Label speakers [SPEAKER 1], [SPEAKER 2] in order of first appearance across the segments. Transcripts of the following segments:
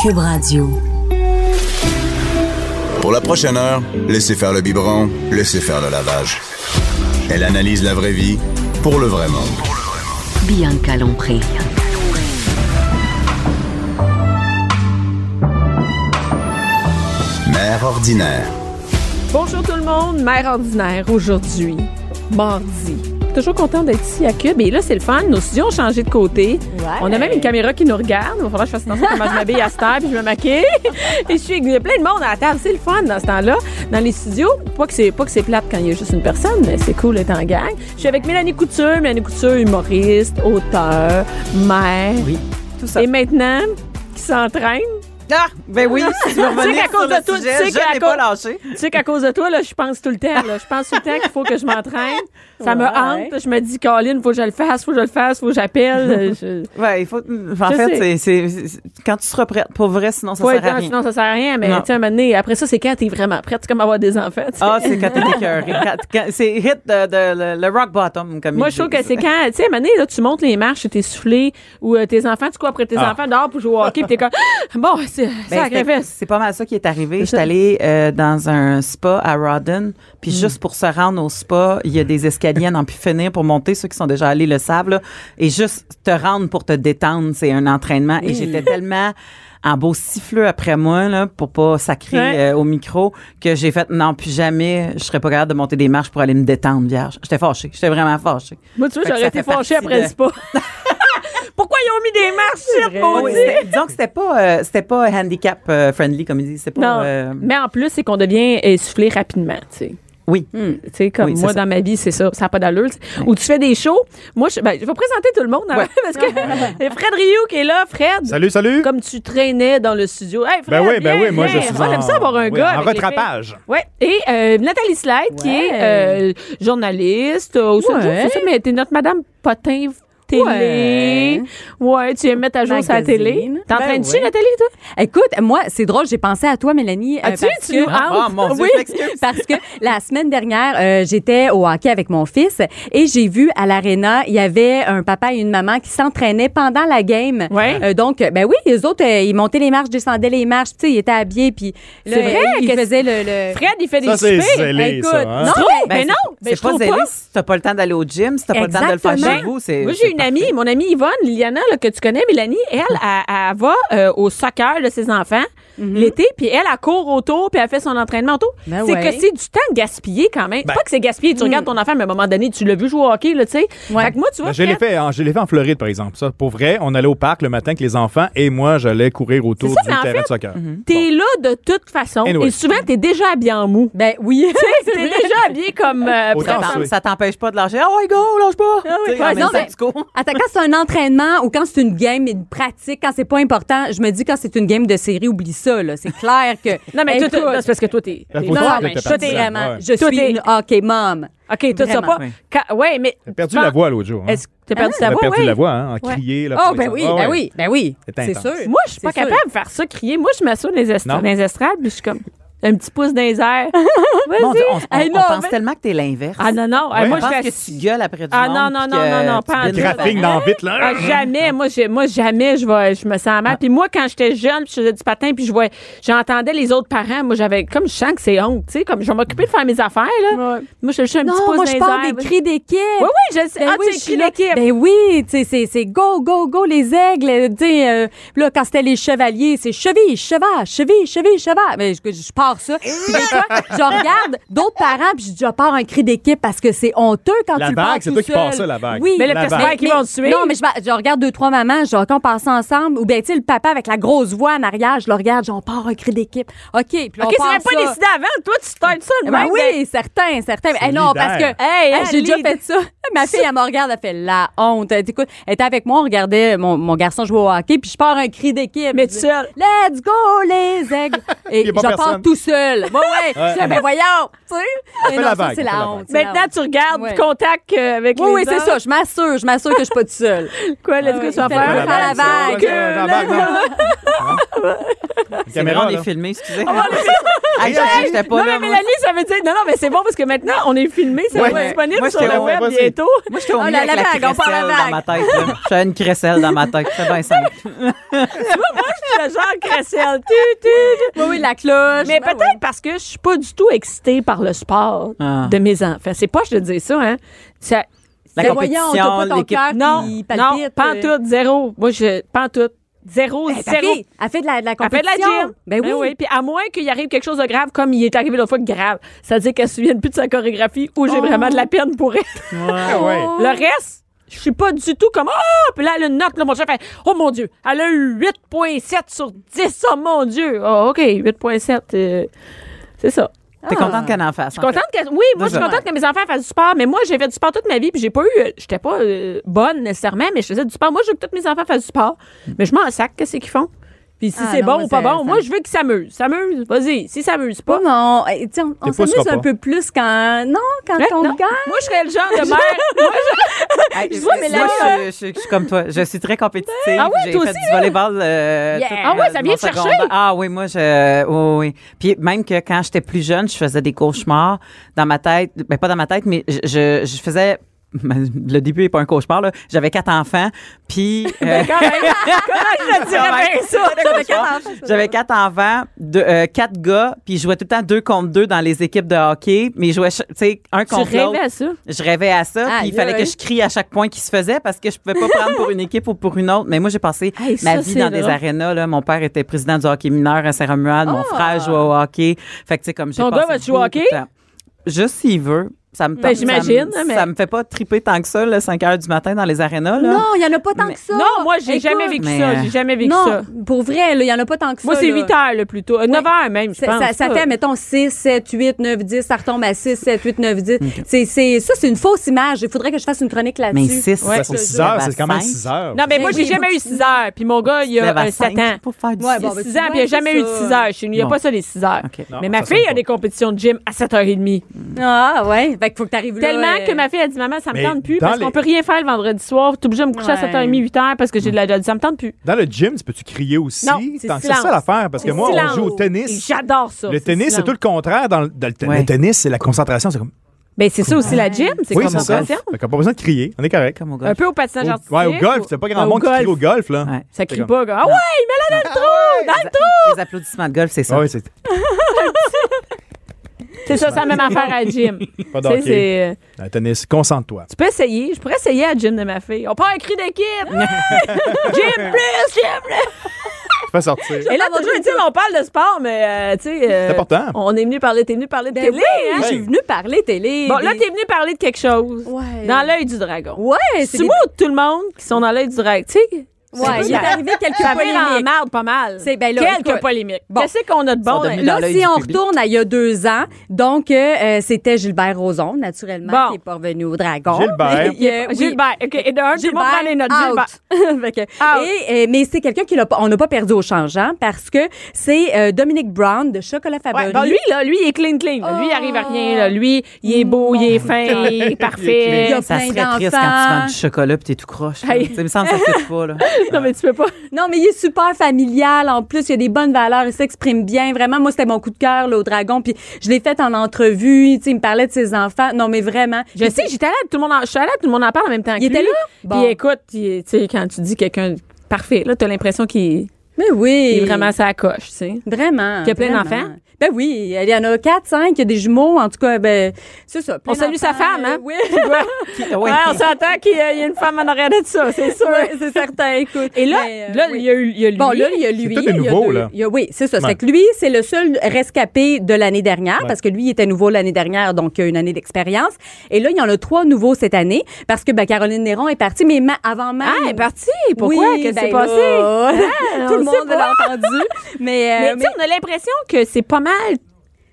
[SPEAKER 1] Cube Radio.
[SPEAKER 2] Pour la prochaine heure, laissez faire le biberon, laissez faire le lavage. Elle analyse la vraie vie pour le vrai monde.
[SPEAKER 1] Bianca Lompré.
[SPEAKER 2] Mère ordinaire.
[SPEAKER 3] Bonjour tout le monde, mère ordinaire aujourd'hui, mardi. Toujours contente d'être ici à Cube. Et là, c'est le fun. Nos studios ont changé de côté. On a même une caméra qui nous regarde. Il va falloir que je fasse attention comment je m'habille à cette heure, puis je me maquille. Et je suis avec il y a plein de monde à la table. C'est le fun dans ce temps-là. Dans les studios, pas que c'est pas que c'est plate quand il y a juste une personne, mais c'est cool d'être en gang. Je suis avec Mélanie Couture. Mélanie Couture, humoriste, auteur, mère. Oui, tout ça. Et maintenant, qui s'entraîne.
[SPEAKER 4] Ah, ben oui, si tu veux
[SPEAKER 3] Tu sais
[SPEAKER 4] revenir
[SPEAKER 3] qu'à
[SPEAKER 4] sur
[SPEAKER 3] cause
[SPEAKER 4] le
[SPEAKER 3] de toi,
[SPEAKER 4] sujet,
[SPEAKER 3] tu sais qu'à
[SPEAKER 4] je n'ai pas
[SPEAKER 3] cause-
[SPEAKER 4] lâché.
[SPEAKER 3] Tu sais qu'à cause de toi, là, je pense tout le temps. là. Je pense tout le temps qu'il faut que je m'entraîne. Ça me
[SPEAKER 5] Ouais.
[SPEAKER 3] hante. Je me dis, Colin, faut que je le fasse, faut que je le fasse, faut que j'appelle. Euh, je-
[SPEAKER 4] Ouais, il faut. En
[SPEAKER 3] Je
[SPEAKER 4] fait,
[SPEAKER 3] sais.
[SPEAKER 4] c'est, c'est, c'est- quand tu seras prête, pour vrai, sinon ça
[SPEAKER 3] Faut être
[SPEAKER 4] sert à
[SPEAKER 3] dans-
[SPEAKER 4] rien.
[SPEAKER 3] Sinon, ça sert à rien. Mais
[SPEAKER 4] Non.
[SPEAKER 3] tu sais, un moment donné, après ça, c'est quand t'es vraiment prête. C'est comme avoir des enfants. tu sais.
[SPEAKER 4] Ah, c'est quand t'es écœuré. Quand- quand- C'est hit de, de- le, le rock bottom, comme
[SPEAKER 3] Moi,
[SPEAKER 4] ils
[SPEAKER 3] je trouve que
[SPEAKER 4] disent.
[SPEAKER 3] c'est quand, tu sais, à un moment donné, là, tu montes les marches, t'es soufflé, ou euh, tes enfants, tu cours après tes enfants dehors pour jouer au hockey, pis t'es comme, bon, c'est
[SPEAKER 4] Ah. Ben,
[SPEAKER 3] ça
[SPEAKER 4] c'était- c'est pas mal ça qui est arrivé. Je suis
[SPEAKER 3] ça. Mm.
[SPEAKER 4] allée euh, dans un spa à Rodden, puis juste pour se rendre au spa, il y a des escaliers à n'en plus finir pour monter, ceux qui sont déjà allés le savent. là. et juste te rendre pour te détendre, c'est un entraînement. Et j'étais tellement en beau siffleux après moi, là, pour pas sacrer
[SPEAKER 3] Ouais.
[SPEAKER 4] euh, au micro, que j'ai fait non, plus jamais, je serais pas capable de monter des marches pour aller me détendre, vierge. J'étais fâchée, j'étais vraiment fâchée.
[SPEAKER 3] Moi, tu vois,
[SPEAKER 4] Fait que
[SPEAKER 3] j'aurais
[SPEAKER 4] ça
[SPEAKER 3] été
[SPEAKER 4] fait
[SPEAKER 3] fâchée
[SPEAKER 4] partie
[SPEAKER 3] après
[SPEAKER 4] de-
[SPEAKER 3] le spa. Pourquoi ils ont mis des marches, shit,
[SPEAKER 4] Ah oui,
[SPEAKER 3] maudit?
[SPEAKER 4] c'était- disons que c'était pas, euh, c'était pas handicap euh, friendly, comme ils disent. C'était pas.
[SPEAKER 3] Non,
[SPEAKER 4] euh,
[SPEAKER 3] mais en plus, c'est qu'on devient essoufflé rapidement, tu sais.
[SPEAKER 4] oui.
[SPEAKER 3] Tu sais, comme
[SPEAKER 4] Oui, c'est
[SPEAKER 3] moi,
[SPEAKER 4] ça.
[SPEAKER 3] dans ma vie, c'est ça. Ça n'a pas d'allure. tu sais. Ou tu fais des shows. Moi, je, ben, je vais présenter tout le monde. hein,
[SPEAKER 4] Ouais.
[SPEAKER 3] parce que Fred Rioux qui est là. Fred,
[SPEAKER 6] Salut, salut.
[SPEAKER 3] comme tu traînais dans le studio. Hey, Fred,
[SPEAKER 6] ben oui, ben
[SPEAKER 3] viens,
[SPEAKER 6] oui, moi
[SPEAKER 3] viens.
[SPEAKER 6] je suis
[SPEAKER 3] Moi, j'aime
[SPEAKER 6] en,
[SPEAKER 3] ça avoir un
[SPEAKER 6] oui,
[SPEAKER 3] gars.
[SPEAKER 6] en
[SPEAKER 3] avec les
[SPEAKER 6] rattrapage.
[SPEAKER 3] filles. Ouais. Et euh, Nathalie Slide, qui est euh, journaliste euh, au studio,
[SPEAKER 5] Ouais.
[SPEAKER 3] c'est ça, mais t'es notre Madame Potin télé. Ouais,
[SPEAKER 5] Ouais.
[SPEAKER 3] tu aimes mettre à jour sa
[SPEAKER 5] Magazine.
[SPEAKER 3] télé. T'es en
[SPEAKER 5] Ben
[SPEAKER 3] train de
[SPEAKER 5] ouais.
[SPEAKER 3] chier, Nathalie, toi?
[SPEAKER 5] Écoute, moi, c'est drôle, j'ai pensé à toi, Mélanie. euh,
[SPEAKER 3] As-tu
[SPEAKER 5] parce
[SPEAKER 3] tu nous
[SPEAKER 5] que-
[SPEAKER 4] Ah,
[SPEAKER 3] out?
[SPEAKER 4] mon Dieu,
[SPEAKER 3] Oui.
[SPEAKER 4] je m'excuse.
[SPEAKER 5] parce que la semaine dernière, euh, j'étais au hockey avec mon fils et j'ai vu à l'aréna, il y avait un papa et une maman qui s'entraînaient pendant la game.
[SPEAKER 3] Ouais.
[SPEAKER 5] Euh, donc, euh, ben oui, les autres, euh, ils montaient les marches, descendaient les marches, tu sais, ils étaient habillés, puis là,
[SPEAKER 3] C'est vrai
[SPEAKER 5] euh, ils
[SPEAKER 3] que-
[SPEAKER 5] faisaient le, le-
[SPEAKER 3] Fred, il fait
[SPEAKER 6] Ça,
[SPEAKER 3] des
[SPEAKER 6] c'est
[SPEAKER 3] soupers.
[SPEAKER 6] zélé,
[SPEAKER 3] Écoute,
[SPEAKER 6] ça, hein?
[SPEAKER 3] Non,
[SPEAKER 5] Trouve?
[SPEAKER 3] ben,
[SPEAKER 4] Ben,
[SPEAKER 3] non,
[SPEAKER 4] c'est-
[SPEAKER 3] ben,
[SPEAKER 4] c'est
[SPEAKER 3] je
[SPEAKER 4] pas
[SPEAKER 3] trouve
[SPEAKER 4] zélé
[SPEAKER 3] pas.
[SPEAKER 4] si t'as pas le temps d'aller au gym, si t'as pas le temps de le faire
[SPEAKER 5] Exactement.
[SPEAKER 4] chez vous. c'est-
[SPEAKER 3] Ben, Moi,
[SPEAKER 4] c'est
[SPEAKER 3] j'ai une amie, mon amie Yvonne, Liliana, là, que tu connais, Mélanie, elle, elle, elle va euh, au soccer de ses enfants l'été, puis elle, elle court autour, puis elle fait son entraînement autour.
[SPEAKER 5] Ben
[SPEAKER 3] c'est
[SPEAKER 5] ouais.
[SPEAKER 3] que c'est du temps gaspillé quand même.
[SPEAKER 6] Ben.
[SPEAKER 3] Pas que c'est gaspillé, tu regardes ton enfant, mais à un moment donné, tu l'as vu jouer au hockey, là, tu sais. Fait que moi, tu vois,
[SPEAKER 6] Ben, je l'ai
[SPEAKER 3] Fred,
[SPEAKER 6] fait, en- je l'ai fait en Floride, par exemple. Ça, pour vrai, on allait au parc le matin avec les enfants et moi, j'allais courir autour
[SPEAKER 3] C'est ça,
[SPEAKER 6] du
[SPEAKER 3] mais en
[SPEAKER 6] terrain
[SPEAKER 3] fait- Mhm.
[SPEAKER 6] de soccer.
[SPEAKER 3] t'es là de toute façon,
[SPEAKER 6] Anyway.
[SPEAKER 3] et souvent, t'es déjà habillé en mou.
[SPEAKER 5] Ben oui.
[SPEAKER 3] Tu sais, t'es déjà habillé comme... euh,
[SPEAKER 6] Autant
[SPEAKER 3] prépare-
[SPEAKER 6] se-
[SPEAKER 4] Ça t'empêche pas de lâcher. Ah ouais, go, lâche pas. Tu sais,
[SPEAKER 5] Ouais,
[SPEAKER 4] en même
[SPEAKER 5] non,
[SPEAKER 4] temps,
[SPEAKER 5] mais-
[SPEAKER 4] tu cours.
[SPEAKER 5] Attends, quand c'est un entraînement ou quand c'est une game, une pratique, quand c'est pas important, je me dis quand c'est une game de série, oublie ça, là. C'est clair que.
[SPEAKER 3] non, mais toi,
[SPEAKER 5] Écoute,
[SPEAKER 3] t'es- non, c'est parce que toi, t'es...
[SPEAKER 6] La
[SPEAKER 3] t'es-
[SPEAKER 6] photo,
[SPEAKER 3] non,
[SPEAKER 6] là,
[SPEAKER 3] mais
[SPEAKER 6] t'es
[SPEAKER 5] toi, t'es
[SPEAKER 6] partisane,
[SPEAKER 5] vraiment.
[SPEAKER 6] ouais.
[SPEAKER 5] Je
[SPEAKER 3] Toi,
[SPEAKER 5] suis
[SPEAKER 3] t'es-
[SPEAKER 5] une hockey mom.
[SPEAKER 3] OK, toi, tu sais
[SPEAKER 5] Vraiment,
[SPEAKER 3] pas...
[SPEAKER 4] oui.
[SPEAKER 3] Quand- Ouais, mais...
[SPEAKER 6] T'as perdu la voix l'autre jour. Hein?
[SPEAKER 3] Est-ce que t'as perdu
[SPEAKER 6] On
[SPEAKER 3] ta
[SPEAKER 6] a
[SPEAKER 3] voix?
[SPEAKER 6] perdu
[SPEAKER 3] ouais.
[SPEAKER 6] la voix, hein, en crier. Là,
[SPEAKER 5] Oh,
[SPEAKER 6] pour les
[SPEAKER 5] ben oui,
[SPEAKER 6] enfants.
[SPEAKER 5] ben
[SPEAKER 6] Ah, ouais.
[SPEAKER 5] oui, ben oui.
[SPEAKER 6] C'est
[SPEAKER 5] C'est
[SPEAKER 6] intense.
[SPEAKER 5] sûr.
[SPEAKER 3] Moi, je suis
[SPEAKER 5] C'est
[SPEAKER 3] pas
[SPEAKER 5] sûr.
[SPEAKER 3] capable de faire ça, crier. Moi, je m'assois dans les, est-
[SPEAKER 6] Non.
[SPEAKER 3] dans les estrades, puis je suis comme un petit pouce dans les airs. Vas-y.
[SPEAKER 4] Bon, on, on- on
[SPEAKER 3] ben, Hey, non,
[SPEAKER 4] pense
[SPEAKER 3] mais-
[SPEAKER 4] tellement que t'es l'inverse.
[SPEAKER 3] Ah non, non.
[SPEAKER 6] Ouais.
[SPEAKER 3] moi,
[SPEAKER 4] je
[SPEAKER 3] je
[SPEAKER 4] pense
[SPEAKER 3] fais
[SPEAKER 4] que tu gueules après du
[SPEAKER 3] Ah,
[SPEAKER 4] monde,
[SPEAKER 3] non, non,
[SPEAKER 4] puis
[SPEAKER 3] non,
[SPEAKER 4] que
[SPEAKER 3] non, non,
[SPEAKER 4] tu
[SPEAKER 3] pas en
[SPEAKER 4] vides
[SPEAKER 3] tout.
[SPEAKER 4] la
[SPEAKER 6] Grappling
[SPEAKER 4] face.
[SPEAKER 6] dans vite, là.
[SPEAKER 3] Ah, jamais, moi, j'ai- moi jamais je vais, je me sens
[SPEAKER 5] Ah.
[SPEAKER 3] mal. Puis moi, quand j'étais jeune, puis je faisais du patin, puis je vois, j'entendais les autres parents. Moi, j'avais comme je sens que c'est honte, tu sais, comme je vais m'occuper de faire mes affaires là. Moi, je suis un petit
[SPEAKER 5] Non,
[SPEAKER 3] pouce
[SPEAKER 5] moi,
[SPEAKER 3] dans
[SPEAKER 5] je
[SPEAKER 3] les
[SPEAKER 5] parle
[SPEAKER 3] airs.
[SPEAKER 5] des cris d'équipe.
[SPEAKER 3] Oui, oui, je sais.
[SPEAKER 5] Ben
[SPEAKER 3] ah,
[SPEAKER 5] oui,
[SPEAKER 3] tu
[SPEAKER 5] je
[SPEAKER 3] sais,
[SPEAKER 5] suis
[SPEAKER 3] crie
[SPEAKER 5] là.
[SPEAKER 3] l'équipe.
[SPEAKER 5] Ben oui, tu sais, c'est- c'est go, go, go, les aigles. Tu sais, euh, là, quand c'était les chevaliers, c'est cheville, cheval, cheville, cheville, cheval. Mais je, je pars j'adore ça. Puis des fois, je regarde d'autres parents, puis je dis, je pars un cri d'équipe parce que c'est honteux quand
[SPEAKER 6] La
[SPEAKER 5] tu le pars
[SPEAKER 6] vague, c'est
[SPEAKER 5] tout
[SPEAKER 6] toi qui
[SPEAKER 5] seul.
[SPEAKER 6] pars ça, la vague.
[SPEAKER 5] Oui,
[SPEAKER 3] Mais le
[SPEAKER 6] La
[SPEAKER 3] petit
[SPEAKER 6] vague.
[SPEAKER 3] frère qui
[SPEAKER 5] mais-
[SPEAKER 3] va le suivre.
[SPEAKER 5] Non, mais je, va- je regarde deux, trois mamans, genre, quand on passe ensemble, ou bien, tu sais, le papa avec la grosse voix en arrière, je le regarde, genre, on part un cri d'équipe. OK, puis on
[SPEAKER 3] OK, c'est
[SPEAKER 5] part
[SPEAKER 3] même pas
[SPEAKER 5] ça.
[SPEAKER 3] décidé avant. Toi, tu startes ça le
[SPEAKER 5] Eh ben
[SPEAKER 3] rap de-
[SPEAKER 5] oui, certain, certain. Eh non,
[SPEAKER 6] leader.
[SPEAKER 5] parce que
[SPEAKER 3] Hey,
[SPEAKER 5] hey,
[SPEAKER 3] un
[SPEAKER 5] j'ai déjà
[SPEAKER 3] leader.
[SPEAKER 5] fait ça. Ma fille, elle me regarde, elle fait la honte. Elle dit, écoute, elle était avec moi, on regardait mon, mon garçon jouer au hockey, puis je pars un cri d'équipe.
[SPEAKER 3] Mais
[SPEAKER 5] Je
[SPEAKER 3] tout
[SPEAKER 5] dis,
[SPEAKER 3] seul.
[SPEAKER 5] Let's go, les aigles. Et
[SPEAKER 6] Il y
[SPEAKER 5] je
[SPEAKER 6] a pas
[SPEAKER 5] pars
[SPEAKER 6] personne.
[SPEAKER 5] tout seul. Bon, ouais. Je dis, ben voyons. Tu sais? Mais
[SPEAKER 6] fait
[SPEAKER 5] non,
[SPEAKER 6] la
[SPEAKER 5] ça,
[SPEAKER 6] vague,
[SPEAKER 5] C'est
[SPEAKER 6] on fait
[SPEAKER 5] la
[SPEAKER 6] la
[SPEAKER 5] honte.
[SPEAKER 6] vague.
[SPEAKER 5] c'est la
[SPEAKER 3] Ben, Maintenant,
[SPEAKER 5] honte.
[SPEAKER 3] tu regardes
[SPEAKER 5] Ouais.
[SPEAKER 3] contact euh, avec
[SPEAKER 5] Oui,
[SPEAKER 3] les
[SPEAKER 5] oui, c'est
[SPEAKER 3] autres.
[SPEAKER 5] ça. Je m'assure, je m'assure que je suis pas toute seule.
[SPEAKER 3] Quoi, let's go,
[SPEAKER 5] Ah ouais,
[SPEAKER 3] tu vas
[SPEAKER 5] il fait
[SPEAKER 3] faire
[SPEAKER 5] la vague. vague.
[SPEAKER 6] La vague, non. Hein? La
[SPEAKER 4] C'est vrai,
[SPEAKER 6] Caméra,
[SPEAKER 4] on
[SPEAKER 6] là.
[SPEAKER 4] est filmé, excusez. Ah, j'étais- j'étais pas
[SPEAKER 3] Non,
[SPEAKER 4] là,
[SPEAKER 3] mais
[SPEAKER 4] moi.
[SPEAKER 3] Mélanie, ça veut dire. Non, non, mais c'est bon parce que maintenant, on est filmé, ça
[SPEAKER 6] Ouais.
[SPEAKER 3] va être disponible
[SPEAKER 4] Moi,
[SPEAKER 3] sur
[SPEAKER 4] j'étais
[SPEAKER 3] le
[SPEAKER 6] au-
[SPEAKER 3] web
[SPEAKER 6] moi, c'est-
[SPEAKER 3] bientôt.
[SPEAKER 4] Moi, j'étais au
[SPEAKER 5] Oh,
[SPEAKER 4] milieu
[SPEAKER 5] la-
[SPEAKER 4] avec
[SPEAKER 5] la
[SPEAKER 4] la
[SPEAKER 5] vague, on parle
[SPEAKER 4] crécelle
[SPEAKER 5] la
[SPEAKER 4] dans ma tête. là. J'avais une crécelle dans ma tête. C'est bien simple.
[SPEAKER 3] Le genre Cressel. Tu, tu, tu.
[SPEAKER 5] Oui, oui, la cloche.
[SPEAKER 3] Mais
[SPEAKER 5] Ben
[SPEAKER 3] peut-être parce que je suis pas du tout excitée par le sport
[SPEAKER 4] Ah.
[SPEAKER 3] de mes enfants. C'est poche de dire ça, hein. Ça-
[SPEAKER 4] La
[SPEAKER 5] Ben voyons, t'as pas
[SPEAKER 4] compétition,
[SPEAKER 5] ton
[SPEAKER 4] l'équipe.
[SPEAKER 5] cœur.
[SPEAKER 3] non,
[SPEAKER 5] qui
[SPEAKER 3] non,
[SPEAKER 5] palpite, euh.
[SPEAKER 3] pas en tout, zéro. Moi, je pas en tout, zéro,
[SPEAKER 5] Ben, ta
[SPEAKER 3] zéro.
[SPEAKER 5] fille, Elle fait de la, de la
[SPEAKER 3] Elle fait de
[SPEAKER 5] compétition.
[SPEAKER 3] la gym.
[SPEAKER 5] Ben oui.
[SPEAKER 3] Puis à moins qu'il arrive quelque chose de grave, comme il est arrivé l'autre fois, grave. C'est-à-dire qu'elle se souvienne plus de sa chorégraphie ou
[SPEAKER 5] Oh.
[SPEAKER 3] j'ai vraiment de la peine pour elle.
[SPEAKER 6] Ah ouais.
[SPEAKER 3] Le reste, je suis pas du tout comme Ah! Puis là, elle a une note, là, mon chef fait Oh mon Dieu, elle a eu 8,7 sur 10. Oh mon Dieu. Ah, OK, 8,7. euh, c'est ça.
[SPEAKER 4] T'es contente qu'elle en fasse. en
[SPEAKER 3] Ah. Je suis contente que, oui, moi, je suis
[SPEAKER 4] Déjà.
[SPEAKER 3] contente que mes enfants fassent du sport, mais moi, j'ai fait du sport toute ma vie, puis j'ai pas eu, euh, j'étais pas euh, bonne nécessairement, mais je faisais du sport. Moi, je veux que tous mes enfants fassent du sport, mais je m'en sac, qu'est-ce qu'ils font? Puis si
[SPEAKER 5] Ah,
[SPEAKER 3] c'est
[SPEAKER 5] non,
[SPEAKER 3] bon
[SPEAKER 5] moi,
[SPEAKER 3] ou pas
[SPEAKER 5] c'est-
[SPEAKER 3] bon,
[SPEAKER 5] ça-
[SPEAKER 3] moi, je veux qu'ils s'amusent. S'amusent, vas-y. S'ils s'amusent pas,
[SPEAKER 5] Pas mon- eh, tu sais, on on
[SPEAKER 6] T'es pas
[SPEAKER 5] s'amuse un
[SPEAKER 6] scorpion.
[SPEAKER 5] peu plus quand. Non, quand
[SPEAKER 3] Hein?
[SPEAKER 5] on
[SPEAKER 3] Non.
[SPEAKER 5] gagne.
[SPEAKER 3] moi, je serais le genre de mère. moi,
[SPEAKER 4] fait.
[SPEAKER 3] Je vois
[SPEAKER 4] Moi,
[SPEAKER 3] Mélanie,
[SPEAKER 4] je, je- je suis comme toi. Je suis très compétitive.
[SPEAKER 3] Ah ouais,
[SPEAKER 4] J'ai
[SPEAKER 3] toi
[SPEAKER 4] fait
[SPEAKER 3] aussi,
[SPEAKER 4] du volleyball. euh,
[SPEAKER 5] Yeah.
[SPEAKER 4] tout,
[SPEAKER 3] Ah ouais, ça vient
[SPEAKER 4] euh, mon
[SPEAKER 3] te chercher.
[SPEAKER 4] secondaire. Ah oui, moi, je. Oui, oui. Puis même que quand j'étais plus jeune, je faisais des cauchemars dans ma tête. Ben, pas dans ma tête, mais je, je, je faisais. ben, Le début n'est pas un cauchemar, là. J'avais quatre enfants, puis. euh,
[SPEAKER 3] je- Ben, quand même, comment je le dirais bien ça?
[SPEAKER 4] J'avais quatre enfants. J'avais quatre enfants, deux, euh, quatre gars, puis je jouais tout le temps deux contre deux dans les équipes de hockey, mais je jouais, ch- tu sais, un
[SPEAKER 3] Tu
[SPEAKER 4] contre l'autre.
[SPEAKER 3] rêvais à ça?
[SPEAKER 4] Je rêvais à ça, puis
[SPEAKER 5] Aïe,
[SPEAKER 4] il fallait
[SPEAKER 5] aïe.
[SPEAKER 4] que je crie à chaque point qui se faisait parce que je pouvais pas prendre pour une équipe ou pour une autre. Mais moi, j'ai passé
[SPEAKER 3] Hey, ça,
[SPEAKER 4] ma vie
[SPEAKER 3] c'est
[SPEAKER 4] dans des
[SPEAKER 3] drôle.
[SPEAKER 4] arénas. Là. Mon père était président du hockey mineur à Saint-Romuald. Mon frère jouait au hockey. Fait que, tu sais, comme j'ai
[SPEAKER 3] Ah! Ton
[SPEAKER 4] passé
[SPEAKER 3] gars va-tu jouer au
[SPEAKER 4] beaucoup de
[SPEAKER 3] hockey?
[SPEAKER 4] temps. Juste s'il veut. Ça me,
[SPEAKER 3] Ben,
[SPEAKER 4] ça me-
[SPEAKER 3] j'imagine,
[SPEAKER 4] ça,
[SPEAKER 3] mais-
[SPEAKER 4] me fait pas triper tant que ça, le 5 heures du matin dans les arénas. Là.
[SPEAKER 5] Non, il n'y en a pas tant que ça.
[SPEAKER 3] Non, moi, j'ai
[SPEAKER 5] Écoute,
[SPEAKER 3] jamais vécu
[SPEAKER 4] mais,
[SPEAKER 3] ça.
[SPEAKER 4] euh,
[SPEAKER 3] J'ai jamais vécu
[SPEAKER 5] non,
[SPEAKER 3] ça.
[SPEAKER 5] pour vrai, là, il n'y en a pas tant que ça.
[SPEAKER 3] Moi, c'est
[SPEAKER 5] là.
[SPEAKER 3] 8 heures, le plus tôt. 9 heures même, je
[SPEAKER 5] Ça,
[SPEAKER 3] pense.
[SPEAKER 5] ça- ça fait, mettons, 6, 7, 8, 9, 10. Ça retombe à 6, 7, 8, 9, 10. C'est, c'est, ça, c'est une fausse image. Il faudrait que je fasse une chronique là-dessus.
[SPEAKER 4] Mais 6,
[SPEAKER 6] Ça, C'est 6 heures, c'est quand même 6 heures.
[SPEAKER 3] Non, mais moi,
[SPEAKER 5] Ben
[SPEAKER 3] j'ai
[SPEAKER 5] oui,
[SPEAKER 3] jamais eu 6 heures. Puis mon gars, il a 7 ans.
[SPEAKER 4] Pour faire du
[SPEAKER 5] Ouais,
[SPEAKER 4] six.
[SPEAKER 5] bon, ben,
[SPEAKER 3] six
[SPEAKER 5] tu
[SPEAKER 3] ans,
[SPEAKER 5] vois,
[SPEAKER 3] puis il n'a
[SPEAKER 5] c'est
[SPEAKER 3] jamais eu de
[SPEAKER 5] ça.
[SPEAKER 3] 6 heures chez nous. Il n'y a
[SPEAKER 4] Non.
[SPEAKER 3] pas ça, les 6 heures.
[SPEAKER 4] OK.
[SPEAKER 6] Non,
[SPEAKER 3] mais
[SPEAKER 6] ça
[SPEAKER 3] ma
[SPEAKER 6] sonne
[SPEAKER 3] fille a
[SPEAKER 6] pas.
[SPEAKER 3] des compétitions de gym à 7h30.
[SPEAKER 5] Ah, ouais. Fait qu'il faut que tu arrives là.
[SPEAKER 3] Tellement
[SPEAKER 5] euh,
[SPEAKER 3] que ma fille a dit Maman, ça me
[SPEAKER 6] Mais
[SPEAKER 3] tente plus
[SPEAKER 6] dans
[SPEAKER 3] parce qu'on
[SPEAKER 6] les-
[SPEAKER 3] peut rien faire le vendredi soir. T'es obligé de me coucher
[SPEAKER 5] Ouais.
[SPEAKER 3] à 7h30, 8h parce que j'ai de la job. Ça me tente plus.
[SPEAKER 6] Dans le gym, tu peux-tu crier aussi?
[SPEAKER 3] Non, c'est
[SPEAKER 6] Tant que c'est
[SPEAKER 3] silence.
[SPEAKER 6] ça l'affaire, parce que
[SPEAKER 3] C'est
[SPEAKER 6] moi,
[SPEAKER 3] silence.
[SPEAKER 6] on joue au
[SPEAKER 3] Et
[SPEAKER 6] tennis.
[SPEAKER 3] J'adore ça.
[SPEAKER 6] Le tennis, c'est tout le contraire. Dans le, dans le ten-
[SPEAKER 4] Ouais.
[SPEAKER 6] le tennis, c'est la concentration. C'est comme.
[SPEAKER 3] Mais c'est ça aussi la gym. C'est
[SPEAKER 6] Oui,
[SPEAKER 3] comme
[SPEAKER 6] c'est
[SPEAKER 3] on
[SPEAKER 6] ça.
[SPEAKER 3] patine.
[SPEAKER 6] Fait qu'on a pas besoin de crier. On est correct.
[SPEAKER 4] Comme au
[SPEAKER 3] Un
[SPEAKER 4] golf.
[SPEAKER 3] peu au patinage artistique.
[SPEAKER 6] Au, ouais, au golf, c'est pas grand
[SPEAKER 3] au
[SPEAKER 6] monde qui crie au
[SPEAKER 3] golf.
[SPEAKER 6] golf, là.
[SPEAKER 4] Ouais.
[SPEAKER 3] Ça
[SPEAKER 6] C'est
[SPEAKER 3] crie
[SPEAKER 6] comme-
[SPEAKER 3] pas. Ah ouais, il met la dans le trou! Dans le trou!
[SPEAKER 4] Les applaudissements de golf, c'est ça.
[SPEAKER 6] Ah oui, c'est
[SPEAKER 3] C'est ça, c'est la même affaire à la gym.
[SPEAKER 6] pas
[SPEAKER 3] Tu sais,
[SPEAKER 6] d'hockey.
[SPEAKER 3] c'est.
[SPEAKER 6] Dans le tennis, concentre-toi.
[SPEAKER 3] Tu peux essayer. Je pourrais essayer à la gym de ma fille. On part un cri d'équipe. Ouais! gym plus, gym plus.
[SPEAKER 6] Tu fais sortir.
[SPEAKER 3] Et là, toujours, tu sais, on parle de sport, mais euh, tu sais. euh,
[SPEAKER 6] C'est important.
[SPEAKER 3] On est venu parler, t'es venu parler de
[SPEAKER 5] ben
[SPEAKER 3] télé.
[SPEAKER 5] oui,
[SPEAKER 3] hein?
[SPEAKER 5] Je suis venue parler télé.
[SPEAKER 3] Bon, là,
[SPEAKER 5] Des-
[SPEAKER 3] t'es venu parler de quelque chose.
[SPEAKER 5] Ouais.
[SPEAKER 3] Dans l'œil du dragon.
[SPEAKER 5] Ouais,
[SPEAKER 3] C'est
[SPEAKER 5] des-
[SPEAKER 3] beau, tout le monde qui sont dans l'œil du dragon. Tu sais.
[SPEAKER 5] Ouais, il est arrivé quelques
[SPEAKER 3] Ça vire en
[SPEAKER 5] polémiques.
[SPEAKER 3] marde pas mal.
[SPEAKER 5] C'est- ben là,
[SPEAKER 3] Quelques
[SPEAKER 5] écoute.
[SPEAKER 3] polémiques.
[SPEAKER 5] Bon.
[SPEAKER 3] Qu'est-ce qu'on a de bon? ben,
[SPEAKER 4] Ils sont devenus
[SPEAKER 3] là?
[SPEAKER 5] Là,
[SPEAKER 4] dans l'œil
[SPEAKER 5] si
[SPEAKER 4] du
[SPEAKER 5] on
[SPEAKER 4] public.
[SPEAKER 5] retourne à il y a deux ans, donc euh, c'était Gilbert Rozon, naturellement,
[SPEAKER 3] Bon.
[SPEAKER 5] qui est pas revenu au Dragon.
[SPEAKER 6] Gilbert.
[SPEAKER 5] Il y a- oui.
[SPEAKER 3] Gilbert. OK, et de un, tout le monde prend les notes. Gilbert.
[SPEAKER 5] out. Fait que- et, euh, mais c'est quelqu'un qui l'a pas- on n'a pas perdu au changeant parce que c'est euh, Dominique Brown de Chocolat Favori.
[SPEAKER 3] Ouais, ben lui, là, lui, il est clean, clean. là. Lui, il arrive à rien. Là. Lui, il est beau, il est fin, il est
[SPEAKER 5] Il y
[SPEAKER 3] parfait.
[SPEAKER 5] a
[SPEAKER 4] Ça
[SPEAKER 5] plein
[SPEAKER 4] serait triste quand tu
[SPEAKER 5] d'enfants.
[SPEAKER 4] vends du chocolat puis t'es tout croche. là.
[SPEAKER 3] Hey.
[SPEAKER 4] Tu sais, Il me semble que ça fait pas, là. Ah
[SPEAKER 3] Non, mais tu peux pas.
[SPEAKER 5] Non, mais il est super familial. En plus, il a des bonnes valeurs. Il s'exprime bien. Vraiment, moi, c'était mon coup de cœur, là, au Dragon. Puis je l'ai fait en entrevue. Tu sais, il me parlait de ses enfants. Non, mais vraiment.
[SPEAKER 3] Je sais, j'étais là, tout le monde en, je suis allée, tout le monde en parle en même temps. que
[SPEAKER 5] Il était
[SPEAKER 3] lui.
[SPEAKER 5] là? Bon.
[SPEAKER 3] Puis écoute, il- tu sais, quand tu dis quelqu'un de parfait, là, t'as l'impression qu'il
[SPEAKER 5] Mais oui.
[SPEAKER 3] Il est vraiment ça coche, tu sais.
[SPEAKER 5] Vraiment.
[SPEAKER 3] Qui a plein
[SPEAKER 5] vraiment.
[SPEAKER 3] d'enfants?
[SPEAKER 5] Ben oui, il y en a 4, 5, il y a des jumeaux, en tout cas, ben, c'est ça. plein
[SPEAKER 3] On salue
[SPEAKER 5] d'enfants,
[SPEAKER 3] sa femme, hein?
[SPEAKER 5] euh, Oui,
[SPEAKER 4] Ah
[SPEAKER 3] Ouais,
[SPEAKER 4] ouais.
[SPEAKER 3] on s'entend qu'il y a il y a une femme en arrière de ça, c'est sûr.
[SPEAKER 5] Ouais, c'est certain, écoute.
[SPEAKER 3] Et là,
[SPEAKER 5] mais, euh,
[SPEAKER 3] là,
[SPEAKER 5] oui.
[SPEAKER 3] il y a eu il y a lui.
[SPEAKER 5] Bon, là, il y a lui.
[SPEAKER 6] tout des
[SPEAKER 5] il y a
[SPEAKER 6] nouveaux,
[SPEAKER 5] deux-
[SPEAKER 6] là.
[SPEAKER 5] il y a- oui, c'est ça.
[SPEAKER 6] Ouais.
[SPEAKER 5] C'est que lui, c'est le seul rescapé de l'année dernière, parce que lui, il était nouveau l'année dernière, donc il a une année d'expérience. Et là, il y en a trois nouveaux cette année, parce que ben, Caroline Néron est partie, mais ma- avant même.
[SPEAKER 3] Ah, elle est partie. Pourquoi?
[SPEAKER 5] Oui,
[SPEAKER 3] Qu'est-ce qui
[SPEAKER 5] ben
[SPEAKER 3] s'est passé?
[SPEAKER 5] là,
[SPEAKER 3] Ah,
[SPEAKER 5] Tout
[SPEAKER 3] on
[SPEAKER 5] le monde
[SPEAKER 3] sait pas.
[SPEAKER 5] l'a entendu. Mais, euh,
[SPEAKER 3] Mais, tu
[SPEAKER 5] mais-
[SPEAKER 3] sais, on a l'impression que c'est pas mal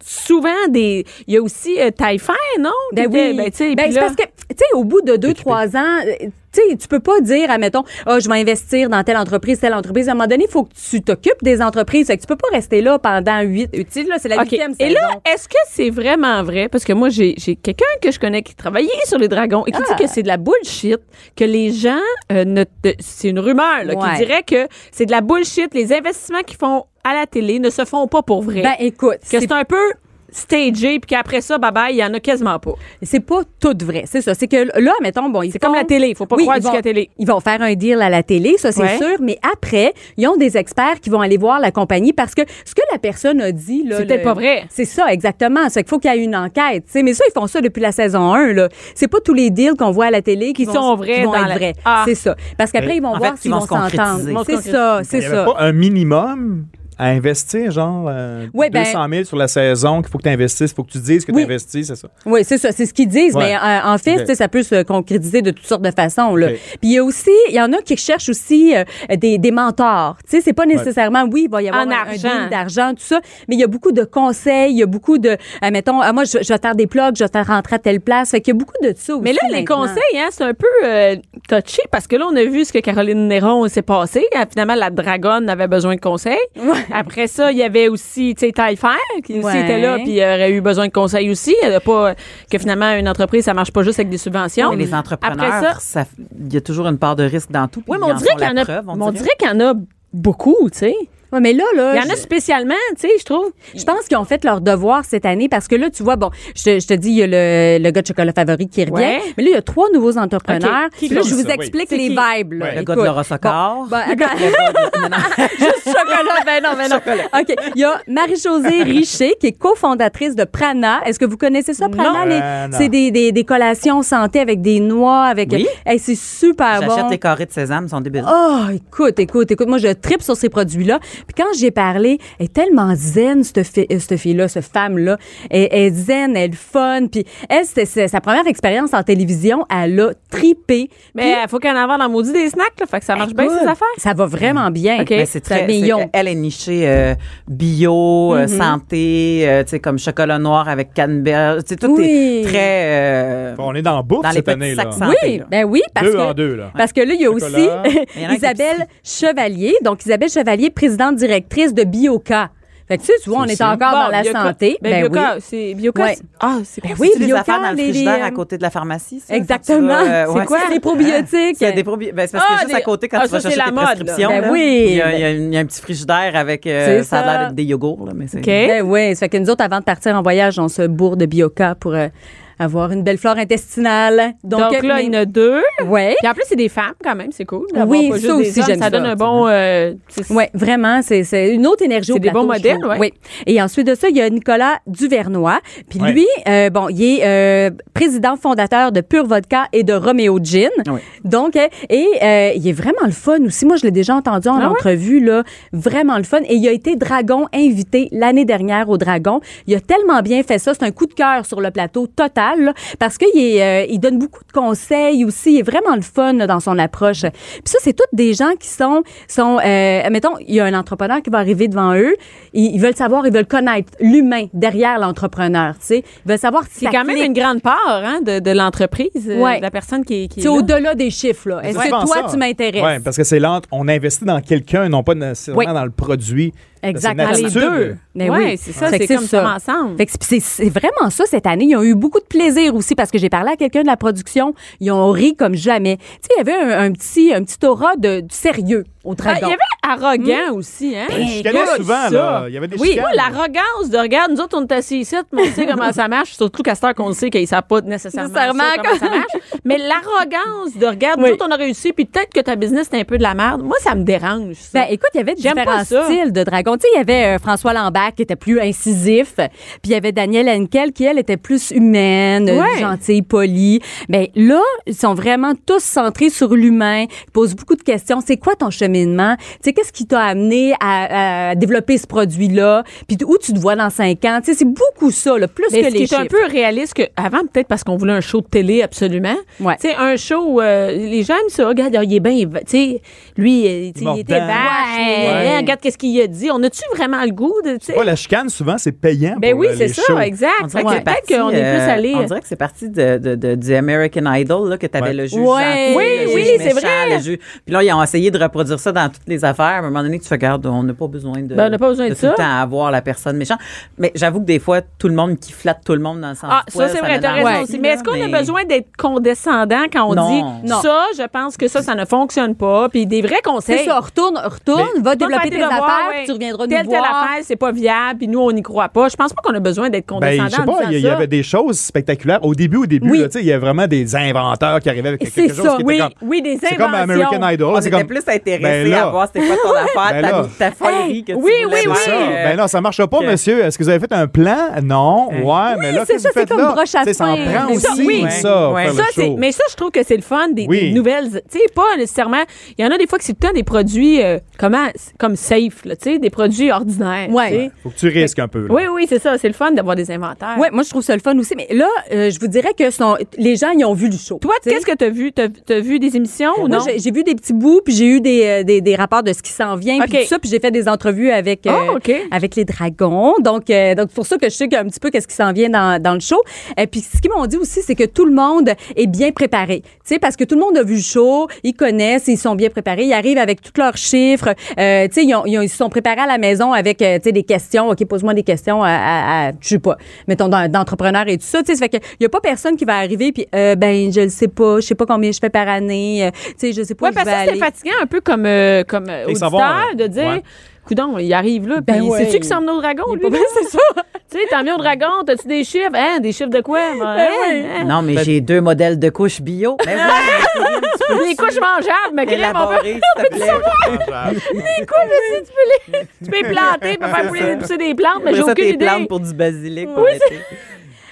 [SPEAKER 3] souvent des. Il y a aussi euh, Taillefer, non?
[SPEAKER 5] Ben
[SPEAKER 3] Qui était-
[SPEAKER 5] oui.
[SPEAKER 3] Ben, tu sais,
[SPEAKER 5] Ben,
[SPEAKER 3] puis
[SPEAKER 5] c'est
[SPEAKER 3] là-
[SPEAKER 5] parce que, tu sais, au bout de deux, trois ans, euh, tu sais, tu peux pas dire, admettons, ah, je vais investir dans telle entreprise, telle entreprise. À un moment donné, il faut que tu t'occupes des entreprises. Fait que tu peux pas rester là pendant huit. euh, Tu sais, là, c'est la
[SPEAKER 3] OK.
[SPEAKER 5] huitième
[SPEAKER 3] Et
[SPEAKER 5] saison.
[SPEAKER 3] là, est-ce que c'est vraiment vrai? Parce que moi, j'ai j'ai quelqu'un que je connais qui travaillait sur les dragons et qui
[SPEAKER 5] Ah.
[SPEAKER 3] dit que c'est de la bullshit, que les gens euh, ne. te- C'est une rumeur, là,
[SPEAKER 5] Ouais.
[SPEAKER 3] qui dirait que c'est de la bullshit. Les investissements qu'ils font à la télé ne se font pas pour vrai.
[SPEAKER 5] ben, écoute,
[SPEAKER 3] que
[SPEAKER 5] c'est
[SPEAKER 3] c'est un peu stagé, puis qu'après ça, bye bye, il y en a quasiment pas.
[SPEAKER 5] c'est pas tout vrai. C'est ça. C'est que là, mettons, bon, ils
[SPEAKER 3] C'est comme
[SPEAKER 5] font-
[SPEAKER 3] la télé, il faut pas
[SPEAKER 5] Oui,
[SPEAKER 3] croire
[SPEAKER 5] ils
[SPEAKER 3] du
[SPEAKER 5] vont-
[SPEAKER 3] qu'à la télé.
[SPEAKER 5] Ils vont faire un deal à la télé, ça c'est
[SPEAKER 3] Ouais.
[SPEAKER 5] sûr, mais après, ils ont des experts qui vont aller voir la compagnie parce que ce que la personne a dit là,
[SPEAKER 3] C'est
[SPEAKER 5] le-
[SPEAKER 3] peut-être pas vrai.
[SPEAKER 5] C'est ça exactement, c'est qu'il faut qu'il y ait une enquête, tu sais. mais ça ils font ça depuis la saison 1 là. C'est pas tous les deals qu'on voit à la télé qui,
[SPEAKER 3] Qui
[SPEAKER 5] vont-
[SPEAKER 3] sont vrais
[SPEAKER 5] qui vont
[SPEAKER 3] dans
[SPEAKER 5] être
[SPEAKER 3] la-
[SPEAKER 5] vrais.
[SPEAKER 3] Ah.
[SPEAKER 5] C'est ça. Parce qu'après
[SPEAKER 6] Mais
[SPEAKER 5] ils vont
[SPEAKER 4] en
[SPEAKER 5] voir
[SPEAKER 4] fait,
[SPEAKER 5] s'ils
[SPEAKER 4] ils vont
[SPEAKER 5] vont
[SPEAKER 4] se concrétiser. Ils
[SPEAKER 5] s'entendre.
[SPEAKER 3] vont se
[SPEAKER 5] C'est ça, c'est
[SPEAKER 6] Il n'y
[SPEAKER 5] ça.
[SPEAKER 6] avait pas un minimum à investir, genre euh,
[SPEAKER 5] Ouais, ben-
[SPEAKER 6] 200 000 sur la saison qu'il faut que tu investisses, il faut que tu dises que tu
[SPEAKER 5] Oui.
[SPEAKER 6] investis, c'est ça.
[SPEAKER 5] Oui, c'est ça, c'est ce qu'ils disent,
[SPEAKER 6] Ouais.
[SPEAKER 5] mais euh, en fait,
[SPEAKER 6] Ok.
[SPEAKER 5] tu sais, ça peut se concrétiser de toutes sortes de façons. Là.
[SPEAKER 6] Ok.
[SPEAKER 5] Puis il y a aussi, il y en a qui cherchent aussi euh, des, des mentors. Tu sais, c'est pas nécessairement, oui, il va y avoir
[SPEAKER 3] En
[SPEAKER 5] un, un
[SPEAKER 3] argent.
[SPEAKER 5] deal d'argent, tout ça, mais il y a beaucoup de conseils, il y a beaucoup de, euh, mettons, ah, moi, je, je vais faire des plugs, je vais faire rentrer à telle place. Fait qu'il y a beaucoup de ça aussi.
[SPEAKER 3] Mais là, les
[SPEAKER 5] maintenant.
[SPEAKER 3] conseils, hein, c'est un peu euh, touché parce que là, on a vu ce que Caroline Néron s'est passé. Ah, Finalement, la dragonne avait besoin de conseils. Après ça, il y avait aussi, tu sais, Taillefer qui aussi
[SPEAKER 5] Ouais.
[SPEAKER 3] était là, puis il aurait eu besoin de conseils aussi. Elle a pas que finalement une entreprise, ça marche pas juste avec des subventions.
[SPEAKER 4] Mais les entrepreneurs,
[SPEAKER 3] Après ça,
[SPEAKER 4] ça- il y a toujours une part de risque dans tout. puis
[SPEAKER 3] oui, mais
[SPEAKER 4] ils
[SPEAKER 3] on
[SPEAKER 4] en
[SPEAKER 3] dirait
[SPEAKER 4] font
[SPEAKER 3] qu'il y en
[SPEAKER 4] la
[SPEAKER 3] a,
[SPEAKER 4] preuve,
[SPEAKER 3] mais on dirait qu'il y en a beaucoup, tu sais.
[SPEAKER 5] Ouais, mais là, là.
[SPEAKER 3] Il y en
[SPEAKER 5] je-
[SPEAKER 3] a spécialement, tu sais, je trouve.
[SPEAKER 5] Je pense qu'ils ont fait leur devoir cette année parce que là, tu vois, bon, je, te- je te dis, il y a le, le gars de chocolat favori qui revient,
[SPEAKER 3] Ouais.
[SPEAKER 5] mais là, il y a trois nouveaux entrepreneurs.
[SPEAKER 3] Ok. Qui
[SPEAKER 5] Là,
[SPEAKER 6] sont
[SPEAKER 5] je vous
[SPEAKER 6] ça, oui.
[SPEAKER 5] explique
[SPEAKER 3] C'est
[SPEAKER 5] les
[SPEAKER 3] qui?
[SPEAKER 5] vibes. là.
[SPEAKER 6] Ouais.
[SPEAKER 4] Le gars de
[SPEAKER 5] Écoute.
[SPEAKER 4] Laura
[SPEAKER 3] bah,
[SPEAKER 4] Socor.
[SPEAKER 5] Bon,
[SPEAKER 4] Le gars
[SPEAKER 5] attends.
[SPEAKER 4] de- non, non.
[SPEAKER 5] Juste chocolat, ben non, ben non. OK. Il y a Marie-Josée Richer, qui est cofondatrice de Prana. Est-ce que vous connaissez ça, Prana?
[SPEAKER 6] Non.
[SPEAKER 5] les-
[SPEAKER 6] Prana.
[SPEAKER 5] C'est des, des, des collations santé avec des noix, avec.
[SPEAKER 4] Euh, Oui.
[SPEAKER 5] Hey, c'est super
[SPEAKER 4] J'achète
[SPEAKER 5] bon.
[SPEAKER 4] les carrés de sésame, ils sont débiles.
[SPEAKER 5] Oh, écoute, écoute, écoute. Moi, je tripe sur ces produits-là. Puis quand j'y ai parlé, elle est tellement zen, cette, fi- euh, cette fille-là, cette femme-là. Elle, elle est zen, elle est fun. Puis elle, c'était sa- sa première expérience en télévision. Elle a tripé.
[SPEAKER 3] Mais il faut qu'en avoir dans le maudit des snacks, là, fait que ça marche bien ces
[SPEAKER 5] Écoute,
[SPEAKER 3] affaires.
[SPEAKER 5] Ça va vraiment bien.
[SPEAKER 3] OK.
[SPEAKER 4] Mais c'est
[SPEAKER 5] Ça-
[SPEAKER 4] très,
[SPEAKER 5] mais ils
[SPEAKER 4] c'est-
[SPEAKER 5] ont-
[SPEAKER 4] elle est nichée euh, bio,
[SPEAKER 3] Mm-hmm.
[SPEAKER 4] euh, santé, euh, tu sais comme chocolat noir avec canneberge, tu sais tout
[SPEAKER 5] Oui.
[SPEAKER 4] est très euh,
[SPEAKER 6] Bon, on est dans la bouffe
[SPEAKER 4] dans les
[SPEAKER 6] cette
[SPEAKER 4] petits
[SPEAKER 6] année. Là.
[SPEAKER 4] sacs santé.
[SPEAKER 5] Oui,
[SPEAKER 4] là.
[SPEAKER 5] ben oui, parce
[SPEAKER 6] Deux
[SPEAKER 5] que
[SPEAKER 6] en deux, là.
[SPEAKER 5] parce que là il y a aussi
[SPEAKER 6] Chocolat.
[SPEAKER 4] Il y en a un qui est
[SPEAKER 5] Isabelle Chevalier, donc Isabelle Chevalier, présidente directrice de Bioca. Fait que tu, sais, tu vois, on est encore
[SPEAKER 3] Bon,
[SPEAKER 5] dans la
[SPEAKER 3] Bioca-
[SPEAKER 5] santé.
[SPEAKER 3] Ben,
[SPEAKER 5] Ben
[SPEAKER 3] Bioca,
[SPEAKER 5] oui.
[SPEAKER 3] c'est Bioca.
[SPEAKER 5] Ouais.
[SPEAKER 3] c'est- Ah, c'est
[SPEAKER 5] Ben
[SPEAKER 3] quoi?
[SPEAKER 5] oui,
[SPEAKER 4] C'est-tu des
[SPEAKER 5] Biocan,
[SPEAKER 4] affaires dans le
[SPEAKER 5] les- les,
[SPEAKER 4] frigidaire
[SPEAKER 5] euh,
[SPEAKER 4] à côté de la pharmacie. ça?
[SPEAKER 5] Exactement.
[SPEAKER 4] Quand tu vas, euh,
[SPEAKER 5] C'est
[SPEAKER 4] ouais,
[SPEAKER 5] quoi?
[SPEAKER 4] ça.
[SPEAKER 5] Des probiotiques.
[SPEAKER 4] Il y a des probiotiques. Ben, c'est parce
[SPEAKER 3] Ah,
[SPEAKER 4] que juste
[SPEAKER 3] des-
[SPEAKER 4] à côté, quand
[SPEAKER 3] ah,
[SPEAKER 4] tu vas
[SPEAKER 3] ça,
[SPEAKER 4] chercher
[SPEAKER 3] c'est la
[SPEAKER 4] tes
[SPEAKER 3] mode, là.
[SPEAKER 4] prescriptions,
[SPEAKER 5] Ben
[SPEAKER 4] là,
[SPEAKER 5] oui,
[SPEAKER 4] il, y a,
[SPEAKER 5] ben-
[SPEAKER 4] il y a une- il y a un petit frigidaire avec euh,
[SPEAKER 5] C'est
[SPEAKER 4] ça a
[SPEAKER 5] ça.
[SPEAKER 4] l'air d'être des yogourts. Là, mais c'est-
[SPEAKER 3] OK.
[SPEAKER 5] Ben oui, ça fait que nous autres, avant de partir en voyage, on se bourre de Bioca pour euh, avoir une belle flore intestinale. Donc,
[SPEAKER 3] Donc,
[SPEAKER 5] euh,
[SPEAKER 3] là,
[SPEAKER 5] mais-
[SPEAKER 3] il y en a deux.
[SPEAKER 5] Ouais.
[SPEAKER 3] Puis en plus, c'est des femmes quand même, c'est cool. d'avoir
[SPEAKER 5] Oui,
[SPEAKER 3] pas juste
[SPEAKER 5] ça
[SPEAKER 3] des
[SPEAKER 5] aussi,
[SPEAKER 3] hommes.
[SPEAKER 5] j'aime
[SPEAKER 3] Ça
[SPEAKER 5] ça,
[SPEAKER 3] donne un bon. euh, c'est-
[SPEAKER 5] Oui, vraiment, c'est c'est une autre énergie
[SPEAKER 3] C'est
[SPEAKER 5] au
[SPEAKER 3] des
[SPEAKER 5] plateau,
[SPEAKER 3] bons
[SPEAKER 5] je
[SPEAKER 3] modèles,
[SPEAKER 5] trouve.
[SPEAKER 3] ouais.
[SPEAKER 5] Oui. Et ensuite de ça, il y a Nicolas Duvernois. Puis
[SPEAKER 6] Ouais.
[SPEAKER 5] lui, euh, bon, il est euh, président fondateur de Pure Vodka et de Romeo Gin.
[SPEAKER 4] Oui.
[SPEAKER 5] Donc, euh, et euh, il est vraiment le fun aussi. Moi, je l'ai déjà entendu en
[SPEAKER 3] Ah ouais?
[SPEAKER 5] entrevue, là. Vraiment le fun. Et il a été Dragon invité l'année dernière au Dragon. Il a tellement bien fait ça. C'est un coup de cœur sur le plateau total, là, parce qu'il est, euh, il donne beaucoup de conseils aussi. Il est vraiment le fun là, dans son approche. Puis ça, c'est toutes des gens qui sont, sont euh, mettons, il y a un entrepreneur qui va arriver devant eux. Ils, ils veulent savoir, ils veulent connaître l'humain derrière l'entrepreneur, tu sais. Ils veulent savoir si
[SPEAKER 3] C'est
[SPEAKER 5] ça
[SPEAKER 3] quand même
[SPEAKER 5] clique.
[SPEAKER 3] une grande part hein, de, de l'entreprise, euh,
[SPEAKER 5] Ouais.
[SPEAKER 3] de la personne qui, qui
[SPEAKER 5] C'est
[SPEAKER 3] est là.
[SPEAKER 5] au-delà des chiffres, là. Est-ce
[SPEAKER 6] C'est
[SPEAKER 5] que
[SPEAKER 6] souvent
[SPEAKER 5] toi,
[SPEAKER 6] ça.
[SPEAKER 5] tu m'intéresses?
[SPEAKER 6] Ouais, parce que c'est lent. On investit dans quelqu'un, non pas nécessairement
[SPEAKER 5] Oui.
[SPEAKER 6] dans le produit.
[SPEAKER 5] Exact,
[SPEAKER 6] C'est une
[SPEAKER 5] dans les
[SPEAKER 3] Les
[SPEAKER 6] attitude.
[SPEAKER 3] deux.
[SPEAKER 5] Mais
[SPEAKER 3] Ouais,
[SPEAKER 5] oui.
[SPEAKER 3] c'est ça,
[SPEAKER 5] Fait que
[SPEAKER 3] c'est
[SPEAKER 5] c'est
[SPEAKER 3] comme
[SPEAKER 5] ça.
[SPEAKER 3] ça ensemble.
[SPEAKER 5] Fait que c'est- c'est vraiment ça cette année. Ils ont eu beaucoup de plaisir aussi parce que j'ai parlé à quelqu'un de la production. Ils ont ri comme jamais. Tu sais, il y avait un, un petit, un petit aura de, du sérieux au
[SPEAKER 3] Ah,
[SPEAKER 5] dragon.
[SPEAKER 3] il y avait arrogant aussi, hein?
[SPEAKER 6] Ben, je chicanais
[SPEAKER 3] écoute,
[SPEAKER 6] souvent,
[SPEAKER 3] ça.
[SPEAKER 6] là. Il y avait des
[SPEAKER 3] Oui,
[SPEAKER 6] chicanes.
[SPEAKER 3] oui, l'arrogance de regarde, nous autres, on est assis ici, mais on sait comment ça marche, surtout qu'à cette heure qu'on le sait qu'ils ne savent pas nécessairement,
[SPEAKER 7] Nécessairement
[SPEAKER 3] ça, comment ça marche. Mais l'arrogance de regarde, nous
[SPEAKER 5] Oui.
[SPEAKER 3] autres, on a réussi, puis peut-être que ta business, c'est un peu de la merde. Moi, ça me dérange. ça.
[SPEAKER 5] Ben écoute, il y avait
[SPEAKER 3] J'aime
[SPEAKER 5] différents
[SPEAKER 3] pas ça.
[SPEAKER 5] styles de dragon. Tu sais, il y avait euh, François Lambert qui était plus incisif, puis il y avait Daniel Henkel qui elle était plus humaine, euh,
[SPEAKER 3] Ouais.
[SPEAKER 5] gentille, polie. Mais là, ils sont vraiment tous centrés sur l'humain. Ils posent beaucoup de questions. C'est quoi ton cheminement Tu sais, qu'est-ce qui t'a amené à, à développer ce produit-là Puis où tu te vois dans cinq ans Tu sais, c'est beaucoup ça, là, plus
[SPEAKER 3] Mais
[SPEAKER 5] que
[SPEAKER 3] Ben, ce qui est
[SPEAKER 5] les
[SPEAKER 3] un
[SPEAKER 5] chiffres.
[SPEAKER 3] peu réaliste que avant peut-être parce qu'on voulait un show de télé absolument.
[SPEAKER 5] Ouais.
[SPEAKER 3] Tu sais un show euh, les gens aiment ça, regarde il est bien tu sais lui euh, tu sais, il était
[SPEAKER 6] Mordant.
[SPEAKER 3] vache,
[SPEAKER 5] Ouais.
[SPEAKER 3] euh, hein, regarde qu'est-ce qu'il a dit. On a-tu vraiment le goût de tu sais
[SPEAKER 6] Ouais, la chicane, souvent, c'est payant.
[SPEAKER 3] Ben
[SPEAKER 6] pour,
[SPEAKER 3] oui,
[SPEAKER 6] euh,
[SPEAKER 3] c'est
[SPEAKER 6] les
[SPEAKER 3] ça,
[SPEAKER 6] shows.
[SPEAKER 3] exact.
[SPEAKER 4] On
[SPEAKER 3] Fait
[SPEAKER 4] dirait
[SPEAKER 3] que
[SPEAKER 4] que c'est
[SPEAKER 3] peut-être
[SPEAKER 4] parti,
[SPEAKER 3] qu'on est
[SPEAKER 4] euh,
[SPEAKER 3] plus allé
[SPEAKER 4] On dirait que c'est parti de, de- de- du American Idol, là, que tu avais
[SPEAKER 6] Ouais.
[SPEAKER 4] le juge.
[SPEAKER 5] Ouais.
[SPEAKER 4] gentil,
[SPEAKER 5] Oui,
[SPEAKER 4] le juge
[SPEAKER 3] oui, c'est
[SPEAKER 4] méchant,
[SPEAKER 3] vrai.
[SPEAKER 4] le juge- Puis là, ils ont essayé de reproduire ça dans toutes les affaires. À un moment donné, tu fais, regarde, on n'a pas besoin de.
[SPEAKER 3] Ben, on n'a pas besoin de
[SPEAKER 4] tout le
[SPEAKER 3] ça.
[SPEAKER 4] temps avoir la personne méchante. Mais j'avoue que des fois, tout le monde qui flatte tout le monde dans le sens.
[SPEAKER 3] ah,
[SPEAKER 4] du
[SPEAKER 3] ça,
[SPEAKER 4] poil,
[SPEAKER 3] c'est vrai, t'as
[SPEAKER 4] m'énerve
[SPEAKER 3] raison
[SPEAKER 4] aussi,
[SPEAKER 3] aussi. Mais
[SPEAKER 4] là,
[SPEAKER 3] est-ce qu'on a
[SPEAKER 4] mais-
[SPEAKER 3] besoin d'être condescendant quand on
[SPEAKER 4] Non.
[SPEAKER 3] dit
[SPEAKER 5] Non.
[SPEAKER 3] ça, je pense que ça, ça ne fonctionne pas. Puis des vrais conseils.
[SPEAKER 5] C'est ça, retourne, retourne, va développer
[SPEAKER 3] Pas
[SPEAKER 5] tes
[SPEAKER 3] faire
[SPEAKER 5] affaires,
[SPEAKER 3] devoirs,
[SPEAKER 5] puis
[SPEAKER 3] ouais.
[SPEAKER 5] tu reviendras
[SPEAKER 3] telle,
[SPEAKER 5] nous voir.
[SPEAKER 3] Telle affaire, c'est pas viable, puis nous, on n'y croit pas. Je pense pas qu'on a besoin d'être condescendant
[SPEAKER 6] Ben, je sais pas,
[SPEAKER 3] en
[SPEAKER 6] il y,
[SPEAKER 3] disant ça.
[SPEAKER 6] avait des choses spectaculaires. Au début, au début,
[SPEAKER 5] Oui.
[SPEAKER 6] là, tu sais, il y a vraiment des inventeurs qui arrivaient avec quelque
[SPEAKER 5] C'est
[SPEAKER 6] chose
[SPEAKER 5] ça,
[SPEAKER 6] qui
[SPEAKER 3] Oui,
[SPEAKER 6] était comme...
[SPEAKER 3] oui, des inventions.
[SPEAKER 6] C'est comme American Idol.
[SPEAKER 4] On
[SPEAKER 6] c'est
[SPEAKER 4] était
[SPEAKER 6] comme...
[SPEAKER 4] Ah, plus intéressés
[SPEAKER 6] Ben là.
[SPEAKER 4] à voir c'était quoi ton affaire, ta,
[SPEAKER 6] Ben là.
[SPEAKER 4] ta folie que tu
[SPEAKER 3] oui,
[SPEAKER 4] voulais
[SPEAKER 3] oui,
[SPEAKER 4] faire.
[SPEAKER 3] oui.
[SPEAKER 6] Ça,
[SPEAKER 4] Euh,
[SPEAKER 6] ben non, ça marche pas,
[SPEAKER 4] que-
[SPEAKER 6] monsieur. Est-ce que vous avez fait un plan? Non.
[SPEAKER 4] Hein?
[SPEAKER 6] Ouais, mais là,
[SPEAKER 5] c'est
[SPEAKER 6] qu'est-ce
[SPEAKER 5] ça,
[SPEAKER 6] que vous faites
[SPEAKER 5] c'est comme
[SPEAKER 6] là?
[SPEAKER 5] broche à
[SPEAKER 6] Tu sais, Ça en
[SPEAKER 5] fin.
[SPEAKER 6] prend
[SPEAKER 3] Mais
[SPEAKER 6] aussi,
[SPEAKER 3] ça, oui.
[SPEAKER 6] ça, pour
[SPEAKER 4] Ouais.
[SPEAKER 6] faire
[SPEAKER 3] Ça,
[SPEAKER 6] le
[SPEAKER 3] c'est-
[SPEAKER 6] show.
[SPEAKER 3] mais ça, je trouve que c'est le fun des,
[SPEAKER 6] Oui.
[SPEAKER 3] des nouvelles. Tu sais, pas nécessairement. Il y en a des fois que c'est tout le temps des produits euh, comment, comme safe, là, tu sais, des produits ordinaires.
[SPEAKER 5] Ouais.
[SPEAKER 3] tu sais.
[SPEAKER 6] Faut que tu risques un peu. là.
[SPEAKER 3] Oui, oui, c'est ça. C'est le fun d'avoir des inventaires.
[SPEAKER 5] Ouais, moi je trouve ça le fun aussi. Mais là, euh, je vous dirais que sont, les gens ils ont vu du show.
[SPEAKER 3] Toi,
[SPEAKER 5] tu sais.
[SPEAKER 3] qu'est-ce que t'as vu? T'as as vu des émissions ou
[SPEAKER 5] Moi,
[SPEAKER 3] non?
[SPEAKER 5] j'ai- j'ai vu des petits bouts, puis j'ai eu des, euh, des, des rapports de ce qui s'en vient,
[SPEAKER 3] OK.
[SPEAKER 5] puis tout ça, puis j'ai fait des entrevues avec,
[SPEAKER 3] Ah, OK.
[SPEAKER 5] euh, avec les dragons. Donc, euh, donc pour ça que je sais un petit peu qu'est-ce qui s'en vient dans, dans le show. Et puis, ce qu'ils m'ont dit aussi, c'est que tout le monde est bien préparé. Tu sais, parce que tout le monde a vu le show, ils connaissent, ils sont bien préparés, ils arrivent avec tous leurs chiffres. Euh, tu sais, ils, ont- ils ont- ils se sont préparés à la maison avec, euh, tu sais, des questions. OK, pose-moi des questions à, à, à- je sais pas, mettons, d'en- d'entrepreneurs et tout ça. Tu sais, ça fait que il y a pas personne qui va arriver, puis euh, ben, je le sais pas, je sais pas combien je fais par année, euh, tu sais, je sais pas,
[SPEAKER 3] Ouais,
[SPEAKER 5] je
[SPEAKER 3] parce
[SPEAKER 5] vais
[SPEAKER 3] que c'est
[SPEAKER 5] aller.
[SPEAKER 3] fatigant un peu comme, euh, comme euh,
[SPEAKER 6] Et
[SPEAKER 3] auditeur
[SPEAKER 6] savoir, euh,
[SPEAKER 3] de dire.
[SPEAKER 6] ouais.
[SPEAKER 3] Coudon, il arrive là,
[SPEAKER 5] Ben
[SPEAKER 3] puis
[SPEAKER 5] ouais.
[SPEAKER 3] c'est-tu qui s'en venait au dragon, lui? là?
[SPEAKER 5] c'est ça. Ben
[SPEAKER 3] tu sais, t'as mis au dragon, t'as-tu des chiffres? Hein, des chiffres de quoi? Hein, hein?
[SPEAKER 4] Non,
[SPEAKER 6] Ben
[SPEAKER 4] mais j'ai deux modèles de couches bio. Mais oui, mais Céline, tu peux
[SPEAKER 3] Des couches mangeables, mais
[SPEAKER 5] Ben
[SPEAKER 3] crème, on peut...
[SPEAKER 4] Ben élaborer, s'il te plaît.
[SPEAKER 3] Des couches, je sais, tu peux les, tu peux les planter, pour faire pousser- pousser des plantes, mais
[SPEAKER 4] Après
[SPEAKER 3] j'ai
[SPEAKER 4] ça,
[SPEAKER 3] aucune
[SPEAKER 4] tes
[SPEAKER 3] idée.
[SPEAKER 4] plantes pour du basilic. pour
[SPEAKER 3] Oui,
[SPEAKER 4] l'été.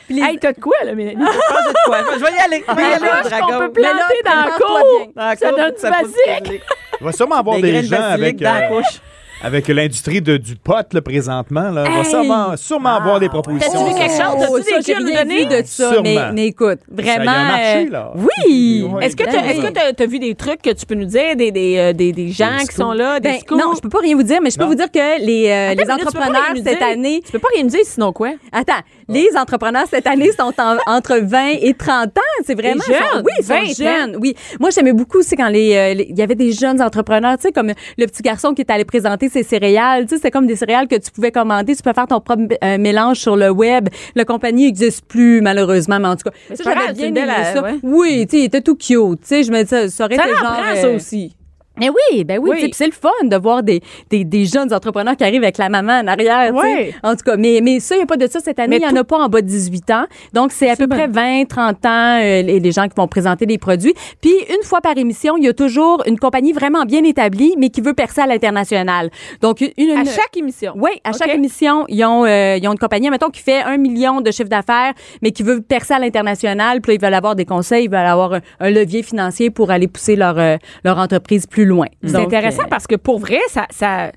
[SPEAKER 5] Puis les-
[SPEAKER 3] Hey, t'as de quoi, là, Mélanie?
[SPEAKER 4] Je pense que de quoi. Je vais y aller. Je vais y
[SPEAKER 3] Des
[SPEAKER 4] aller au
[SPEAKER 3] couches qu'on
[SPEAKER 4] dragon.
[SPEAKER 3] peut planter dans la
[SPEAKER 5] prends-toi
[SPEAKER 3] cour.
[SPEAKER 4] Dans la
[SPEAKER 3] Ça
[SPEAKER 4] cour,
[SPEAKER 3] donne du
[SPEAKER 4] ça pousse
[SPEAKER 3] basique.
[SPEAKER 4] basilic.
[SPEAKER 6] Il va sûrement avoir
[SPEAKER 4] Des
[SPEAKER 6] des,
[SPEAKER 4] graines de
[SPEAKER 6] gens
[SPEAKER 4] basilic
[SPEAKER 6] avec,
[SPEAKER 4] dans la
[SPEAKER 6] euh,
[SPEAKER 4] couche.
[SPEAKER 6] avec l'industrie de- du pot là, présentement. Là. Il va sûrement, sûrement avoir des propositions.
[SPEAKER 3] Ah, T'as-tu vu quelque chose?
[SPEAKER 5] Oh,
[SPEAKER 3] T'as-tu des
[SPEAKER 5] ça, j'ai
[SPEAKER 3] culs à nous
[SPEAKER 5] rien
[SPEAKER 3] donner?
[SPEAKER 5] vu de ça,
[SPEAKER 6] Sûrement.
[SPEAKER 5] mais, mais écoute, vraiment.
[SPEAKER 6] Ça y a marché,
[SPEAKER 5] euh,
[SPEAKER 6] là.
[SPEAKER 5] Oui.
[SPEAKER 6] Ouais.
[SPEAKER 3] Est-ce que t'as est-ce que t'as- t'as vu des trucs que tu peux nous dire, des, des, euh, des, des gens
[SPEAKER 6] Des
[SPEAKER 3] qui sont là, des
[SPEAKER 5] Ben,
[SPEAKER 3] scoops?
[SPEAKER 5] non, je peux pas rien vous dire, mais je peux
[SPEAKER 6] Non.
[SPEAKER 5] vous dire que les, euh, les
[SPEAKER 3] Attends, mais là, tu peux pas
[SPEAKER 5] entrepreneurs
[SPEAKER 3] rien nous
[SPEAKER 5] cette
[SPEAKER 3] dire.
[SPEAKER 5] année,
[SPEAKER 3] Tu peux pas rien me dire, sinon quoi?
[SPEAKER 5] Attends, les entrepreneurs cette année sont en- entre 20 et 30 ans. C'est vraiment.
[SPEAKER 3] Des
[SPEAKER 5] ils sont-
[SPEAKER 3] jeunes,
[SPEAKER 5] oui, ils
[SPEAKER 3] 20
[SPEAKER 5] sont jeunes. Oui. Moi, j'aimais beaucoup aussi quand les, euh, les- il y avait des jeunes entrepreneurs, tu sais, comme le petit garçon qui est allé présenter ses céréales. Tu sais, c'est comme des céréales que tu pouvais commander. Tu peux faire ton propre euh, mélange sur le web. La compagnie n'existe plus, malheureusement, mais en tout cas.
[SPEAKER 3] Mais c'est
[SPEAKER 5] j'avais
[SPEAKER 3] pas grave, c'est une belle, euh, ouais.
[SPEAKER 5] Oui, tu sais, il était tout cute. Tu sais, je me disais, ça aurait
[SPEAKER 3] Ça
[SPEAKER 5] été
[SPEAKER 3] en
[SPEAKER 5] genre.
[SPEAKER 3] prend, ça
[SPEAKER 5] euh,
[SPEAKER 3] aussi.
[SPEAKER 5] mais oui, ben oui,
[SPEAKER 3] Oui.
[SPEAKER 5] tu sais, puis c'est le fun de voir des, des, des jeunes entrepreneurs qui arrivent avec la maman en arrière. tu sais.
[SPEAKER 3] Ouais.
[SPEAKER 5] En tout cas, mais, mais ça, il n'y a pas de ça cette année.
[SPEAKER 3] Mais
[SPEAKER 5] Il n'y en a pas en bas de 18 ans. Donc, c'est à peu
[SPEAKER 3] bon.
[SPEAKER 5] près 20, 30 ans, euh, les, les gens qui vont présenter des produits. Puis, une fois par émission, il y a toujours une compagnie vraiment bien établie, mais qui veut percer à l'international. Donc, une... une-
[SPEAKER 3] À chaque émission.
[SPEAKER 5] oui, à chaque
[SPEAKER 3] OK.
[SPEAKER 5] émission, ils ont, euh, ils ont une compagnie, mettons, qui fait un million de chiffre d'affaires, mais qui veut percer à l'international. Puis là, ils veulent avoir des conseils, ils veulent avoir un, un levier financier pour aller pousser leur, euh, leur entreprise plus loin.
[SPEAKER 3] C'est
[SPEAKER 5] Donc,
[SPEAKER 3] intéressant
[SPEAKER 5] euh,
[SPEAKER 3] parce que pour vrai, ça, ça,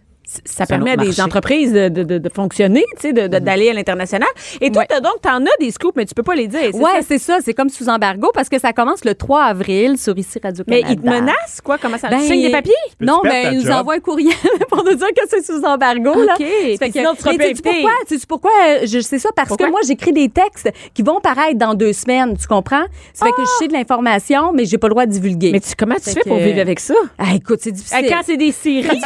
[SPEAKER 3] ça
[SPEAKER 4] un
[SPEAKER 3] permet à
[SPEAKER 4] autre
[SPEAKER 3] des
[SPEAKER 4] marché.
[SPEAKER 3] entreprises de, de, de, de fonctionner, tu sais, de- de- d'aller à l'international. Et toi,
[SPEAKER 5] Mm-hmm. Ouais.
[SPEAKER 3] t'as donc, t'en as des scoops, mais tu peux pas les dire. c'est
[SPEAKER 5] Ouais,
[SPEAKER 3] ça?
[SPEAKER 5] c'est ça. C'est comme sous embargo parce que ça commence le 3 avril sur ici
[SPEAKER 3] Mais
[SPEAKER 5] Radio-Canada.
[SPEAKER 3] ils te menacent, quoi? Comment ça?
[SPEAKER 5] Ben,
[SPEAKER 3] tu signes des papiers?
[SPEAKER 6] peux-tu
[SPEAKER 5] Non,
[SPEAKER 6] perdre
[SPEAKER 5] mais
[SPEAKER 6] ta
[SPEAKER 5] ils nous
[SPEAKER 6] job?
[SPEAKER 5] envoient un courriel pour nous dire que c'est sous embargo. Là.
[SPEAKER 3] OK. Puis
[SPEAKER 5] Fait que-
[SPEAKER 3] sinon, tu seras
[SPEAKER 5] mais
[SPEAKER 3] pas
[SPEAKER 5] sais-tu
[SPEAKER 3] invité.
[SPEAKER 5] pourquoi? Sais-tu pourquoi? euh, Je sais ça parce
[SPEAKER 3] Pourquoi?
[SPEAKER 5] que moi, j'écris des textes qui vont paraître dans deux semaines. Tu comprends? Ça fait que je sais de l'information, mais j'ai pas le droit de divulguer.
[SPEAKER 3] Ah! Mais tu, comment tu
[SPEAKER 5] Fait
[SPEAKER 3] fais pour
[SPEAKER 5] que-
[SPEAKER 3] vivre avec ça?
[SPEAKER 5] Ah, écoute, c'est difficile.
[SPEAKER 3] Hey, Quand c'est des séries, là,
[SPEAKER 5] Ah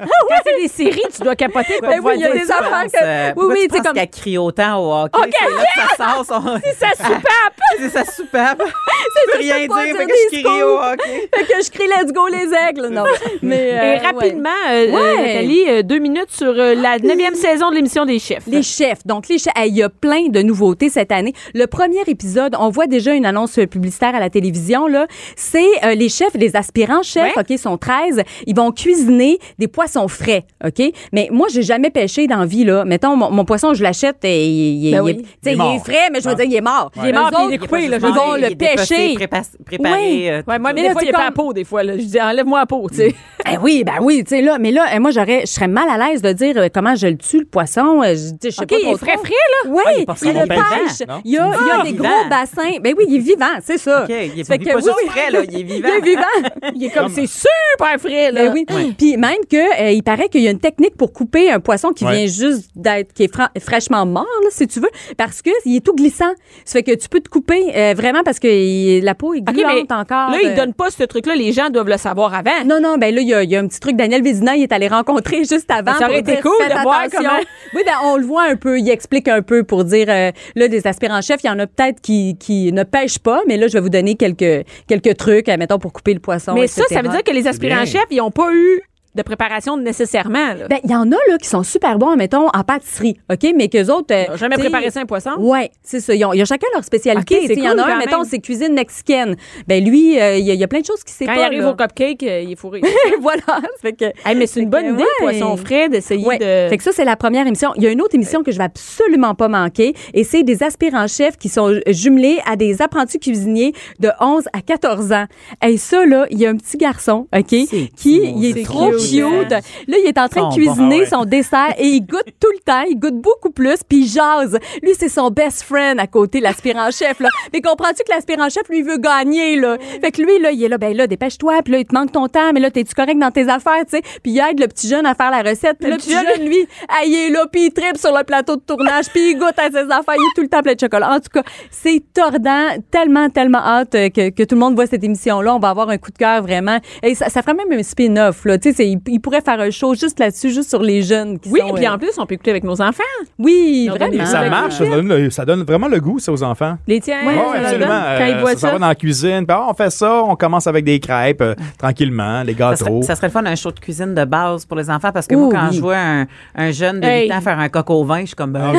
[SPEAKER 3] quand c'est des séries, tu dois capoter pour
[SPEAKER 5] Ben
[SPEAKER 3] pouvoir
[SPEAKER 5] oui, il y a
[SPEAKER 3] dire
[SPEAKER 5] des
[SPEAKER 3] ça.
[SPEAKER 5] affaires
[SPEAKER 4] pense, euh,
[SPEAKER 5] que. Oui,
[SPEAKER 4] pourquoi
[SPEAKER 5] oui,
[SPEAKER 4] tu
[SPEAKER 5] tu sais,
[SPEAKER 4] penses
[SPEAKER 5] comme.
[SPEAKER 4] qu'elle crie autant au hockey.
[SPEAKER 3] OK,
[SPEAKER 4] C'est là que ça sort son...
[SPEAKER 3] Ça soupape!
[SPEAKER 4] C'est sa soupape. peux rien
[SPEAKER 5] peux pas
[SPEAKER 4] dire,
[SPEAKER 5] dire
[SPEAKER 4] fait que
[SPEAKER 5] des
[SPEAKER 4] je crie au hockey.
[SPEAKER 5] Fait que je crie Let's go les aigles, non. Mais, euh,
[SPEAKER 3] Et
[SPEAKER 5] ouais.
[SPEAKER 3] rapidement, euh,
[SPEAKER 5] Ouais. Ah.
[SPEAKER 3] euh, Nathalie, euh, deux minutes sur euh, la neuvième saison de l'émission des chefs.
[SPEAKER 5] Les chefs. Donc, les chefs. Hey, Il y a plein de nouveautés cette année. Le premier épisode, on voit déjà une annonce euh, publicitaire à la télévision, là. C'est euh, les chefs, les aspirants chefs, OK, sont 13. Ils vont cuisiner des poissons frais, OK? Mais moi, j'ai jamais pêché dans la vie, là. Mettons, mon, mon poisson, je l'achète et il, il-
[SPEAKER 8] Ben
[SPEAKER 5] il-
[SPEAKER 8] oui.
[SPEAKER 5] tu sais,
[SPEAKER 6] Il est
[SPEAKER 5] il est
[SPEAKER 6] mort.
[SPEAKER 5] frais, mais je veux
[SPEAKER 6] Ah.
[SPEAKER 5] dire, il est mort.
[SPEAKER 6] Il est
[SPEAKER 5] Eux
[SPEAKER 3] mort, puis il
[SPEAKER 5] autres,
[SPEAKER 3] est coupé, là, je
[SPEAKER 5] Ils
[SPEAKER 3] veux
[SPEAKER 5] vont
[SPEAKER 3] dire,
[SPEAKER 5] le pêcher. Oui.
[SPEAKER 4] Préparer.
[SPEAKER 3] Ouais, moi,
[SPEAKER 5] Mais
[SPEAKER 3] mais
[SPEAKER 5] là,
[SPEAKER 3] des fois,
[SPEAKER 5] c'est
[SPEAKER 3] il est pas à
[SPEAKER 5] comme-
[SPEAKER 3] peau, des fois. là. Je dis, enlève-moi à peau, tu sais.
[SPEAKER 5] Eh oui, ben oui, tu sais, là. Mais là, euh, moi, j'aurais, je serais mal à l'aise de dire euh, comment je le tue, le poisson. Euh, Je, tu sais, je sais
[SPEAKER 3] OK,
[SPEAKER 5] pas
[SPEAKER 3] il
[SPEAKER 5] trop
[SPEAKER 3] est frais,
[SPEAKER 5] trop.
[SPEAKER 3] frais, là.
[SPEAKER 5] Oui,
[SPEAKER 4] Ah, il est
[SPEAKER 5] il
[SPEAKER 4] pas
[SPEAKER 5] le
[SPEAKER 4] vivant,
[SPEAKER 5] pêche.
[SPEAKER 6] non?
[SPEAKER 5] Il y a, il y a
[SPEAKER 4] Ah,
[SPEAKER 5] des
[SPEAKER 4] vivant.
[SPEAKER 5] gros bassins. Ben oui, il est vivant, c'est ça.
[SPEAKER 4] OK, il est
[SPEAKER 5] Ça fait
[SPEAKER 4] il est
[SPEAKER 5] que
[SPEAKER 4] pas
[SPEAKER 5] oui,
[SPEAKER 4] juste
[SPEAKER 5] oui.
[SPEAKER 4] frais, là, il est
[SPEAKER 5] Il
[SPEAKER 4] vivant.
[SPEAKER 5] est vivant.
[SPEAKER 3] Il est comme,
[SPEAKER 6] Comme-
[SPEAKER 3] c'est super frais, là.
[SPEAKER 5] Ben oui. Puis même que euh, il paraît qu'il y a une technique pour couper un poisson qui
[SPEAKER 6] Ouais.
[SPEAKER 5] vient juste d'être qui est fra- fraîchement mort là, si tu veux parce que il est tout glissant. Ça fait que tu peux te couper euh, vraiment parce que il- la peau est
[SPEAKER 3] OK,
[SPEAKER 5] gluante
[SPEAKER 3] mais
[SPEAKER 5] encore.
[SPEAKER 3] Là,
[SPEAKER 5] euh.
[SPEAKER 3] il donne pas ce truc-là. Les gens doivent le savoir avant.
[SPEAKER 5] Non, non, ben là, il y, a- il y a un petit truc. Daniel Vézina, il est allé rencontrer juste avant.
[SPEAKER 3] Ça aurait
[SPEAKER 5] pour
[SPEAKER 3] été
[SPEAKER 5] dire,
[SPEAKER 3] cool
[SPEAKER 5] faites
[SPEAKER 3] de voir
[SPEAKER 5] attention.
[SPEAKER 3] comment-
[SPEAKER 5] Oui, ben on le voit un peu. Il explique un peu pour dire, euh, là, des aspirants-chefs, il y en a peut-être qui, qui ne pêchent pas, mais là, je vais vous donner quelques, quelques trucs, euh, mettons, pour couper le poisson,
[SPEAKER 3] mais ça,
[SPEAKER 5] etc..
[SPEAKER 3] ça veut dire que les aspirants-chefs, ils n'ont pas eu de préparation nécessairement, là.
[SPEAKER 5] Ben, il y en a, là, qui sont super bons, mettons, en pâtisserie, OK? Mais qu'eux autres... euh,
[SPEAKER 3] Ils n'ont jamais
[SPEAKER 5] t'sais,
[SPEAKER 3] préparé ça un poisson.
[SPEAKER 5] Ouais, c'est ça. Ils ont, ils ont chacun leur spécialité.
[SPEAKER 3] Ok, c'est
[SPEAKER 5] T'sais, il y en
[SPEAKER 3] cool,
[SPEAKER 5] a un,
[SPEAKER 3] quand
[SPEAKER 5] mettons,
[SPEAKER 3] même.
[SPEAKER 5] c'est cuisine mexicaine. Ben lui, euh, il y, a- il y a plein de choses qui sait
[SPEAKER 3] Quand
[SPEAKER 5] pas.
[SPEAKER 3] il arrive
[SPEAKER 5] là.
[SPEAKER 3] au cupcake, euh, il est fourré.
[SPEAKER 5] voilà. Ça fait que-
[SPEAKER 3] Hey, mais c'est une
[SPEAKER 5] Fait que,
[SPEAKER 3] bonne idée,
[SPEAKER 5] ouais.
[SPEAKER 3] poisson frais, d'essayer
[SPEAKER 5] Ouais.
[SPEAKER 3] de.
[SPEAKER 5] Fait que ça, c'est la première émission. Il y a une autre émission que je vais absolument pas manquer et c'est des aspirants-chefs qui sont ju- jumelés à des apprentis cuisiniers de 11 à 14 ans. Et ça, là, il y a un petit garçon, OK, qui, il est,
[SPEAKER 4] c'est
[SPEAKER 5] trop cute.
[SPEAKER 4] cute.
[SPEAKER 5] Là, il est en train de
[SPEAKER 4] Ils sont
[SPEAKER 5] cuisiner
[SPEAKER 6] bons. Ah ouais.
[SPEAKER 5] son dessert et il goûte tout le temps, il goûte beaucoup plus, puis il jase. Lui, c'est son best friend à côté, l'aspirant-chef, là. Mais comprends-tu que l'aspirant-chef, lui, veut gagner, là? Fait que lui, là, il est là, ben là, dépêche-toi, puis là, il te manque ton temps, mais là, t'es-tu correct dans tes affaires, tu sais? Puis il aide le petit jeune à faire la recette. Puis le, petit jeune, lui, ah, il est là, puis il tripe sur le plateau de tournage, puis il goûte à ses affaires, il est tout le temps plein de chocolat. En tout cas, c'est tordant, tellement, tellement hâte euh, que, que tout le monde voit cette émission-là. On va avoir un coup de cœur, vraiment. Et ça, ça ferait même un spin-off, là. Tu sais, c'est- il, il pourrait faire un show juste là-dessus, juste sur les jeunes qui
[SPEAKER 3] Oui,
[SPEAKER 5] sont,
[SPEAKER 3] puis
[SPEAKER 5] euh,
[SPEAKER 3] en plus, on peut écouter avec nos enfants.
[SPEAKER 5] oui,
[SPEAKER 3] Ils ont
[SPEAKER 5] vraiment.
[SPEAKER 3] donné
[SPEAKER 6] Et ça
[SPEAKER 3] Avec
[SPEAKER 6] marche,
[SPEAKER 3] le
[SPEAKER 6] ça donne, le- ça donne vraiment le goût, ça, aux enfants.
[SPEAKER 3] Les tiens,
[SPEAKER 6] Oui,
[SPEAKER 3] ça leur
[SPEAKER 6] absolument.
[SPEAKER 3] donne. Quand
[SPEAKER 6] Euh,
[SPEAKER 3] ils voient
[SPEAKER 6] ça, s'en
[SPEAKER 3] ça.
[SPEAKER 6] va dans la cuisine. puis, ah, on fait ça, on commence avec des crêpes, euh, tranquillement, les
[SPEAKER 4] Ça serait,
[SPEAKER 6] gâteaux.
[SPEAKER 4] ça serait le fun un show de cuisine de base pour les enfants parce que
[SPEAKER 5] Oh,
[SPEAKER 4] moi, quand
[SPEAKER 5] oui.
[SPEAKER 4] je vois un, un jeune de 8
[SPEAKER 3] Hey.
[SPEAKER 4] ans faire un coq au vin, je suis comme. Ben,
[SPEAKER 6] Ah,
[SPEAKER 3] Euh,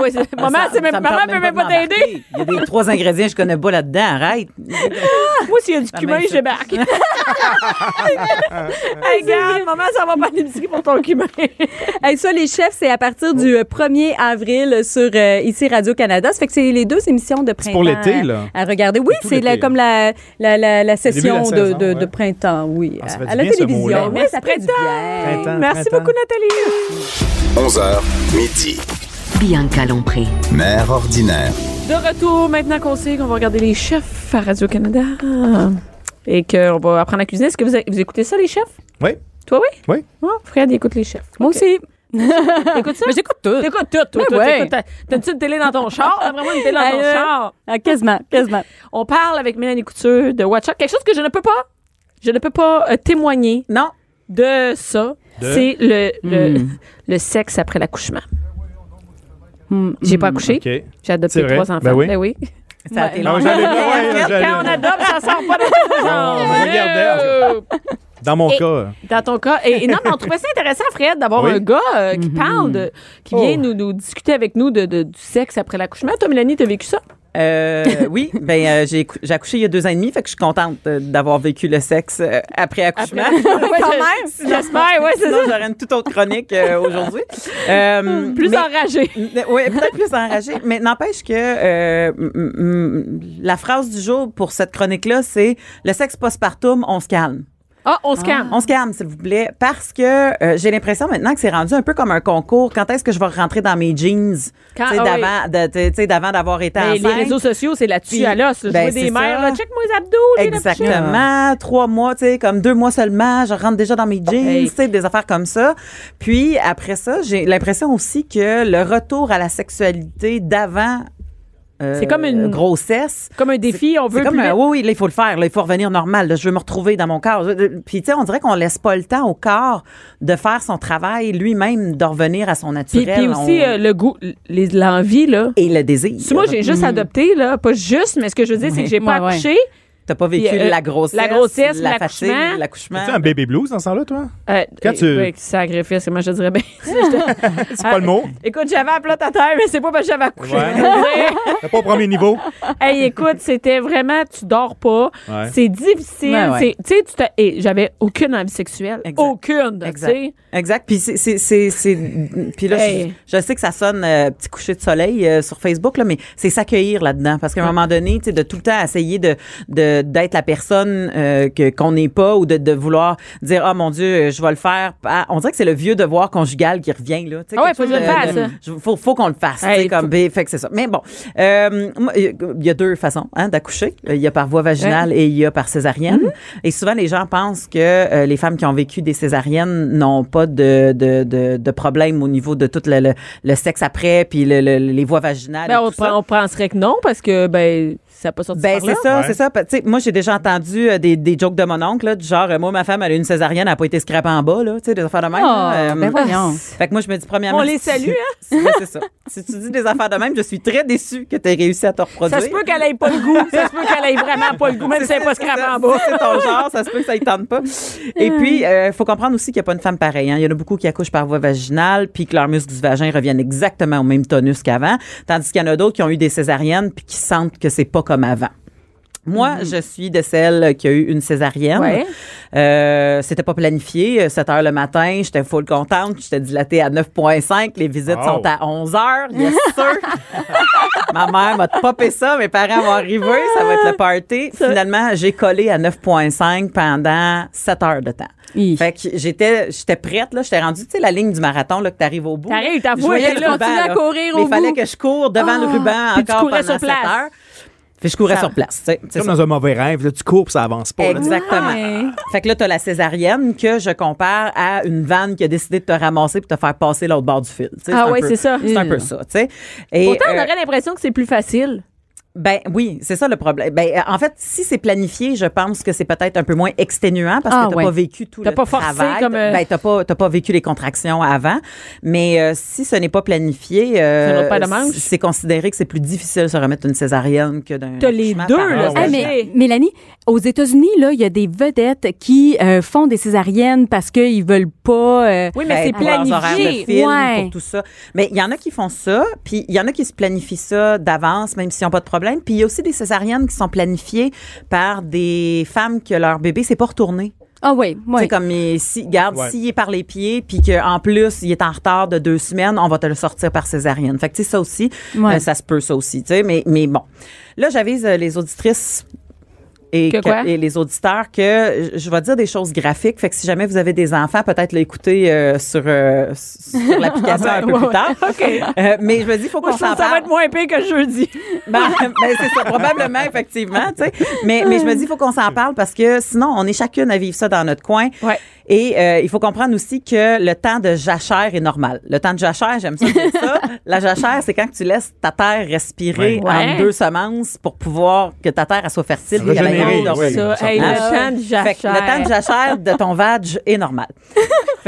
[SPEAKER 3] ouais, c'est- maman,
[SPEAKER 4] ça-
[SPEAKER 3] c'est même,
[SPEAKER 4] ça me
[SPEAKER 3] maman
[SPEAKER 4] tente
[SPEAKER 3] peut même pas
[SPEAKER 4] de
[SPEAKER 3] t'aider.
[SPEAKER 4] m'embarquer. Il y a des trois ingrédients que je connais pas là-dedans, arrête.
[SPEAKER 3] Moi, s'il y a du
[SPEAKER 4] Ça
[SPEAKER 3] cumin, je
[SPEAKER 4] m'insulte.
[SPEAKER 3] débarque. hey, regarde, maman, ça va pas d'épicerie pour ton cumin.
[SPEAKER 5] Hey, ça, les chefs, c'est à partir du euh, 1er avril sur euh, ici Radio-Canada. Ça fait que c'est les deux émissions de printemps.
[SPEAKER 6] pour l'été,
[SPEAKER 5] à-
[SPEAKER 6] là.
[SPEAKER 5] À regarder. Oui,
[SPEAKER 6] C'est tout
[SPEAKER 5] c'est la-
[SPEAKER 6] l'été,
[SPEAKER 5] comme la, la, la, la
[SPEAKER 6] début de
[SPEAKER 5] session
[SPEAKER 6] la
[SPEAKER 5] de,
[SPEAKER 6] saison,
[SPEAKER 5] de- de
[SPEAKER 6] ouais.
[SPEAKER 5] printemps, oui.
[SPEAKER 6] Ah, ça
[SPEAKER 5] à-
[SPEAKER 6] fait
[SPEAKER 5] à
[SPEAKER 6] du
[SPEAKER 5] la
[SPEAKER 6] bien, ce
[SPEAKER 5] télévision.
[SPEAKER 6] mot-là.
[SPEAKER 5] Oui, ça fait du bien.
[SPEAKER 6] Printemps,
[SPEAKER 3] Merci
[SPEAKER 6] printemps.
[SPEAKER 3] beaucoup, Nathalie.
[SPEAKER 2] 11h, midi.
[SPEAKER 1] Bianca Lompré.
[SPEAKER 2] Mère ordinaire.
[SPEAKER 3] De retour, maintenant qu'on sait qu'on va regarder les chefs à Radio-Canada et qu'on va apprendre à cuisiner, est-ce que vous, vous écoutez ça, les chefs?
[SPEAKER 6] Oui.
[SPEAKER 3] Toi, oui?
[SPEAKER 6] Oui.
[SPEAKER 3] Oh, Fred, il écoute les chefs.
[SPEAKER 5] Moi
[SPEAKER 3] Ok.
[SPEAKER 5] aussi.
[SPEAKER 3] T'écoutes ça?
[SPEAKER 5] Mais j'écoute tout.
[SPEAKER 3] T'écoutes tout, toi.
[SPEAKER 5] Mais
[SPEAKER 3] toi,
[SPEAKER 5] ouais.
[SPEAKER 3] t'écoutes- t'as- T'as-tu une télé dans ton char? T'as vraiment une télé dans ton
[SPEAKER 5] Aïe, aïe.
[SPEAKER 3] char?
[SPEAKER 5] Ah, quasiment, quasiment.
[SPEAKER 3] On parle avec Mélanie Couture de Watch Out. Quelque chose que je ne peux pas, je ne peux pas euh, témoigner
[SPEAKER 4] Non.
[SPEAKER 3] de ça.
[SPEAKER 6] De-
[SPEAKER 3] C'est le, le, le sexe après l'accouchement. J'ai pas accouché.
[SPEAKER 6] Hmm. OK.
[SPEAKER 3] J'ai adopté
[SPEAKER 6] C'est vrai.
[SPEAKER 3] trois enfants.
[SPEAKER 6] Ben oui.
[SPEAKER 4] Ça a été
[SPEAKER 6] Non,
[SPEAKER 4] long.
[SPEAKER 6] j'allais pas, ouais,
[SPEAKER 3] Quand,
[SPEAKER 6] j'allais-
[SPEAKER 3] quand on adopte, ça sort pas de ton genre.
[SPEAKER 6] on regardait. Dans mon
[SPEAKER 3] Et-
[SPEAKER 6] cas,
[SPEAKER 3] Dans ton cas. Et, et non, mais on trouvait ça intéressant, Fred, d'avoir
[SPEAKER 6] Oui. Oh.
[SPEAKER 3] un gars euh, qui parle, de, qui vient nous, nous discuter avec nous de, de- du sexe après l'accouchement. Toi, Mélanie, t'as vécu ça?
[SPEAKER 4] Euh, oui, ben euh, j'ai cou- j'ai accouché il y a deux ans et demi, fait que je suis contente euh, d'avoir vécu le sexe euh, après accouchement.
[SPEAKER 3] quand même. J'espère, ouais, c'est
[SPEAKER 4] Sinon,
[SPEAKER 3] ça.
[SPEAKER 4] j'aurais une toute autre chronique euh, aujourd'hui. Euh,
[SPEAKER 3] Plus
[SPEAKER 4] mais-
[SPEAKER 3] enragé.
[SPEAKER 4] Oui, peut-être plus enragé. Mais n'empêche que euh, m- m- la phrase du jour pour cette chronique-là, c'est le sexe postpartum, on se calme.
[SPEAKER 3] Ah, on se calme.
[SPEAKER 4] On se calme, s'il vous plaît, parce que euh, j'ai l'impression maintenant que c'est rendu un peu comme un concours. Quand est-ce que je vais rentrer dans mes jeans?
[SPEAKER 3] Quand-
[SPEAKER 4] Tu sais,
[SPEAKER 3] ah oui.
[SPEAKER 4] d'avant, de- tu sais, d'avant d'avoir été
[SPEAKER 3] Mais
[SPEAKER 4] enceinte.
[SPEAKER 3] les réseaux sociaux, c'est là-dessus
[SPEAKER 4] Puis,
[SPEAKER 3] à l'os. Je
[SPEAKER 4] ben,
[SPEAKER 3] vois des
[SPEAKER 4] c'est
[SPEAKER 3] mères,
[SPEAKER 4] ça.
[SPEAKER 3] là, check moi les abdos, j'ai la
[SPEAKER 4] Exactement. Trois mois, tu sais, comme deux mois seulement, je rentre déjà dans mes jeans,
[SPEAKER 3] Hey.
[SPEAKER 4] tu sais, des affaires comme ça. Puis après ça, j'ai l'impression aussi que le retour à la sexualité d'avant euh,
[SPEAKER 3] C'est comme une-
[SPEAKER 4] grossesse.
[SPEAKER 3] Comme un défi, on veut
[SPEAKER 4] C'est comme,
[SPEAKER 3] plus
[SPEAKER 4] euh,
[SPEAKER 3] vite.
[SPEAKER 4] oui, oui, là, il faut le faire. là, il faut revenir normal. là, je veux me retrouver dans mon corps. Je- euh, Puis, tu sais, on dirait qu'on laisse pas le temps au corps de faire son travail lui-même, de revenir à son
[SPEAKER 3] Puis,
[SPEAKER 4] naturel.
[SPEAKER 3] puis aussi
[SPEAKER 4] On-
[SPEAKER 3] euh, le goût, les- l'envie, là.
[SPEAKER 4] et le désir.
[SPEAKER 3] Si moi, j'ai juste
[SPEAKER 4] Mm.
[SPEAKER 3] adopté, là, pas juste, mais ce que je veux dire, c'est que j'ai pas
[SPEAKER 5] Ouais, ouais.
[SPEAKER 3] accouché.
[SPEAKER 4] T'as pas vécu
[SPEAKER 3] Puis, euh,
[SPEAKER 4] la grossesse,
[SPEAKER 3] la grossesse,
[SPEAKER 4] la
[SPEAKER 3] l'accouchement.
[SPEAKER 4] fatigue, l'accouchement.
[SPEAKER 6] Tu un baby blues dans ce temps-là, toi?
[SPEAKER 3] Euh,
[SPEAKER 6] Quand tu-
[SPEAKER 3] euh, ouais, sacrifice, moi, je dirais bien.
[SPEAKER 6] C'est pas
[SPEAKER 3] Euh,
[SPEAKER 6] le mot.
[SPEAKER 3] Écoute, j'avais un plat à terre, mais c'est pas parce que j'avais accouché.
[SPEAKER 6] Ouais. T'es pas au premier niveau.
[SPEAKER 3] hey, écoute, c'était vraiment, tu dors pas.
[SPEAKER 6] Ouais.
[SPEAKER 3] C'est difficile.
[SPEAKER 4] Ouais, ouais.
[SPEAKER 3] c'est- Tu sais, tu t'as- et j'avais aucune envie sexuelle.
[SPEAKER 4] Exact.
[SPEAKER 3] Aucune. tu
[SPEAKER 4] Exact.
[SPEAKER 3] sais.
[SPEAKER 4] Exact. Puis c'est- c'est- c'est- c'est- puis là,
[SPEAKER 3] Hey.
[SPEAKER 4] je, je sais que ça sonne euh, petit coucher de soleil euh, sur Facebook là, mais c'est s'accueillir là-dedans parce qu'à un moment donné, tu sais, de tout le temps essayer de de- d'être la personne euh, que qu'on n'est pas ou de, de vouloir dire ah mon Dieu, euh, je vais le faire. Ah, on dirait que c'est le vieux devoir conjugal qui revient là. tu sais,
[SPEAKER 3] Ah ouais,
[SPEAKER 4] quelque
[SPEAKER 3] faut
[SPEAKER 4] chose
[SPEAKER 3] le
[SPEAKER 4] de-
[SPEAKER 3] faire,
[SPEAKER 4] de-
[SPEAKER 3] ça.
[SPEAKER 4] je- faut faut qu'on le fasse. tu sais,
[SPEAKER 3] Hey,
[SPEAKER 4] comme ben, fait que c'est ça. Mais bon, euh, moi, il y a deux façons hein, d'accoucher. Il y a par voie vaginale et il y a par césarienne.
[SPEAKER 3] Mm-hmm.
[SPEAKER 4] Et souvent, les gens pensent que euh, les femmes qui ont vécu des césariennes n'ont pas de, de, de, de problème au niveau de tout le, le, le sexe après, puis le- le- les voies vaginales.
[SPEAKER 3] Ben,
[SPEAKER 4] et
[SPEAKER 3] on,
[SPEAKER 4] tout ça.
[SPEAKER 3] prend- on penserait que non, parce que, ben, ça n'a pas sorti
[SPEAKER 4] Ben,
[SPEAKER 3] par là.
[SPEAKER 4] c'est ça,
[SPEAKER 6] Ouais.
[SPEAKER 4] c'est ça. Pa- tu sais, moi, j'ai déjà entendu euh, des, des jokes de mon oncle, là, du genre, euh, moi, ma femme, elle a eu une césarienne, elle n'a pas été scrapée en bas, là, tu sais, des affaires de même. là,
[SPEAKER 5] Ah,
[SPEAKER 4] euh,
[SPEAKER 5] ben voyons.
[SPEAKER 4] fait que moi, je me dis, premièrement.
[SPEAKER 3] On les
[SPEAKER 4] si-
[SPEAKER 3] salue, hein?
[SPEAKER 4] Ouais, c'est ça. Si tu dis des affaires de même, je suis très déçue que tu aies réussi à te reproduire.
[SPEAKER 3] Ça se peut qu'elle ait pas le goût. Ça se peut qu'elle ait vraiment pas le goût, même si elle n'est pas scrapée en bas. Euh.
[SPEAKER 4] C'est ton genre, ça se peut que ça ne tente pas. Et puis, il faut comprendre aussi qu'il n'y a pas une femme pareille. hein. Il y en a beaucoup qui accouchent par voie vaginale, puis que leurs muscles du vagin reviennent exactement au même tonus qu'avant, tandis qu'il y en a d'autres qui ont eu des césariennes, puis qui sentent que c'est pas comme avant. Moi, je suis de celle qui a eu une césarienne.
[SPEAKER 3] Mm-hmm. Ouais.
[SPEAKER 4] Euh, c'était pas planifié. Euh, 7 heures le matin, j'étais full contente. J'étais dilatée à 9,5. Les visites sont
[SPEAKER 6] Oh.
[SPEAKER 4] à 11 heures, bien sûr. Ma mère m'a popé ça. Mes parents vont arriver. Ça va être le party. Finalement, j'ai collé à 9,5 pendant 7 heures de temps.
[SPEAKER 5] Hi.
[SPEAKER 4] Fait que j'étais, j'étais prête, là. J'étais rendue, tu sais, la ligne du marathon, là, que t'arrives au bout.
[SPEAKER 3] T'arrives, t'as
[SPEAKER 4] Je
[SPEAKER 3] fouet,
[SPEAKER 4] voyais
[SPEAKER 3] t'es
[SPEAKER 4] le
[SPEAKER 3] là,
[SPEAKER 4] ruban,
[SPEAKER 3] tu vas
[SPEAKER 4] là.
[SPEAKER 3] courir au
[SPEAKER 4] Mais il fallait
[SPEAKER 3] bout. Ah,
[SPEAKER 4] que je cours devant le ruban
[SPEAKER 3] Puis tu
[SPEAKER 4] encore
[SPEAKER 3] courais
[SPEAKER 4] pendant
[SPEAKER 3] sur
[SPEAKER 4] 7
[SPEAKER 3] place.
[SPEAKER 4] heures. Puis je courais sur place, tu sais. C'est
[SPEAKER 6] C'est
[SPEAKER 4] ça.
[SPEAKER 6] comme dans un mauvais rêve. Là, tu cours puis ça avance pas. là.
[SPEAKER 4] Exactement. Fait que là, t'as la césarienne que je compare à une vanne qui a décidé de te ramasser pour te faire passer l'autre bord du fil. Tu sais,
[SPEAKER 3] Ah
[SPEAKER 4] un
[SPEAKER 3] ouais,
[SPEAKER 4] peu-
[SPEAKER 3] c'est ça.
[SPEAKER 4] C'est un peu ça, tu sais. Et,
[SPEAKER 3] Pourtant, on
[SPEAKER 4] euh,
[SPEAKER 3] aurait l'impression que c'est plus facile.
[SPEAKER 4] ben oui, c'est ça le problème. Ben euh, en fait, si c'est planifié, je pense que c'est peut-être un peu moins exténuant parce
[SPEAKER 5] Ah,
[SPEAKER 4] que t'as
[SPEAKER 5] ouais.
[SPEAKER 4] pas vécu tout
[SPEAKER 3] T'as
[SPEAKER 4] le
[SPEAKER 3] pas forcé
[SPEAKER 4] travail.
[SPEAKER 3] comme, euh,
[SPEAKER 4] Ben t'as pas t'as pas vécu les contractions avant. Mais euh, si ce n'est pas planifié, euh,
[SPEAKER 3] Ça n'aura pas de manche.
[SPEAKER 4] c'est considéré que c'est plus difficile de se remettre une césarienne que d'un.
[SPEAKER 3] T'as les
[SPEAKER 4] accouchement
[SPEAKER 3] deux,
[SPEAKER 4] par-
[SPEAKER 3] là,
[SPEAKER 4] Ah, ouais.
[SPEAKER 3] c'est-
[SPEAKER 5] Hey, mais,
[SPEAKER 3] Roger.
[SPEAKER 5] Mélanie, aux États-Unis, là, il y a des vedettes qui euh, font des césariennes parce qu'ils veulent pas. euh,
[SPEAKER 3] Oui, mais
[SPEAKER 4] Ben,
[SPEAKER 3] c'est
[SPEAKER 4] pour leurs horaires
[SPEAKER 3] planifié.
[SPEAKER 4] de film,
[SPEAKER 5] Ouais.
[SPEAKER 4] pour tout ça. Mais il y en a qui font ça, puis il y en a qui se planifient ça d'avance, même s'ils n'ont pas de problème. Puis il y a aussi des césariennes qui sont planifiées par des femmes que leur bébé s'est pas retourné.
[SPEAKER 5] Ah oui,
[SPEAKER 4] C'est
[SPEAKER 5] oui.
[SPEAKER 4] comme, il- si, garde,
[SPEAKER 6] Ouais.
[SPEAKER 4] s'il est par les pieds, puis qu'en plus, il est en retard de deux semaines, on va te le sortir par césarienne. Fait que, tu sais, ça aussi,
[SPEAKER 5] Ouais.
[SPEAKER 4] euh, ça se peut, ça aussi, tu sais. Mais, mais bon. Là, j'avise euh, les auditrices et,
[SPEAKER 3] Que
[SPEAKER 4] que-
[SPEAKER 3] quoi?
[SPEAKER 4] et les auditeurs que je- je vais dire des choses graphiques. Fait que si jamais vous avez des enfants, peut-être l'écouter euh, sur, euh, sur l'application un peu plus tard. Euh, mais je me dis, il faut
[SPEAKER 3] Moi,
[SPEAKER 4] qu'on
[SPEAKER 3] je trouve
[SPEAKER 4] s'en
[SPEAKER 3] que ça va
[SPEAKER 4] parle.
[SPEAKER 3] être moins pire que jeudi.
[SPEAKER 4] Ben, ben, c'est ça, probablement, effectivement. tu sais. Mais, mais je me dis, il faut qu'on s'en parle parce que sinon, on est chacune à vivre ça dans notre coin.
[SPEAKER 3] Ouais.
[SPEAKER 4] Et euh, il faut comprendre aussi que le temps de jachère est normal. Le temps de jachère, j'aime ça dire ça. La jachère, c'est quand tu laisses ta terre respirer
[SPEAKER 3] Ouais.
[SPEAKER 4] en
[SPEAKER 3] Ouais.
[SPEAKER 4] deux semences pour pouvoir que ta terre elle soit fertile. puis qu'elle
[SPEAKER 6] Régénérer,
[SPEAKER 4] ait
[SPEAKER 6] oui.
[SPEAKER 4] dormi.
[SPEAKER 3] Ça,
[SPEAKER 6] ça
[SPEAKER 3] hey, le
[SPEAKER 4] marche.
[SPEAKER 3] temps de
[SPEAKER 4] Fait que
[SPEAKER 3] jachère.
[SPEAKER 4] le temps de jachère de ton vag est normal.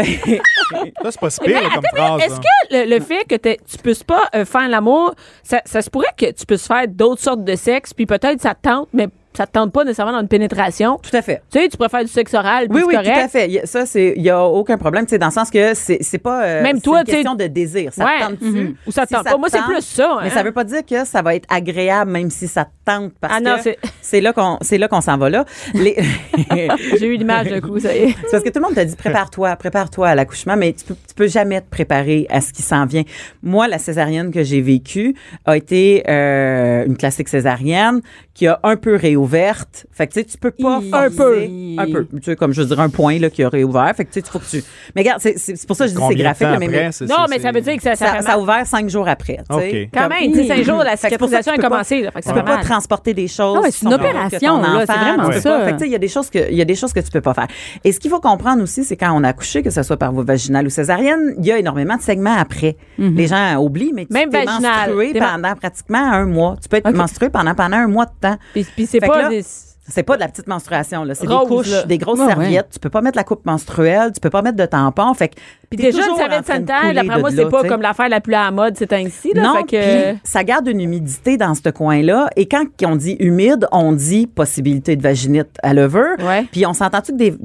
[SPEAKER 6] Ça, c'est pas si pire là, comme phrase.
[SPEAKER 3] Est-ce
[SPEAKER 6] hein.
[SPEAKER 3] que le, le fait que t'aies- tu puisses pas euh, faire l'amour, ça, ça se pourrait que tu puisses faire d'autres sortes de sexe, puis peut-être ça te tente, mais ça te tente pas nécessairement dans une pénétration.
[SPEAKER 4] Tout à fait.
[SPEAKER 3] Tu sais, tu préfères du sexe oral, puis
[SPEAKER 4] Oui,
[SPEAKER 3] c'est
[SPEAKER 4] oui,
[SPEAKER 3] correct.
[SPEAKER 4] tout à fait. Il y a- Ça, c'est, il y a aucun problème, tu sais, dans le sens que c'est, c'est pas. euh,
[SPEAKER 3] Même
[SPEAKER 4] c'est
[SPEAKER 3] toi,
[SPEAKER 4] une
[SPEAKER 3] tu sais-
[SPEAKER 4] question de désir. Ça
[SPEAKER 3] Ouais.
[SPEAKER 4] te tente-tu?
[SPEAKER 3] Mhm. Ou ça te
[SPEAKER 4] Si
[SPEAKER 3] tente pas. Moi, c'est
[SPEAKER 4] tente,
[SPEAKER 3] plus ça,
[SPEAKER 4] Mais
[SPEAKER 3] hein.
[SPEAKER 4] ça veut pas dire que ça va être agréable, même si ça te tente, parce
[SPEAKER 3] Ah non,
[SPEAKER 4] que
[SPEAKER 3] c'est-
[SPEAKER 4] c'est là qu'on, c'est là qu'on s'en va là. Les-
[SPEAKER 3] J'ai eu l'image de coup, ça y est.
[SPEAKER 4] C'est parce que tout le monde t'a dit prépare-toi, prépare-toi à l'accouchement, mais tu peux, tu peux jamais te préparer à ce qui s'en vient. Moi, la césarienne que j'ai vécue a été euh, une classique césarienne qui a un peu réouverte. Fait que tu sais, tu peux pas
[SPEAKER 7] Un peu.
[SPEAKER 4] forcer- Un peu. Tu sais, comme je dirais un point là, qui a réouvert. Fait que tu sais, faut que tu. Mais regarde, c'est- c'est c'est pour ça que je dis que c'est
[SPEAKER 6] Combien de
[SPEAKER 4] graphique.
[SPEAKER 6] temps
[SPEAKER 4] là, mais-
[SPEAKER 6] après,
[SPEAKER 4] mais
[SPEAKER 6] c'est-
[SPEAKER 7] Non,
[SPEAKER 6] c'est-
[SPEAKER 7] mais ça veut dire que ça, ça,
[SPEAKER 4] ça,
[SPEAKER 7] fait
[SPEAKER 4] ça a
[SPEAKER 7] mal.
[SPEAKER 4] ouvert cinq jours après. tu sais.
[SPEAKER 6] OK.
[SPEAKER 7] Quand
[SPEAKER 4] Comme-
[SPEAKER 7] même, 15 jours, la
[SPEAKER 4] Fait que c'est pour ça que
[SPEAKER 7] cicatrisation
[SPEAKER 4] tu
[SPEAKER 7] a
[SPEAKER 4] peux pas-
[SPEAKER 7] commencé. Là, fait que ça
[SPEAKER 4] Tu
[SPEAKER 7] fait
[SPEAKER 4] peux pas
[SPEAKER 7] mal.
[SPEAKER 4] transporter des choses.
[SPEAKER 5] Ah ouais,
[SPEAKER 4] qui
[SPEAKER 5] c'est
[SPEAKER 4] sont
[SPEAKER 5] une
[SPEAKER 4] plus grosses
[SPEAKER 5] opération,
[SPEAKER 4] que ton
[SPEAKER 5] là, c'est
[SPEAKER 4] enfant,
[SPEAKER 5] vraiment
[SPEAKER 4] tu peux
[SPEAKER 5] ça.
[SPEAKER 4] pas. Fait que, tu sais, il y a des choses que il y a des choses que tu peux pas faire. Et ce qu'il faut comprendre aussi, c'est quand on a accouché, que ce soit par voie vaginale ou césarienne, il y a énormément de segments après. Les gens oublient, mais tu
[SPEAKER 7] Mhm. Même
[SPEAKER 4] t'es
[SPEAKER 7] vaginale.
[SPEAKER 4] menstrué
[SPEAKER 7] T'es ma-
[SPEAKER 4] pendant pratiquement un mois. Tu peux être
[SPEAKER 7] OK.
[SPEAKER 4] menstrué pendant pendant un mois de temps.
[SPEAKER 7] Puis, puis c'est
[SPEAKER 4] Fait que
[SPEAKER 7] pas
[SPEAKER 4] là,
[SPEAKER 7] des...
[SPEAKER 4] C'est pas de la petite menstruation, là. C'est des
[SPEAKER 7] Rose,
[SPEAKER 4] couches,
[SPEAKER 7] là.
[SPEAKER 4] des grosses
[SPEAKER 5] Ouais, ouais.
[SPEAKER 4] serviettes. Tu peux pas mettre la coupe menstruelle, tu peux pas mettre de tampon. Fait que
[SPEAKER 7] Puis
[SPEAKER 4] t'es
[SPEAKER 7] déjà,
[SPEAKER 4] toujours
[SPEAKER 7] une
[SPEAKER 4] en
[SPEAKER 7] serviette
[SPEAKER 4] train de
[SPEAKER 7] sanitaire,
[SPEAKER 4] couler
[SPEAKER 7] d'après moi,
[SPEAKER 4] de
[SPEAKER 7] c'est
[SPEAKER 4] là,
[SPEAKER 7] pas
[SPEAKER 4] tu sais.
[SPEAKER 7] comme l'affaire la plus à la mode ces temps-ci. Là,
[SPEAKER 4] Non,
[SPEAKER 7] fait que...
[SPEAKER 4] puis ça garde une humidité dans ce coin-là. Et quand on dit humide, on dit possibilité de vaginite à levure.
[SPEAKER 7] Ouais.
[SPEAKER 4] Puis on s'entend-tu que des... tu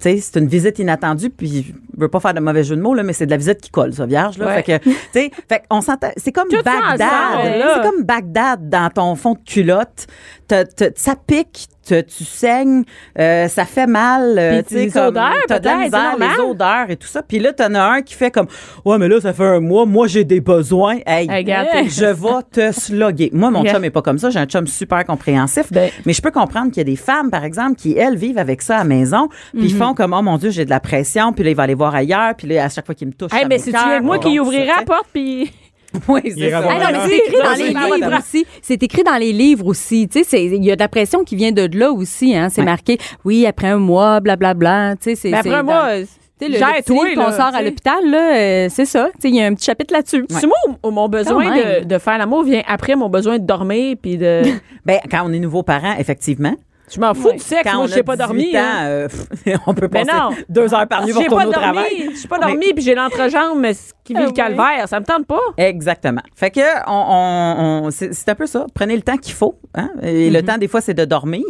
[SPEAKER 4] sais, c'est une visite inattendue, puis je veux pas faire de mauvais jeu de mots, là, mais c'est de la visite qui colle, ça, vierge. Là.
[SPEAKER 7] Ouais.
[SPEAKER 4] Fait que, tu sais, fait qu'on s'entend. C'est comme
[SPEAKER 7] Tout ça
[SPEAKER 4] Bagdad.
[SPEAKER 7] ensemble, là.
[SPEAKER 4] C'est comme Bagdad dans ton fond de culotte. Te- te- ça pique, te- tu saignes, euh, ça fait mal. euh,
[SPEAKER 7] Puis
[SPEAKER 4] tu sais,
[SPEAKER 7] les
[SPEAKER 4] comme,
[SPEAKER 7] odeurs,
[SPEAKER 4] t'as de la
[SPEAKER 7] peut-être,
[SPEAKER 4] misère,
[SPEAKER 7] c'est normal.
[SPEAKER 4] les odeurs et tout ça. Puis là, t'en as un qui fait comme Ouais, mais là, ça fait un mois, moi, j'ai des besoins. Hey,
[SPEAKER 7] Hey, regarde, t'es-
[SPEAKER 4] je vais te sloguer. Moi, mon
[SPEAKER 7] Yeah.
[SPEAKER 4] chum est pas comme ça. J'ai un chum super compréhensif.
[SPEAKER 7] Ben-
[SPEAKER 4] mais je peux comprendre qu'il y a des femmes, par exemple, qui, elles, vivent avec ça à la maison. Puis
[SPEAKER 7] Mhm.
[SPEAKER 4] ils font comme, oh mon Dieu, j'ai de la pression. Puis là, il va aller voir ailleurs. Puis là, à chaque fois qu'il me touche,
[SPEAKER 7] Hey,
[SPEAKER 4] ça
[SPEAKER 7] mais
[SPEAKER 4] me
[SPEAKER 7] c'est tu
[SPEAKER 4] cœur,
[SPEAKER 7] que moi
[SPEAKER 4] bon,
[SPEAKER 7] qui
[SPEAKER 4] ça,
[SPEAKER 7] ouvrirai la
[SPEAKER 4] tu sais.
[SPEAKER 7] porte, puis...
[SPEAKER 4] Oui, c'est
[SPEAKER 6] ira
[SPEAKER 4] ça.
[SPEAKER 6] voir
[SPEAKER 5] Ah non, mais c'est écrit dans les livres aussi. C'est écrit dans les livres aussi. Tu sais, c'est- il y a de la pression qui vient de là aussi. Hein. C'est
[SPEAKER 4] Ouais.
[SPEAKER 5] marqué, oui, après un mois, blablabla. Tu sais, c'est.
[SPEAKER 7] Mais
[SPEAKER 5] c'est
[SPEAKER 7] Ben, après
[SPEAKER 5] dans-
[SPEAKER 7] moi,
[SPEAKER 5] Tu sais, le,
[SPEAKER 7] gère
[SPEAKER 5] le petit
[SPEAKER 7] toi,
[SPEAKER 5] livre qu'on
[SPEAKER 7] là,
[SPEAKER 5] sort
[SPEAKER 7] tu
[SPEAKER 5] à
[SPEAKER 7] sais.
[SPEAKER 5] l'hôpital, là, euh, c'est ça. Tu sais, il y a un petit chapitre là-dessus.
[SPEAKER 7] Tu vois, mon- mon besoin
[SPEAKER 5] Quand
[SPEAKER 7] de,
[SPEAKER 5] même.
[SPEAKER 7] de faire l'amour vient après mon besoin de dormir, puis de...
[SPEAKER 4] Ben, quand on est nouveau parent, effectivement.
[SPEAKER 7] Je m'en fous du sexe,
[SPEAKER 4] Quand
[SPEAKER 7] moi,
[SPEAKER 4] on
[SPEAKER 7] j'ai
[SPEAKER 4] a
[SPEAKER 7] pas
[SPEAKER 4] 18
[SPEAKER 7] dormi.
[SPEAKER 4] ans,
[SPEAKER 7] hein.
[SPEAKER 4] euh, pff, on peut
[SPEAKER 7] Ben
[SPEAKER 4] passer
[SPEAKER 7] non.
[SPEAKER 4] deux heures par nuit pour
[SPEAKER 7] J'ai pas
[SPEAKER 4] retourner au
[SPEAKER 7] dormi,
[SPEAKER 4] travail.
[SPEAKER 7] je suis pas
[SPEAKER 4] Mais-
[SPEAKER 7] dormi, puis j'ai l'entrejambe mais ce qui vit le calvaire, ça me tente pas.
[SPEAKER 4] Exactement. Fait que on, on- on- c'est c'est un peu ça. Prenez le temps qu'il faut. hein. Et le temps, des fois, c'est de dormir.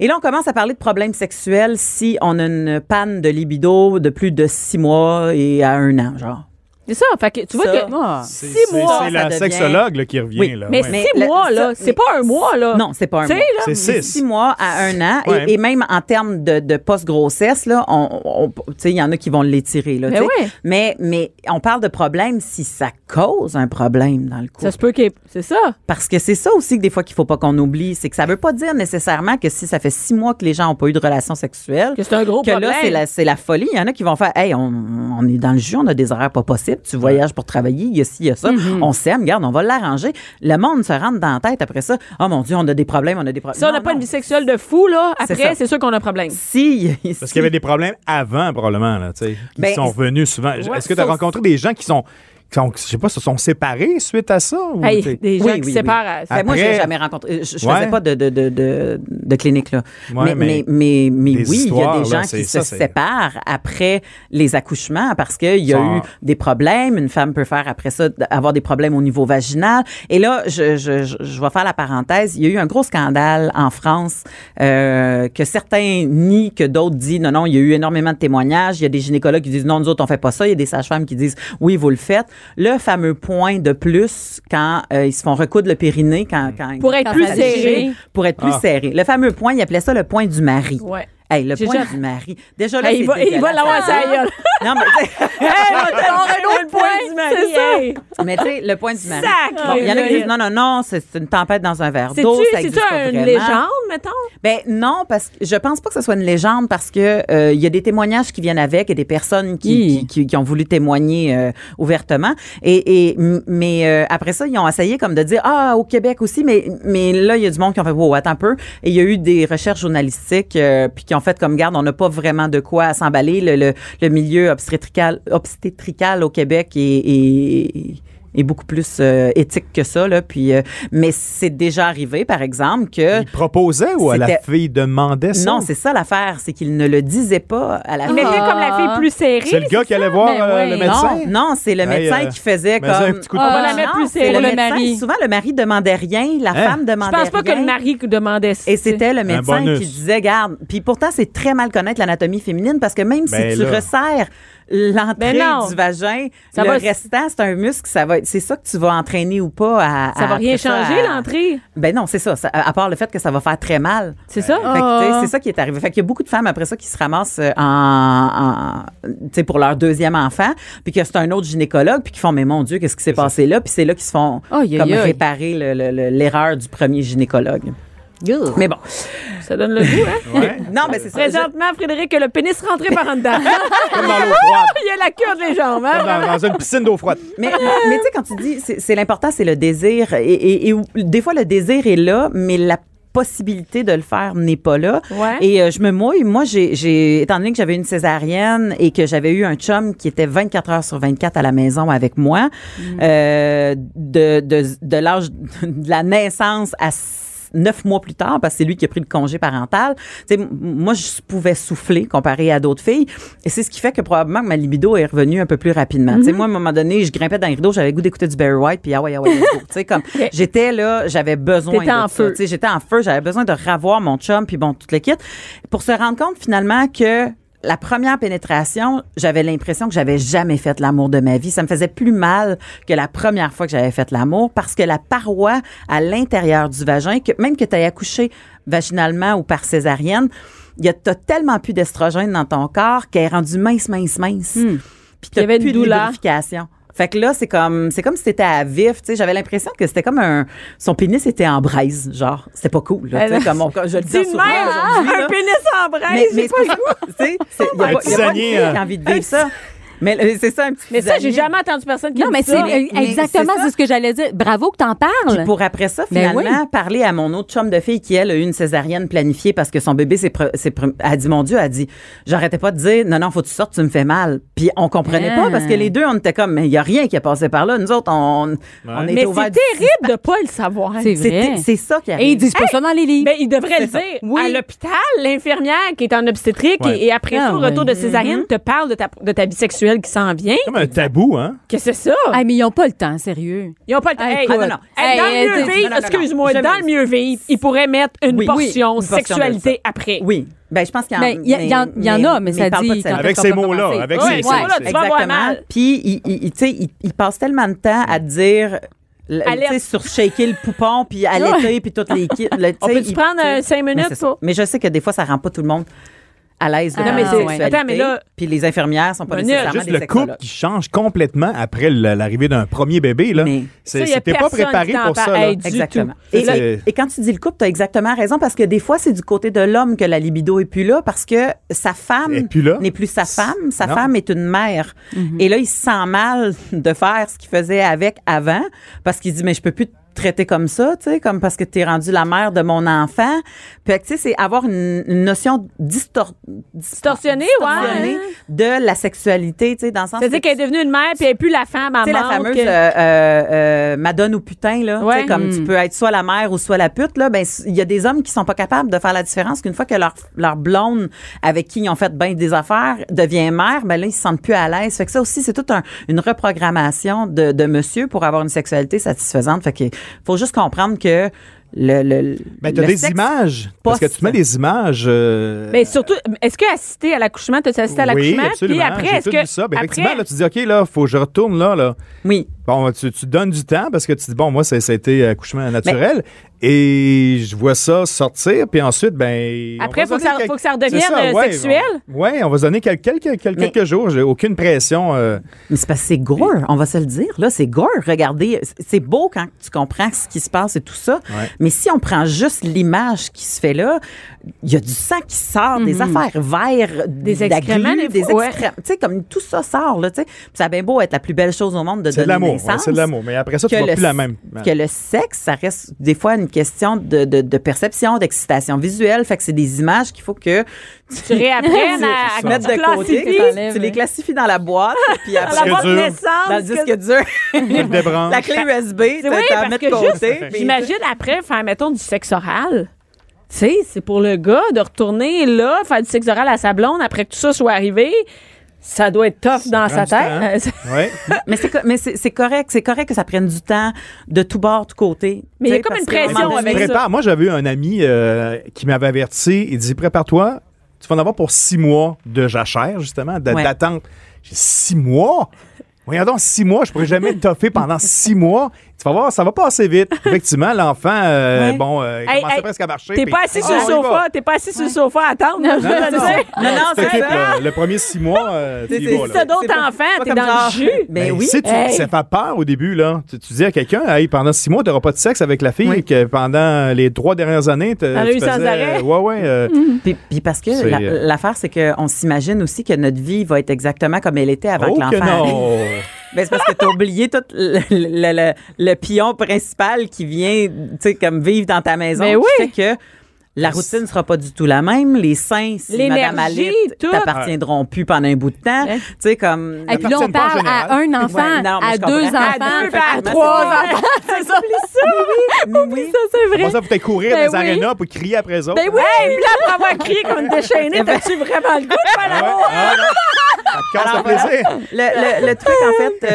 [SPEAKER 4] Et là, on commence à parler de problèmes sexuels si on a une panne de libido de plus de six mois et à un an, genre.
[SPEAKER 7] C'est ça, fait que tu vois
[SPEAKER 4] Ça.
[SPEAKER 7] que
[SPEAKER 5] Ah.
[SPEAKER 6] C'est
[SPEAKER 7] Six
[SPEAKER 6] c'est-
[SPEAKER 7] mois,
[SPEAKER 6] c'est
[SPEAKER 4] ça
[SPEAKER 6] la
[SPEAKER 4] devient-
[SPEAKER 6] sexologue là, qui revient.
[SPEAKER 4] Oui,
[SPEAKER 6] là.
[SPEAKER 7] Mais
[SPEAKER 6] Ouais.
[SPEAKER 7] six
[SPEAKER 4] le-
[SPEAKER 7] mois,
[SPEAKER 4] ça,
[SPEAKER 7] là, c'est
[SPEAKER 4] mais-
[SPEAKER 7] pas un mois, là.
[SPEAKER 4] Non, c'est pas un
[SPEAKER 7] Tu sais,
[SPEAKER 4] mois.
[SPEAKER 7] là,
[SPEAKER 6] C'est
[SPEAKER 4] Mais
[SPEAKER 6] six.
[SPEAKER 4] Six mois à un an. Et-
[SPEAKER 6] Ouais.
[SPEAKER 4] Et, même en termes de, de post-grossesse, là, on, on- tu sais, il y en a qui vont l'étirer. là,
[SPEAKER 7] Mais
[SPEAKER 4] tu sais.
[SPEAKER 7] Ben ouais.
[SPEAKER 4] mais, mais on parle de problème si ça cause un problème dans le couple.
[SPEAKER 7] ça se peut qu'il. C'est ça.
[SPEAKER 4] Parce que c'est ça aussi que des fois qu'il faut pas qu'on oublie, c'est que ça veut pas dire nécessairement que si ça fait six mois que les gens ont pas eu de relation sexuelle,
[SPEAKER 7] Que c'est un gros
[SPEAKER 4] que
[SPEAKER 7] problème.
[SPEAKER 4] là c'est la, c'est la folie. Il y en a qui vont faire, hey, on, on est dans le jus, on a des horaires pas possibles, tu voyages pour travailler, il y a ci, il y a ça,
[SPEAKER 7] Mm-hmm.
[SPEAKER 4] on s'aime, regarde, on va l'arranger. Le monde se rentre dans la tête après ça. Oh mon Dieu, on a des problèmes, on a des problèmes.
[SPEAKER 7] Si on n'a pas une vie sexuelle de fou, là,
[SPEAKER 4] C'est
[SPEAKER 7] après,
[SPEAKER 4] ça.
[SPEAKER 7] c'est sûr qu'on a un problème.
[SPEAKER 5] Mm.
[SPEAKER 4] Si,
[SPEAKER 6] Parce qu'il y avait des problèmes avant, probablement, là, tu sais, qui
[SPEAKER 4] Ben,
[SPEAKER 6] sont revenus souvent. Est-ce que tu as
[SPEAKER 4] sauf-
[SPEAKER 6] rencontré des gens qui sont, qui sont, je sais pas, se sont séparés suite à ça? Ou,
[SPEAKER 7] Hey,
[SPEAKER 6] tu sais,
[SPEAKER 7] des gens
[SPEAKER 4] Oui,
[SPEAKER 7] qui
[SPEAKER 4] oui,
[SPEAKER 7] se
[SPEAKER 4] oui.
[SPEAKER 7] séparent. à-
[SPEAKER 4] Ben, moi, je l'ai
[SPEAKER 6] Après-
[SPEAKER 4] jamais rencontré. Je, je
[SPEAKER 6] Ouais.
[SPEAKER 4] faisais pas de, de, de, de, de clinique, là.
[SPEAKER 6] Ouais,
[SPEAKER 4] mais,
[SPEAKER 6] mais
[SPEAKER 4] mais, mais, mais
[SPEAKER 6] des
[SPEAKER 4] oui, il y a
[SPEAKER 6] histoires,
[SPEAKER 4] des gens
[SPEAKER 6] là, c'est-
[SPEAKER 4] qui
[SPEAKER 6] ça,
[SPEAKER 4] se
[SPEAKER 6] c'est-
[SPEAKER 4] séparent après les accouchements parce qu'il y a
[SPEAKER 6] Sans-
[SPEAKER 4] eu des problèmes. Une femme peut faire après ça, d- avoir des problèmes au niveau vaginal. Et là, je, je, je, je vais faire la parenthèse. Il y a eu un gros scandale en France euh, que certains nient, que d'autres disent non, non, il y a eu énormément de témoignages. Il y a des gynécologues qui disent non, nous autres, on fait pas ça. Il y a des sages-femmes qui disent oui, vous le faites. Le fameux point de plus quand euh, ils se font recoudre le périnée, quand, quand
[SPEAKER 7] Pour être
[SPEAKER 4] quand
[SPEAKER 7] plus
[SPEAKER 4] ça déchire,
[SPEAKER 7] serré.
[SPEAKER 4] Pour être plus
[SPEAKER 6] Ah.
[SPEAKER 4] serré. Le fameux point, ils appelaient ça le point du mari.
[SPEAKER 7] Ouais.
[SPEAKER 4] Hey, le
[SPEAKER 7] Oh. J'ai
[SPEAKER 4] point
[SPEAKER 7] déjà-
[SPEAKER 4] du mari. Déjà là,
[SPEAKER 7] Hey,
[SPEAKER 4] c'est
[SPEAKER 7] il va, il va
[SPEAKER 4] dégueulasse.
[SPEAKER 7] l'avoir à sa gueule.
[SPEAKER 4] Non, mais tu sais-
[SPEAKER 7] hey, on va un autre point du mari.
[SPEAKER 5] c'est ça.
[SPEAKER 7] hey.
[SPEAKER 4] mais tu sais, le point du mari.
[SPEAKER 7] Sacré
[SPEAKER 4] Bon, Il y en a qui
[SPEAKER 7] Noël.
[SPEAKER 4] disent non, non, non, c'est c'est une tempête dans un verre d'eau. ça
[SPEAKER 7] C'est-tu
[SPEAKER 4] existe pas
[SPEAKER 7] c'est-tu une
[SPEAKER 4] vraiment.
[SPEAKER 7] légende, mettons?
[SPEAKER 4] Ben non, parce que je pense pas que ce soit une légende parce que euh, il y a des témoignages qui viennent avec et des personnes qui, qui, qui- qui ont voulu témoigner euh, ouvertement. Et, et m- mais euh, après ça, ils ont essayé comme de dire ah au Québec aussi, mais mais là il y a du monde qui ont fait wow attends un peu. Et il y a eu des recherches journalistiques euh, puis qui ont fait comme garde on n'a pas vraiment de quoi s'emballer. Le, le, le milieu obstétrical obstétrical au Québec et est beaucoup plus euh, éthique que ça là puis euh, mais c'est déjà arrivé par exemple que
[SPEAKER 6] Ils proposaient ou la
[SPEAKER 4] C'était-
[SPEAKER 6] fille demandait ça?
[SPEAKER 4] non, c'est ça l'affaire, c'est qu'il ne le disait pas à la
[SPEAKER 7] Il mettait
[SPEAKER 5] Ah.
[SPEAKER 7] comme la fille plus serrée.
[SPEAKER 6] C'est le gars qui allait voir
[SPEAKER 5] Ben
[SPEAKER 6] euh,
[SPEAKER 5] oui.
[SPEAKER 6] le médecin?
[SPEAKER 4] Non, non, c'est le
[SPEAKER 6] Hey,
[SPEAKER 4] médecin
[SPEAKER 6] euh,
[SPEAKER 4] qui faisait
[SPEAKER 6] mais ça, un
[SPEAKER 4] comme.
[SPEAKER 6] petit coup de
[SPEAKER 5] Ah,
[SPEAKER 7] On va
[SPEAKER 5] poing.
[SPEAKER 7] la mettre
[SPEAKER 4] Non,
[SPEAKER 7] plus
[SPEAKER 4] c'est le
[SPEAKER 7] serrée.
[SPEAKER 5] le
[SPEAKER 4] médecin.
[SPEAKER 5] mari.
[SPEAKER 4] Souvent, le mari demandait rien, la
[SPEAKER 6] Hein?
[SPEAKER 4] femme
[SPEAKER 7] Je
[SPEAKER 4] demandait rien.
[SPEAKER 7] pense pas que le mari demandait ça.
[SPEAKER 4] Et c'était le médecin
[SPEAKER 6] bonus.
[SPEAKER 4] qui disait, garde. Puis pourtant, c'est très mal connaître l'anatomie féminine parce que même
[SPEAKER 6] Ben
[SPEAKER 4] si tu
[SPEAKER 6] là.
[SPEAKER 4] resserres l'entrée
[SPEAKER 7] Ben non.
[SPEAKER 4] du vagin.
[SPEAKER 7] Ça
[SPEAKER 4] le
[SPEAKER 7] va-
[SPEAKER 4] restant, c'est un muscle, ça va être, c'est ça que tu vas entraîner ou pas à.
[SPEAKER 7] Ah, Ça
[SPEAKER 4] à-
[SPEAKER 7] va rien
[SPEAKER 4] après ça,
[SPEAKER 7] changer,
[SPEAKER 4] à-
[SPEAKER 7] l'entrée.
[SPEAKER 4] Ben non, c'est ça, ça- À part le fait que ça va faire très mal.
[SPEAKER 7] C'est ça?
[SPEAKER 4] Fait que, tu sais, c'est ça qui est arrivé. Fait qu'il y a beaucoup de femmes après ça qui se ramassent euh, en, en- tu sais, pour leur deuxième enfant, puis que c'est un autre gynécologue, puis qui font mais mon Dieu qu'est-ce qui s'est passé là, puis c'est là qu'ils se font
[SPEAKER 5] Aïe, aïe,
[SPEAKER 4] comme
[SPEAKER 5] aïe.
[SPEAKER 4] réparer le- le- le- l'erreur du premier gynécologue. Mais bon,
[SPEAKER 7] Ça donne le goût, hein?
[SPEAKER 6] Ouais.
[SPEAKER 4] non mais c'est ça. Je-
[SPEAKER 7] Présentement, Frédéric, a le pénis rentré par en dedans.
[SPEAKER 6] Comme dans l'eau froide.
[SPEAKER 7] Il a la cure des jambes, hein?
[SPEAKER 6] Comme dans, dans une piscine d'eau froide.
[SPEAKER 4] Mais, mais tu sais quand tu dis c'est c'est l'important c'est le désir et, et- et où- des fois le désir est là, mais la possibilité de le faire n'est pas là.
[SPEAKER 7] Ouais.
[SPEAKER 4] Et euh, je me mouille. Moi, j'ai, j'ai- étant donné que j'avais une césarienne et que j'avais eu un chum qui était 24 heures sur 24 à la maison avec moi, euh, de, de, de l'âge de la naissance à s- neuf mois plus tard, parce que c'est lui qui a pris le congé parental. Tu sais, m- moi, je pouvais souffler comparé à d'autres filles. Et c'est ce qui fait que probablement que ma libido est revenue un peu plus rapidement. Tu sais,
[SPEAKER 7] Mhm.
[SPEAKER 4] moi, à un moment donné, je grimpais dans les rideaux, j'avais le goût d'écouter du Barry White, puis ah ouais, ah ouais, let's go. Tu sais, comme, j'étais là, j'avais besoin
[SPEAKER 7] T'étais
[SPEAKER 4] de
[SPEAKER 7] en
[SPEAKER 4] ça.
[SPEAKER 7] feu.
[SPEAKER 4] Tu sais, sais, j'étais en feu, j'avais besoin de revoir mon chum, puis bon, toute l'équipe, pour se rendre compte finalement que la première pénétration, j'avais l'impression que j'avais jamais fait l'amour de ma vie. Ça me faisait plus mal que la première fois que j'avais fait l'amour parce que la paroi à l'intérieur du vagin, que même que tu aies accouché vaginalement ou par césarienne, il y a t'as tellement plus d'estrogène dans ton corps qu'elle est rendue mince, mince, mince. Puis
[SPEAKER 7] Hmm. Il y
[SPEAKER 4] t'as
[SPEAKER 7] avait une
[SPEAKER 4] plus de
[SPEAKER 7] douleur.
[SPEAKER 4] lubrification. Fait que là, c'est comme, c'est comme si t'étais à vif, tu sais. J'avais l'impression que c'était comme un, son pénis était en braise, genre. C'était pas cool, là, tu sais,
[SPEAKER 7] Elle-
[SPEAKER 4] comme on- je le dis
[SPEAKER 7] Dis
[SPEAKER 4] en
[SPEAKER 7] de
[SPEAKER 4] souriant
[SPEAKER 7] même, hein?
[SPEAKER 4] aujourd'hui,
[SPEAKER 7] un
[SPEAKER 4] là.
[SPEAKER 7] pénis en braise,
[SPEAKER 4] Mais, mais
[SPEAKER 7] j'ai
[SPEAKER 4] c'est
[SPEAKER 7] pas le goût.
[SPEAKER 4] pas, tu sais, c'est- il y a pas,
[SPEAKER 6] Un
[SPEAKER 4] il y a pas une
[SPEAKER 6] tisanier,
[SPEAKER 4] fille qui
[SPEAKER 6] hein.
[SPEAKER 4] a envie de vivre ça. Mais euh, c'est ça, un petit
[SPEAKER 7] Mais ça, j'ai
[SPEAKER 4] tisanier.
[SPEAKER 7] jamais entendu personne qui
[SPEAKER 5] Non,
[SPEAKER 7] me
[SPEAKER 5] mais
[SPEAKER 7] dise
[SPEAKER 5] c'est
[SPEAKER 7] ça.
[SPEAKER 5] euh,
[SPEAKER 4] mais
[SPEAKER 5] exactement
[SPEAKER 4] c'est ça.
[SPEAKER 5] c'est ce que j'allais dire. Bravo que t'en
[SPEAKER 4] Puis
[SPEAKER 5] parles.
[SPEAKER 4] pour après ça,
[SPEAKER 5] Ben
[SPEAKER 4] finalement,
[SPEAKER 5] oui.
[SPEAKER 4] parler à mon autre chum de fille qui, elle, a eu une césarienne planifiée parce que son bébé s'est. pre- s'est pre- a dit, mon Dieu, a dit, j'arrêtais pas de dire, non, non, faut que tu sortes, tu me fais mal. Puis on comprenait
[SPEAKER 5] Ah.
[SPEAKER 4] pas parce que les deux, on était comme, mais il y a rien qui a passé par là. Nous autres, on, on
[SPEAKER 7] Mais
[SPEAKER 4] était ouverts
[SPEAKER 7] c'est
[SPEAKER 4] du-
[SPEAKER 7] terrible de pas le savoir.
[SPEAKER 5] C'est vrai.
[SPEAKER 4] C'était- C'est ça qui
[SPEAKER 5] Et ils
[SPEAKER 4] arrive.
[SPEAKER 5] disent pas ça dans les livres.
[SPEAKER 7] Mais il devrait le dire.
[SPEAKER 5] Oui.
[SPEAKER 7] À l'hôpital, l'infirmière qui est en obstétrique
[SPEAKER 6] Ouais.
[SPEAKER 7] et, et après
[SPEAKER 5] Ah
[SPEAKER 7] ça, au retour de césarienne,
[SPEAKER 4] Mm-hmm.
[SPEAKER 7] te parle de ta, de ta vie sexuelle qui s'en vient.
[SPEAKER 6] Comme un tabou, hein?
[SPEAKER 7] Que c'est ça?
[SPEAKER 5] Ah, mais ils n'ont pas le temps, sérieux.
[SPEAKER 7] Ils n'ont pas le temps.
[SPEAKER 5] Hey,
[SPEAKER 7] Hey,
[SPEAKER 5] écoute.
[SPEAKER 7] ah, non, non. Hey,
[SPEAKER 5] Hey,
[SPEAKER 7] dans
[SPEAKER 5] hey,
[SPEAKER 7] le mieux vivre,
[SPEAKER 5] dis-
[SPEAKER 4] euh, non, non, non,
[SPEAKER 7] excuse-moi,
[SPEAKER 4] jamais.
[SPEAKER 7] dans le mieux vivre, ils pourraient mettre une
[SPEAKER 4] Oui.
[SPEAKER 7] portion
[SPEAKER 4] Oui, une portion de
[SPEAKER 7] sexualité après.
[SPEAKER 4] Oui. Ben, je pense qu'il y en
[SPEAKER 5] Ben, il y a- il y en- il y en a, mais ça
[SPEAKER 4] parle
[SPEAKER 5] dit
[SPEAKER 4] pas de
[SPEAKER 5] quand-
[SPEAKER 6] Avec
[SPEAKER 5] qu'on
[SPEAKER 6] ces
[SPEAKER 5] peut
[SPEAKER 6] mots-là.
[SPEAKER 5] commencer.
[SPEAKER 6] Avec
[SPEAKER 7] Ouais, ces
[SPEAKER 6] ces
[SPEAKER 7] mots-là, tu vas avoir
[SPEAKER 4] Exactement.
[SPEAKER 7] mal.
[SPEAKER 4] Puis, il, il, il- tu sais, il- il passe tellement de temps à dire, le-
[SPEAKER 7] Alerte.
[SPEAKER 4] tu sais, sur shaker le poupon, puis allaiter, puis toutes les kits. le- tu
[SPEAKER 7] On
[SPEAKER 4] sais,
[SPEAKER 7] peut-tu
[SPEAKER 4] il-
[SPEAKER 7] prendre,
[SPEAKER 4] tu sais,
[SPEAKER 7] euh, cinq
[SPEAKER 4] mais
[SPEAKER 7] minutes
[SPEAKER 4] c'est ça.
[SPEAKER 7] pour-
[SPEAKER 4] Mais je sais que des fois, ça rend pas tout le monde à l'aise de
[SPEAKER 5] Ah,
[SPEAKER 4] la
[SPEAKER 5] mais c'est-
[SPEAKER 4] sexualité.
[SPEAKER 7] attends, mais là- Ben,
[SPEAKER 4] Puis les infirmières sont pas
[SPEAKER 7] Minute.
[SPEAKER 4] nécessairement
[SPEAKER 6] Juste
[SPEAKER 4] des
[SPEAKER 6] le
[SPEAKER 4] sexologues.
[SPEAKER 6] couple qui change complètement après le- l'arrivée d'un premier bébé, là.
[SPEAKER 4] Mais-
[SPEAKER 6] C'est-
[SPEAKER 7] Ça, y a
[SPEAKER 6] C'était pas
[SPEAKER 7] personne
[SPEAKER 6] préparé
[SPEAKER 7] qui t'en
[SPEAKER 6] pour ça,
[SPEAKER 7] parle.
[SPEAKER 6] là.
[SPEAKER 7] Hey, du
[SPEAKER 4] Exactement.
[SPEAKER 6] tout.
[SPEAKER 4] Et,
[SPEAKER 6] Ça,
[SPEAKER 4] là-
[SPEAKER 6] c'est-
[SPEAKER 4] et quand tu dis le couple, tu as exactement raison parce que des fois, c'est du côté de l'homme que la libido est plus là parce que sa
[SPEAKER 6] Et
[SPEAKER 4] femme
[SPEAKER 6] puis là?
[SPEAKER 4] n'est plus sa femme. Sa
[SPEAKER 6] Non.
[SPEAKER 4] femme est une mère.
[SPEAKER 7] Mm-hmm.
[SPEAKER 4] Et là, il se sent mal de faire ce qu'il faisait avec avant parce qu'il dit, mais je peux plus te traiter comme ça, tu sais, comme parce que tu es rendue la mère de mon enfant. Puis, tu sais, c'est avoir une, une notion distor-
[SPEAKER 7] Distorsionnée, ouais.
[SPEAKER 4] distorsionnée de la sexualité, tu sais, dans le sens...
[SPEAKER 7] C'est-à-dire
[SPEAKER 4] que-
[SPEAKER 7] qu'elle est devenue une mère puis elle n'est plus la femme à
[SPEAKER 4] tu sais, la
[SPEAKER 7] mort
[SPEAKER 4] fameuse
[SPEAKER 7] que-
[SPEAKER 4] euh, euh, euh, madone ou putain, là.
[SPEAKER 7] Ouais.
[SPEAKER 4] Tu sais, comme tu
[SPEAKER 6] Hmm.
[SPEAKER 4] peux être soit la mère ou soit la pute, là. Ben, s- il y a des hommes qui sont pas capables de faire la différence qu'une fois que leur, leur blonde avec qui ils ont fait ben des affaires devient mère, ben là, ils se sentent plus à l'aise. Fait que ça aussi, c'est toute un- une reprogrammation de, de monsieur pour avoir une sexualité satisfaisante. Fait que faut juste comprendre que le. le
[SPEAKER 6] Ben, t'as
[SPEAKER 4] le
[SPEAKER 6] des
[SPEAKER 4] sexe- Ben,
[SPEAKER 6] images. Parce que tu mets des images. euh,
[SPEAKER 7] Mais surtout, est-ce qu'elle assisté à l'accouchement? T'as assisté à
[SPEAKER 6] oui,
[SPEAKER 7] l'accouchement?
[SPEAKER 6] absolument.
[SPEAKER 7] Puis après,
[SPEAKER 6] J'ai
[SPEAKER 7] est-ce
[SPEAKER 6] tout
[SPEAKER 7] que.
[SPEAKER 6] vu ça. Ben, effectivement,
[SPEAKER 7] après,
[SPEAKER 6] là, tu dis, OK, là, faut que je retourne là, là.
[SPEAKER 4] Oui.
[SPEAKER 6] Bon, tu, tu donnes du temps parce que tu dis, bon, moi, ça, ça a été accouchement naturel. et je vois ça sortir. Puis ensuite, ben. on
[SPEAKER 7] Après,
[SPEAKER 6] va
[SPEAKER 7] faut que
[SPEAKER 6] donner
[SPEAKER 7] ça-
[SPEAKER 6] quel-
[SPEAKER 7] faut que ça
[SPEAKER 6] c'est
[SPEAKER 7] redevienne, euh,
[SPEAKER 6] ouais,
[SPEAKER 7] sexuel.
[SPEAKER 6] on- ouais, on va se donner quel- quelques, quelques,
[SPEAKER 4] Mais-
[SPEAKER 6] quelques jours. J'ai aucune pression. euh,
[SPEAKER 4] Mais c'est parce que c'est gore, on va se le dire. Là, c'est gore. Regardez, c'est- c'est beau quand tu comprends ce qui se passe et tout ça.
[SPEAKER 6] Ouais.
[SPEAKER 4] Mais si on prend juste l'image qui se fait là, il y a du sang qui sort, des
[SPEAKER 6] Mhm.
[SPEAKER 4] affaires vertes,
[SPEAKER 7] Des
[SPEAKER 4] de la
[SPEAKER 7] excréments, des
[SPEAKER 4] glu, des
[SPEAKER 7] fois, ouais.
[SPEAKER 4] excréments. Tu sais, comme tout ça sort, là, tu sais. Puis ça a bien beau être la plus belle chose au monde de
[SPEAKER 6] c'est de
[SPEAKER 4] donner
[SPEAKER 6] l'amour.
[SPEAKER 4] naissance.
[SPEAKER 6] ouais, c'est de l'amour. Mais après ça, tu vois
[SPEAKER 4] le
[SPEAKER 6] plus la
[SPEAKER 4] s-
[SPEAKER 6] même.
[SPEAKER 4] Que le sexe, ça reste des fois une question de, de, de perception, d'excitation visuelle. Fait que c'est des images qu'il faut que
[SPEAKER 7] tu
[SPEAKER 6] Ah,
[SPEAKER 7] réapprennes à, à
[SPEAKER 4] tu mettes
[SPEAKER 7] tu
[SPEAKER 4] de côté,
[SPEAKER 7] classifies.
[SPEAKER 4] que tu- tu les classifies dans la boîte, puis
[SPEAKER 7] Dans la
[SPEAKER 4] après,
[SPEAKER 7] boîte
[SPEAKER 6] dur.
[SPEAKER 7] naissance.
[SPEAKER 4] dans le
[SPEAKER 7] que-
[SPEAKER 4] disque dur.
[SPEAKER 6] Livre des branches.
[SPEAKER 4] La clé USB, tu
[SPEAKER 7] oui,
[SPEAKER 4] la
[SPEAKER 7] parce
[SPEAKER 4] mets de
[SPEAKER 7] que
[SPEAKER 4] côté. puis-
[SPEAKER 7] J'imagine après faire, mettons, du sexe oral. Tu sais, c'est pour le gars de retourner là, faire du sexe oral à sa blonde après que tout ça soit arrivé. Ça doit être tough dans sa
[SPEAKER 6] prend du
[SPEAKER 7] tête.
[SPEAKER 6] Ouais.
[SPEAKER 4] Mais c'est co- mais c'est c'est correct, c'est correct que ça prenne du temps de tout bord, de côté.
[SPEAKER 7] Mais il y a
[SPEAKER 4] Tu sais,
[SPEAKER 7] comme une
[SPEAKER 4] parce qu'à un
[SPEAKER 7] pression
[SPEAKER 4] moment donné-
[SPEAKER 7] avec ça.
[SPEAKER 6] Prépare. Moi, j'avais eu un ami euh, qui m'avait averti. Il dit Prépare-toi, tu vas en avoir pour six mois de jachère, justement, de-
[SPEAKER 4] Ouais.
[SPEAKER 6] d'attente. J'ai six mois? Voyons donc, six mois, je pourrais jamais toffer pendant six mois. Tu vas voir, ça va pas assez vite. Effectivement, l'enfant, euh,
[SPEAKER 4] Ouais.
[SPEAKER 6] bon, euh, il
[SPEAKER 3] Hey,
[SPEAKER 6] commençait
[SPEAKER 3] hey,
[SPEAKER 6] presque à marcher.
[SPEAKER 3] T'es
[SPEAKER 6] puis-
[SPEAKER 3] pas assis
[SPEAKER 6] Ah,
[SPEAKER 3] sur le
[SPEAKER 6] on y va.
[SPEAKER 3] sofa, t'es pas assis sur le sofa à attendre. je
[SPEAKER 6] Non,
[SPEAKER 3] te le
[SPEAKER 6] non,
[SPEAKER 3] dis.
[SPEAKER 4] Non, non,
[SPEAKER 6] Tu t'occupes,
[SPEAKER 4] c'est ça.
[SPEAKER 6] là. Le premier six mois, euh, tu y vas, là.
[SPEAKER 3] ça d'autres
[SPEAKER 4] C'est pas-
[SPEAKER 3] enfants,
[SPEAKER 4] c'est pas
[SPEAKER 3] t'es
[SPEAKER 4] comme
[SPEAKER 3] dans le
[SPEAKER 4] genre-
[SPEAKER 3] jus.
[SPEAKER 4] Ben
[SPEAKER 6] Ben,
[SPEAKER 4] oui.
[SPEAKER 6] si tu,
[SPEAKER 3] Hey.
[SPEAKER 6] Ça fait peur au début, là. Tu, tu dis à quelqu'un, hey, pendant six mois, tu n'auras pas de sexe avec la fille que pendant les trois dernières années, tu
[SPEAKER 3] a eu
[SPEAKER 6] tu
[SPEAKER 3] sans
[SPEAKER 6] faisais-
[SPEAKER 3] arrêt. Mm.
[SPEAKER 6] Ouais, ouais. euh,
[SPEAKER 4] Puis, puis parce que
[SPEAKER 6] C'est,
[SPEAKER 4] la-
[SPEAKER 6] euh,
[SPEAKER 4] l'affaire, c'est qu'on s'imagine aussi que notre vie va être exactement comme elle était avant
[SPEAKER 6] oh
[SPEAKER 4] que
[SPEAKER 6] que
[SPEAKER 4] l'enfant arrive.
[SPEAKER 6] non!
[SPEAKER 4] Ben, c'est parce que t'as oublié tout le, le- le- le pion principal qui vient, tu sais, comme vivre dans ta maison.
[SPEAKER 3] Mais
[SPEAKER 4] qui
[SPEAKER 3] oui.
[SPEAKER 4] fait que la routine sera pas du tout la même. Les seins, si Madame
[SPEAKER 3] L'énergie,
[SPEAKER 4] Alit,
[SPEAKER 3] tout.
[SPEAKER 4] t'appartiendront plus pendant un bout de temps.
[SPEAKER 3] Ouais.
[SPEAKER 4] Tu sais, comme...
[SPEAKER 5] Et puis là, on
[SPEAKER 6] appartiennent pas en
[SPEAKER 5] parle à un enfant,
[SPEAKER 4] Ouais, non, mais
[SPEAKER 5] à
[SPEAKER 4] je
[SPEAKER 5] deux
[SPEAKER 4] comprends.
[SPEAKER 5] enfants,
[SPEAKER 4] À deux,
[SPEAKER 5] à
[SPEAKER 4] ben,
[SPEAKER 5] trois
[SPEAKER 4] c'est vrai.
[SPEAKER 5] enfants. C'est ça.
[SPEAKER 4] Mais oui.
[SPEAKER 3] Ça, c'est vrai.
[SPEAKER 6] Comment ça, vous t'allez courir
[SPEAKER 3] Ben
[SPEAKER 6] dans les
[SPEAKER 3] oui.
[SPEAKER 6] arénas pour crier après eux autres?
[SPEAKER 3] Ben oui, puis là, après avoir crié comme déchaîné, t'as-tu vraiment le goût de faire
[SPEAKER 6] Ah ouais?
[SPEAKER 3] l'amour?
[SPEAKER 6] Ah non. Ça te casse le plaisir.
[SPEAKER 4] Le, le- le truc, en fait, euh,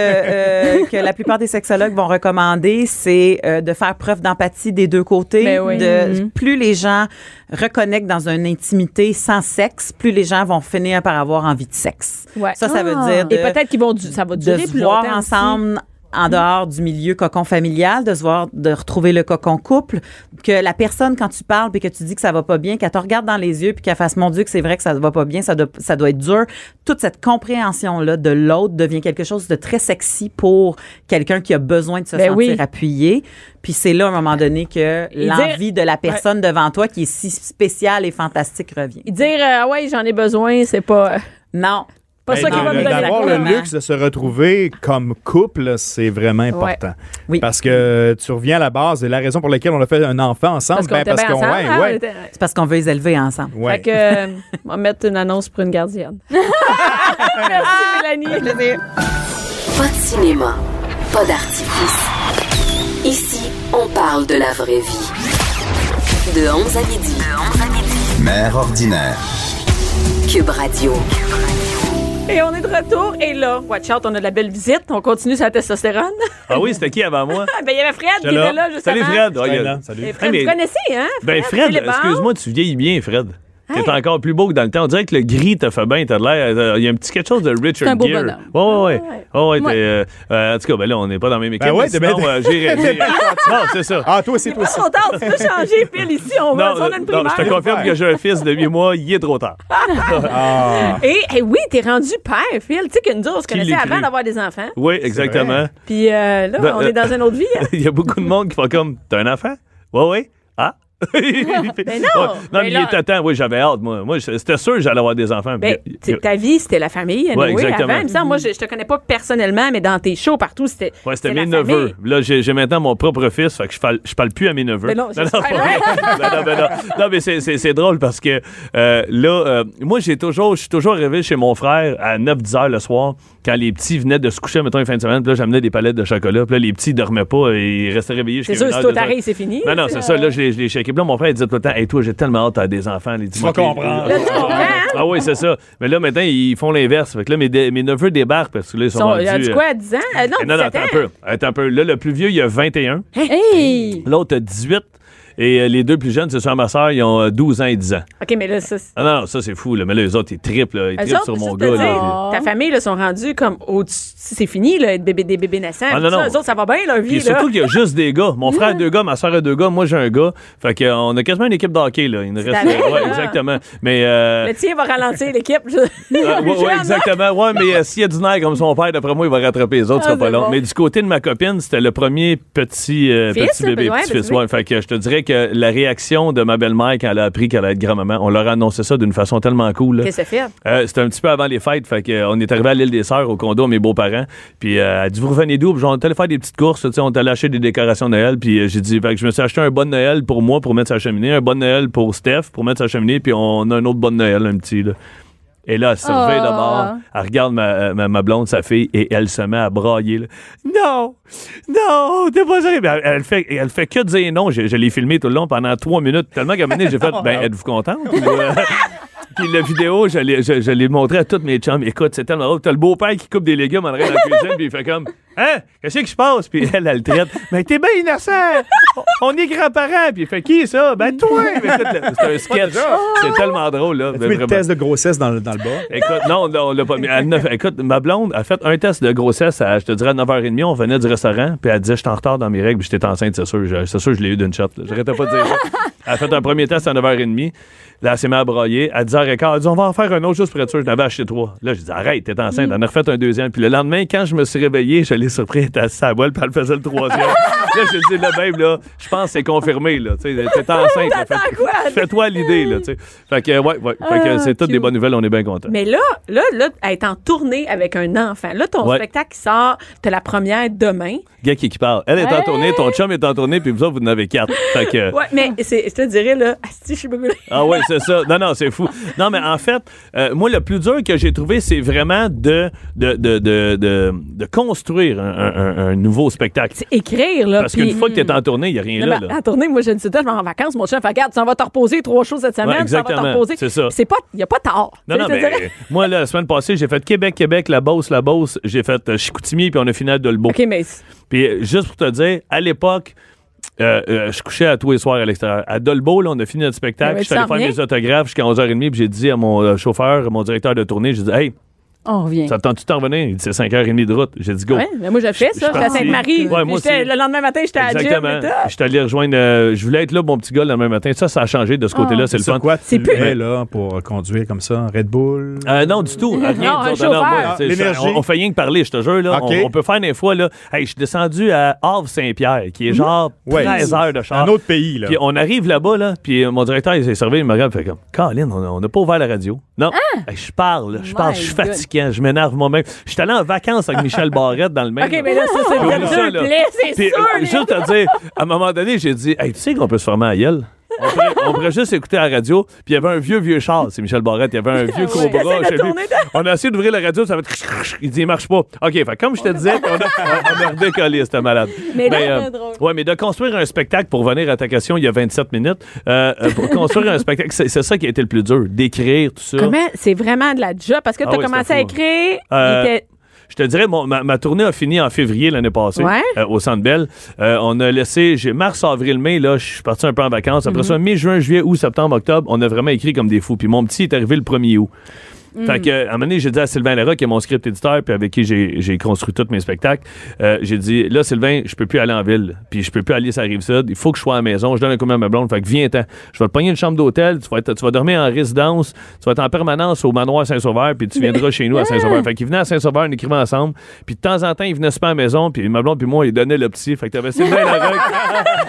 [SPEAKER 4] euh, que la plupart des sexologues vont recommander, c'est euh, de faire preuve d'empathie des deux côtés.
[SPEAKER 3] Ben oui.
[SPEAKER 4] De,
[SPEAKER 5] Mm-hmm.
[SPEAKER 4] plus les gens reconnectent dans une intimité sans sexe, plus les gens vont finir par avoir envie de sexe.
[SPEAKER 3] Ouais.
[SPEAKER 4] Ça, ça veut
[SPEAKER 5] Ah.
[SPEAKER 4] dire de,
[SPEAKER 3] Et peut-être qu'ils vont du- ça va
[SPEAKER 4] de
[SPEAKER 3] durer
[SPEAKER 4] se
[SPEAKER 3] plus
[SPEAKER 4] voir
[SPEAKER 3] longtemps Mm.
[SPEAKER 4] ensemble en dehors du milieu cocon familial, de se voir, de retrouver le cocon couple, que la personne, quand tu parles puis que tu dis que ça va pas bien, qu'elle te regarde dans les yeux puis qu'elle fasse, mon Dieu, que c'est vrai que ça va pas bien, ça doit, ça doit être dur. Toute cette compréhension-là de l'autre devient quelque chose de très sexy pour quelqu'un qui a besoin de se
[SPEAKER 3] Ben
[SPEAKER 4] sentir
[SPEAKER 3] oui.
[SPEAKER 4] appuyé. Puis c'est là, à un moment donné, que
[SPEAKER 3] Et dire-
[SPEAKER 4] l'envie de la personne devant toi qui est si spéciale et fantastique revient.
[SPEAKER 3] Dire, euh, ah ouais, j'en ai besoin, c'est pas,
[SPEAKER 4] Non.
[SPEAKER 3] pas
[SPEAKER 6] Ben,
[SPEAKER 3] ça qui
[SPEAKER 6] non,
[SPEAKER 3] va
[SPEAKER 6] le-
[SPEAKER 3] me donner la
[SPEAKER 6] D'avoir
[SPEAKER 3] couleur.
[SPEAKER 6] le
[SPEAKER 4] couleur.
[SPEAKER 6] luxe de se retrouver comme couple, c'est vraiment important.
[SPEAKER 4] Oui.
[SPEAKER 6] Parce que tu reviens à la base et la raison pour laquelle on a fait un enfant ensemble,
[SPEAKER 3] Parce qu'on
[SPEAKER 6] ben,
[SPEAKER 3] était
[SPEAKER 6] parce
[SPEAKER 3] bien
[SPEAKER 6] qu'on.
[SPEAKER 3] ensemble. hein,
[SPEAKER 6] ouais,
[SPEAKER 3] on
[SPEAKER 6] ouais,
[SPEAKER 3] était-
[SPEAKER 4] C'est parce qu'on veut les élever ensemble.
[SPEAKER 6] ouais.
[SPEAKER 3] Fait que, euh, on va mettre une annonce pour une gardienne. Merci, Mélanie.
[SPEAKER 9] Pas de cinéma, pas d'artifice. Ici, on parle de la vraie vie. De 11 à midi. De 11 à midi.
[SPEAKER 2] Mère ordinaire.
[SPEAKER 9] Cube Radio.
[SPEAKER 3] Et on est de retour. Et là, watch out, on a de la belle visite. On continue sa testostérone.
[SPEAKER 10] Ah oui, c'était qui avant moi?
[SPEAKER 3] Ah, ben, il y avait Fred qui
[SPEAKER 10] J'étais là.
[SPEAKER 3] était là, justement.
[SPEAKER 10] Salut Fred. Ah,
[SPEAKER 6] Ouais,
[SPEAKER 10] il y a-
[SPEAKER 6] là, salut.
[SPEAKER 3] Et Fred,
[SPEAKER 10] Hey, mais-
[SPEAKER 3] vous connaissez, hein?
[SPEAKER 10] Ben Fred,
[SPEAKER 3] Philibert.
[SPEAKER 10] excuse-moi, tu vieillis bien, Fred. T'es encore plus beau que dans le temps. On dirait que le gris te fait bien. T'as de l'air. euh, Il y a un petit quelque chose de Richard
[SPEAKER 5] un beau
[SPEAKER 10] Gere.
[SPEAKER 5] bonhomme.
[SPEAKER 10] Ouais, ouais,
[SPEAKER 3] Ah,
[SPEAKER 10] ouais. Ouais, ouais, t'es,
[SPEAKER 5] Ouais.
[SPEAKER 10] euh, euh, en tout cas, ben là, on n'est pas dans la même équipe.
[SPEAKER 6] Ben ouais,
[SPEAKER 10] mais
[SPEAKER 6] t'es
[SPEAKER 10] sinon,
[SPEAKER 6] bien-
[SPEAKER 10] euh, j'ai- j'ai- Non, c'est ça.
[SPEAKER 6] Ah, toi, c'est toi.
[SPEAKER 3] Pas trop tard, tu peux changer, pile ici. On, va, on a une
[SPEAKER 10] non,
[SPEAKER 3] primaire.
[SPEAKER 10] je te confirme que j'ai un fils de 8 mois, il est trop tard.
[SPEAKER 6] Ah.
[SPEAKER 3] Et, eh oui, t'es rendu père, Phil. Tu sais que nous autres, on se
[SPEAKER 10] Qui
[SPEAKER 3] connaissait
[SPEAKER 10] l'est
[SPEAKER 3] avant
[SPEAKER 10] cru?
[SPEAKER 3] d'avoir des enfants.
[SPEAKER 10] Oui, exactement.
[SPEAKER 3] Puis euh, là,
[SPEAKER 10] Ben,
[SPEAKER 3] on
[SPEAKER 10] euh,
[SPEAKER 3] est dans une autre vie. hein.
[SPEAKER 10] Il y a beaucoup de monde qui font comme T'as un enfant? Ouais, ouais. Ah? mais non! non,
[SPEAKER 3] Mais
[SPEAKER 10] mais
[SPEAKER 3] là-
[SPEAKER 10] il était temps. Oui, j'avais hâte, moi. Moi, je- c'était sûr que j'allais avoir des enfants.
[SPEAKER 3] Ben,
[SPEAKER 10] Puis-
[SPEAKER 3] tu sais, ta vie, c'était la famille.
[SPEAKER 10] Ouais,
[SPEAKER 3] anyway,
[SPEAKER 10] exactement.
[SPEAKER 3] Avant, il me semble, moi, je, je te connais pas personnellement, mais dans tes shows partout, c'était.
[SPEAKER 10] Ouais, c'était
[SPEAKER 3] la
[SPEAKER 10] mes
[SPEAKER 3] famille.
[SPEAKER 10] neveux. Là, j'ai j'ai maintenant mon propre fils, fait que je parle, je parle plus à mes neveux.
[SPEAKER 3] Ben non, c'est
[SPEAKER 10] c'est
[SPEAKER 3] ça.
[SPEAKER 10] pas vrai. Ben non, ben non. Non, mais c'est- c'est c'est drôle parce que euh, là, euh, moi, j'ai toujours, je suis toujours arrivé chez mon frère à 9-10 heures le soir quand les petits venaient de se coucher, mettons, une fin de semaine. Puis là, j'amenais des palettes de chocolat. Puis là, les petits dormaient pas et ils restaient réveillés
[SPEAKER 3] C'est sûr,
[SPEAKER 10] jusqu'à une
[SPEAKER 3] si
[SPEAKER 10] heure,
[SPEAKER 3] toi
[SPEAKER 10] deux heures.
[SPEAKER 3] t'arrives, c'est fini.
[SPEAKER 10] Ben non, c'est ça. Là, je l'ai je l'ai checké. Puis là, mon frère, il disait tout le temps, Hey, toi, j'ai tellement hâte à des enfants. Les
[SPEAKER 6] vas comprendre. Là, tu
[SPEAKER 10] Ah oui, c'est ça. Mais là, maintenant, ils font l'inverse. Fait que là, mes, dé- mes neveux débarquent parce que là, ils sont,
[SPEAKER 3] Son-
[SPEAKER 10] rendus,
[SPEAKER 3] Il y a du
[SPEAKER 10] euh,
[SPEAKER 3] quoi, 10 ans? Euh, non,
[SPEAKER 10] eh, non, non,
[SPEAKER 3] 17
[SPEAKER 10] attends un
[SPEAKER 3] ans.
[SPEAKER 10] peu. Attends un peu. Là, le plus vieux, il a 21.
[SPEAKER 5] Hey!
[SPEAKER 10] L'autre a 18. Et euh, les deux plus jeunes, c'est sur ma soeur, ils ont euh, 12 ans et 10 ans.
[SPEAKER 3] OK, mais là, ça. c'est-
[SPEAKER 10] Ah non, non, ça, c'est fou. Là. Mais là, les autres, ils triplent. là. Ils
[SPEAKER 3] Eux
[SPEAKER 10] triplent
[SPEAKER 3] autres,
[SPEAKER 10] sur
[SPEAKER 3] juste
[SPEAKER 10] mon
[SPEAKER 3] te
[SPEAKER 10] gars. là.
[SPEAKER 7] Ah.
[SPEAKER 3] dire, ta famille, là, sont rendus comme au-dessus. C'est fini, là, être bébé, des bébés naissants.
[SPEAKER 10] Ah,
[SPEAKER 3] tout
[SPEAKER 10] non,
[SPEAKER 3] ça.
[SPEAKER 10] non.
[SPEAKER 3] Eux autres, ça va bien, leur vie,
[SPEAKER 10] Puis
[SPEAKER 3] oh, là. Mm.
[SPEAKER 10] surtout qu'il y a juste des gars. Mon frère a deux gars, ma soeur a deux gars, moi j'ai un gars. Fait qu'on a quasiment une équipe d'hockey, là. Il nous reste. euh,
[SPEAKER 3] ta vie,
[SPEAKER 10] Ouais,
[SPEAKER 3] là.
[SPEAKER 10] exactement. Mais. euh,
[SPEAKER 3] Le tien va ralentir l'équipe. Je-
[SPEAKER 10] Ah, ouais, ouais, exactement. Ouais, mais euh, s'il y a du nerf comme son père, d'après moi, il va rattraper les autres, ce
[SPEAKER 3] Ah,
[SPEAKER 10] sera pas
[SPEAKER 3] c'est
[SPEAKER 10] long.
[SPEAKER 3] bon.
[SPEAKER 10] Mais du côté de ma copine, c'était le premier petit, euh,
[SPEAKER 3] Fils,
[SPEAKER 10] petit bébé,
[SPEAKER 3] ouais,
[SPEAKER 10] petit fils.
[SPEAKER 3] petit
[SPEAKER 10] Ouais, fait que je te dirais que la réaction de ma belle-mère quand elle a appris qu'elle allait être grand-maman, on leur a annoncé ça d'une façon tellement cool. là.
[SPEAKER 3] Qu'est-ce que ça fait?
[SPEAKER 10] Euh, c'était un petit peu avant les fêtes, fait que, euh, on est arrivé à l'île des Sœurs au condo à mes beaux-parents. Puis euh, elle a dit vous revenez d'où Puis, genre, on est allé faire des petites courses, tu sais, on est allé acheter des décorations de Noël. Puis euh, j'ai dit fait que je me suis acheté un bon Noël pour moi pour mettre sa cheminée, un bon Noël pour Steph pour mettre sa cheminée, puis on a un autre bon Noël un petit là. Et là, elle se réveille de bord, elle regarde ma, euh, ma, ma blonde, sa fille, et elle se met à brailler. là. Non! Non! T'es pas sérieux! Ben, Elle, elle fait, elle fait que dire non. Je, je l'ai filmé tout le long pendant trois minutes, tellement qu'à un moment donné, j'ai fait, ben, êtes-vous contente? Ou, euh, Puis Puis la vidéo, je l'ai, je, je l'ai montré à toutes mes chums. Écoute, c'est tellement drôle. T'as le beau-père qui coupe des légumes en arrière dans la cuisine, puis il fait comme Hein? Qu'est-ce qui se passe? Puis elle, elle le traite. Mais t'es bien innocent! On on est grands-parents! Puis il fait Qui ça? Ben toi! Mais écoute, là, C'est un sketch. C'est tellement drôle, là.
[SPEAKER 6] Tu mets le
[SPEAKER 10] Ben, vraiment.
[SPEAKER 6] test de grossesse dans le, dans le bas.
[SPEAKER 10] Écoute, non, non, on l'a pas mis. À neuf- écoute, ma blonde a fait un test de grossesse, à, je te dirais, à 9h30. On venait du restaurant, puis elle disait J'étais en retard dans mes règles, puis j'étais enceinte, c'est sûr. Je- C'est sûr, je l'ai eu d'une shot. là. J'arrêtais pas de dire ça. Elle a fait un premier test à 9h30. Là, elle s'est mise à broyer. À 10h15, elle dit On va en faire un autre juste pour être sûr. Je n'avais acheté trois. Là, je dis Arrête, t'es enceinte. Elle en a refait un deuxième. Puis le lendemain, quand je me suis réveillé, je l'ai surpris, elle était assise à la boîte, puis elle faisait le troisième. là, je dis Le même, là, je pense que c'est confirmé, là. Tu sais, t'es enceinte. là. Fait- Fais-toi l'idée, là, tu sais. Fait que, ouais, ouais. Fait que c'est toutes des bonnes nouvelles, on est bien contents.
[SPEAKER 7] Mais là, là, là, être en tournée avec un enfant. Là, ton
[SPEAKER 10] Ouais.
[SPEAKER 7] spectacle sort, t'as la première demain.
[SPEAKER 10] gars qui, qui parle. Elle est en tournée, ton chum est en tournée, puis vous autres, vous en avez quatre. Fait que,
[SPEAKER 7] Ouais, mais c'est, je te dirais, là, asti, je suis brûlée.
[SPEAKER 10] Ah ouais, c'est ça. Non, non, c'est fou. Non, mais en fait, euh, moi, le plus dur que j'ai trouvé, c'est vraiment de, de, de, de, de- de construire un, un- un- un nouveau spectacle.
[SPEAKER 7] Écrire, là.
[SPEAKER 10] Parce
[SPEAKER 7] puis-
[SPEAKER 10] qu'une fois que t'es en tournée, il n'y a rien
[SPEAKER 7] Non,
[SPEAKER 10] là.
[SPEAKER 7] mais ah,
[SPEAKER 10] là.
[SPEAKER 7] À la tournée, moi, je ne sais pas, je m'en vais en vacances, mon chef, fait, regarde, tu s'en vas te reposer trois choses cette
[SPEAKER 10] Ouais,
[SPEAKER 7] semaine, tu s'en vas
[SPEAKER 10] exactement,
[SPEAKER 7] te reposer.
[SPEAKER 10] c'est ça.
[SPEAKER 7] C'est pas, il n'y a pas tard.
[SPEAKER 10] Non, non,
[SPEAKER 7] Tu sais, je te dirais-
[SPEAKER 10] mais moi, la semaine passée, j'ai fait Québec, Québec, la Beauce, la Beauce. J'ai fait euh, Chicoutimi, puis on a fini à Dolbeau.
[SPEAKER 7] OK, mais c'est-
[SPEAKER 10] Puis euh, juste pour te dire, à l'époque, euh, euh, je couchais à tous les soirs à l'extérieur. À Dolbeau, là, on a fini notre
[SPEAKER 7] Mais
[SPEAKER 10] spectacle.
[SPEAKER 7] ouais,
[SPEAKER 10] Je suis allé
[SPEAKER 7] tu t'en
[SPEAKER 10] faire mes autographes jusqu'à 11h30. Puis j'ai dit à mon euh, chauffeur, mon directeur de tournée, j'ai dit Hey,
[SPEAKER 5] On revient.
[SPEAKER 10] ça te tente-tu de t'en revenir Il dit C'est 5h30 de route. J'ai dit Go.
[SPEAKER 7] ouais, mais moi, j'ai fait
[SPEAKER 10] je
[SPEAKER 7] ça. J'étais à
[SPEAKER 10] parti.
[SPEAKER 7] Sainte-Marie. puis
[SPEAKER 10] Ouais, moi
[SPEAKER 7] j'étais-
[SPEAKER 10] aussi.
[SPEAKER 7] Le lendemain matin, j'étais à la gym.
[SPEAKER 10] Exactement.
[SPEAKER 7] et tout.
[SPEAKER 10] Je suis allé rejoindre. euh, je voulais être là, mon petit gars, le lendemain matin. Ça, ça a changé de ce
[SPEAKER 7] Ah.
[SPEAKER 10] côté-là. c'est le
[SPEAKER 6] Sur
[SPEAKER 10] fun.
[SPEAKER 6] quoi tu
[SPEAKER 7] plus-
[SPEAKER 6] mets, là, pour conduire comme ça? Red Bull?
[SPEAKER 10] Euh, non, du tout. Rien,
[SPEAKER 7] Non,
[SPEAKER 10] disons,
[SPEAKER 7] un
[SPEAKER 10] non, non, moi,
[SPEAKER 7] chauffeur.
[SPEAKER 10] c'est-
[SPEAKER 6] L'énergie.
[SPEAKER 10] on, on fait rien que parler, je te jure. Là,
[SPEAKER 6] OK.
[SPEAKER 10] on, on peut faire des fois. Là, hey, je suis descendu à Havre-Saint-Pierre, qui est genre
[SPEAKER 6] Ouais.
[SPEAKER 10] 13 heures de char.
[SPEAKER 6] Un autre pays, là.
[SPEAKER 10] Ah. Puis on arrive là-bas, là, puis euh, mon directeur, il s'est servi, il me regarde, fait comme, Colin, on a- on n'a pas ouvert la radio. Non.
[SPEAKER 7] Ah!
[SPEAKER 10] Hey, je parle, je parle, je suis
[SPEAKER 5] God.
[SPEAKER 10] fatiguant, je m'énerve moi-même. Je suis allé en vacances avec Michel Barrette dans le même.
[SPEAKER 7] OK, mais là, Ah, ça, c'est
[SPEAKER 10] Puis on
[SPEAKER 7] le
[SPEAKER 10] oublie ça,
[SPEAKER 7] deux
[SPEAKER 10] là.
[SPEAKER 7] plaies, c'est
[SPEAKER 10] Puis,
[SPEAKER 7] sûr. hein?
[SPEAKER 10] euh,
[SPEAKER 7] là.
[SPEAKER 10] juste à dire, à un moment donné, j'ai dit, hey, tu sais qu'on peut se former à gueule? On pourrait, on pourrait juste écouter à la radio. Puis il y avait un vieux, vieux char. C'est Michel Barrette. Il y avait un vieux
[SPEAKER 7] Ouais. Essaie
[SPEAKER 10] cobra.
[SPEAKER 7] de
[SPEAKER 10] je sais
[SPEAKER 7] tourner
[SPEAKER 10] plus. On a essayé d'ouvrir la radio. Ça fait. Il dit, il marche pas. OK, fait, comme je te disais, on a, on a redécollé, c'était malade.
[SPEAKER 7] Mais là,
[SPEAKER 10] Ben,
[SPEAKER 7] c'est
[SPEAKER 10] euh,
[SPEAKER 7] drôle.
[SPEAKER 10] Ouais, mais de construire un spectacle, pour venir à ta question, il y a 27 minutes, euh, euh, pour construire un spectacle, c'est c'est ça qui a été le plus dur. D'écrire, tout ça.
[SPEAKER 7] Comment? C'est vraiment de la job. Parce que
[SPEAKER 10] Ah
[SPEAKER 7] t'as
[SPEAKER 10] ouais,
[SPEAKER 7] commencé
[SPEAKER 10] c'était
[SPEAKER 7] à
[SPEAKER 10] fou.
[SPEAKER 7] écrire.
[SPEAKER 10] Euh,
[SPEAKER 7] il était-
[SPEAKER 10] Je te dirais, mon- ma, ma tournée a fini en février l'année passée
[SPEAKER 7] Ouais.
[SPEAKER 10] euh, au Centre Bell. Euh, on a laissé, j'ai mars, avril, mai, là, je suis parti un peu en vacances. Après ça, mai, juin, juillet, août, septembre, octobre, on a vraiment écrit comme des fous. Puis mon petit est arrivé le 1er août. Fait que, à un moment donné, j'ai dit à Sylvain Lara, qui est mon script éditeur, puis avec qui j'ai j'ai construit tous mes spectacles, euh, j'ai dit, là, Sylvain, je peux plus aller en ville, puis je peux plus aller sur la Rive-Sud, il faut que je sois à la maison, je donne un coup à ma blonde, fait que viens-t'en. Je vais te pogner une chambre d'hôtel, tu, vas être- tu vas dormir en résidence, tu vas être en permanence au manoir Saint-Sauveur, puis tu viendras chez nous à Saint-Sauveur. Fait qu'il venait à Saint-Sauveur, on écrivait ensemble, puis de temps en temps, il venait super à la maison, puis ma blonde puis moi, il donnait le petit, fait que t'avais Sylvain Larocque,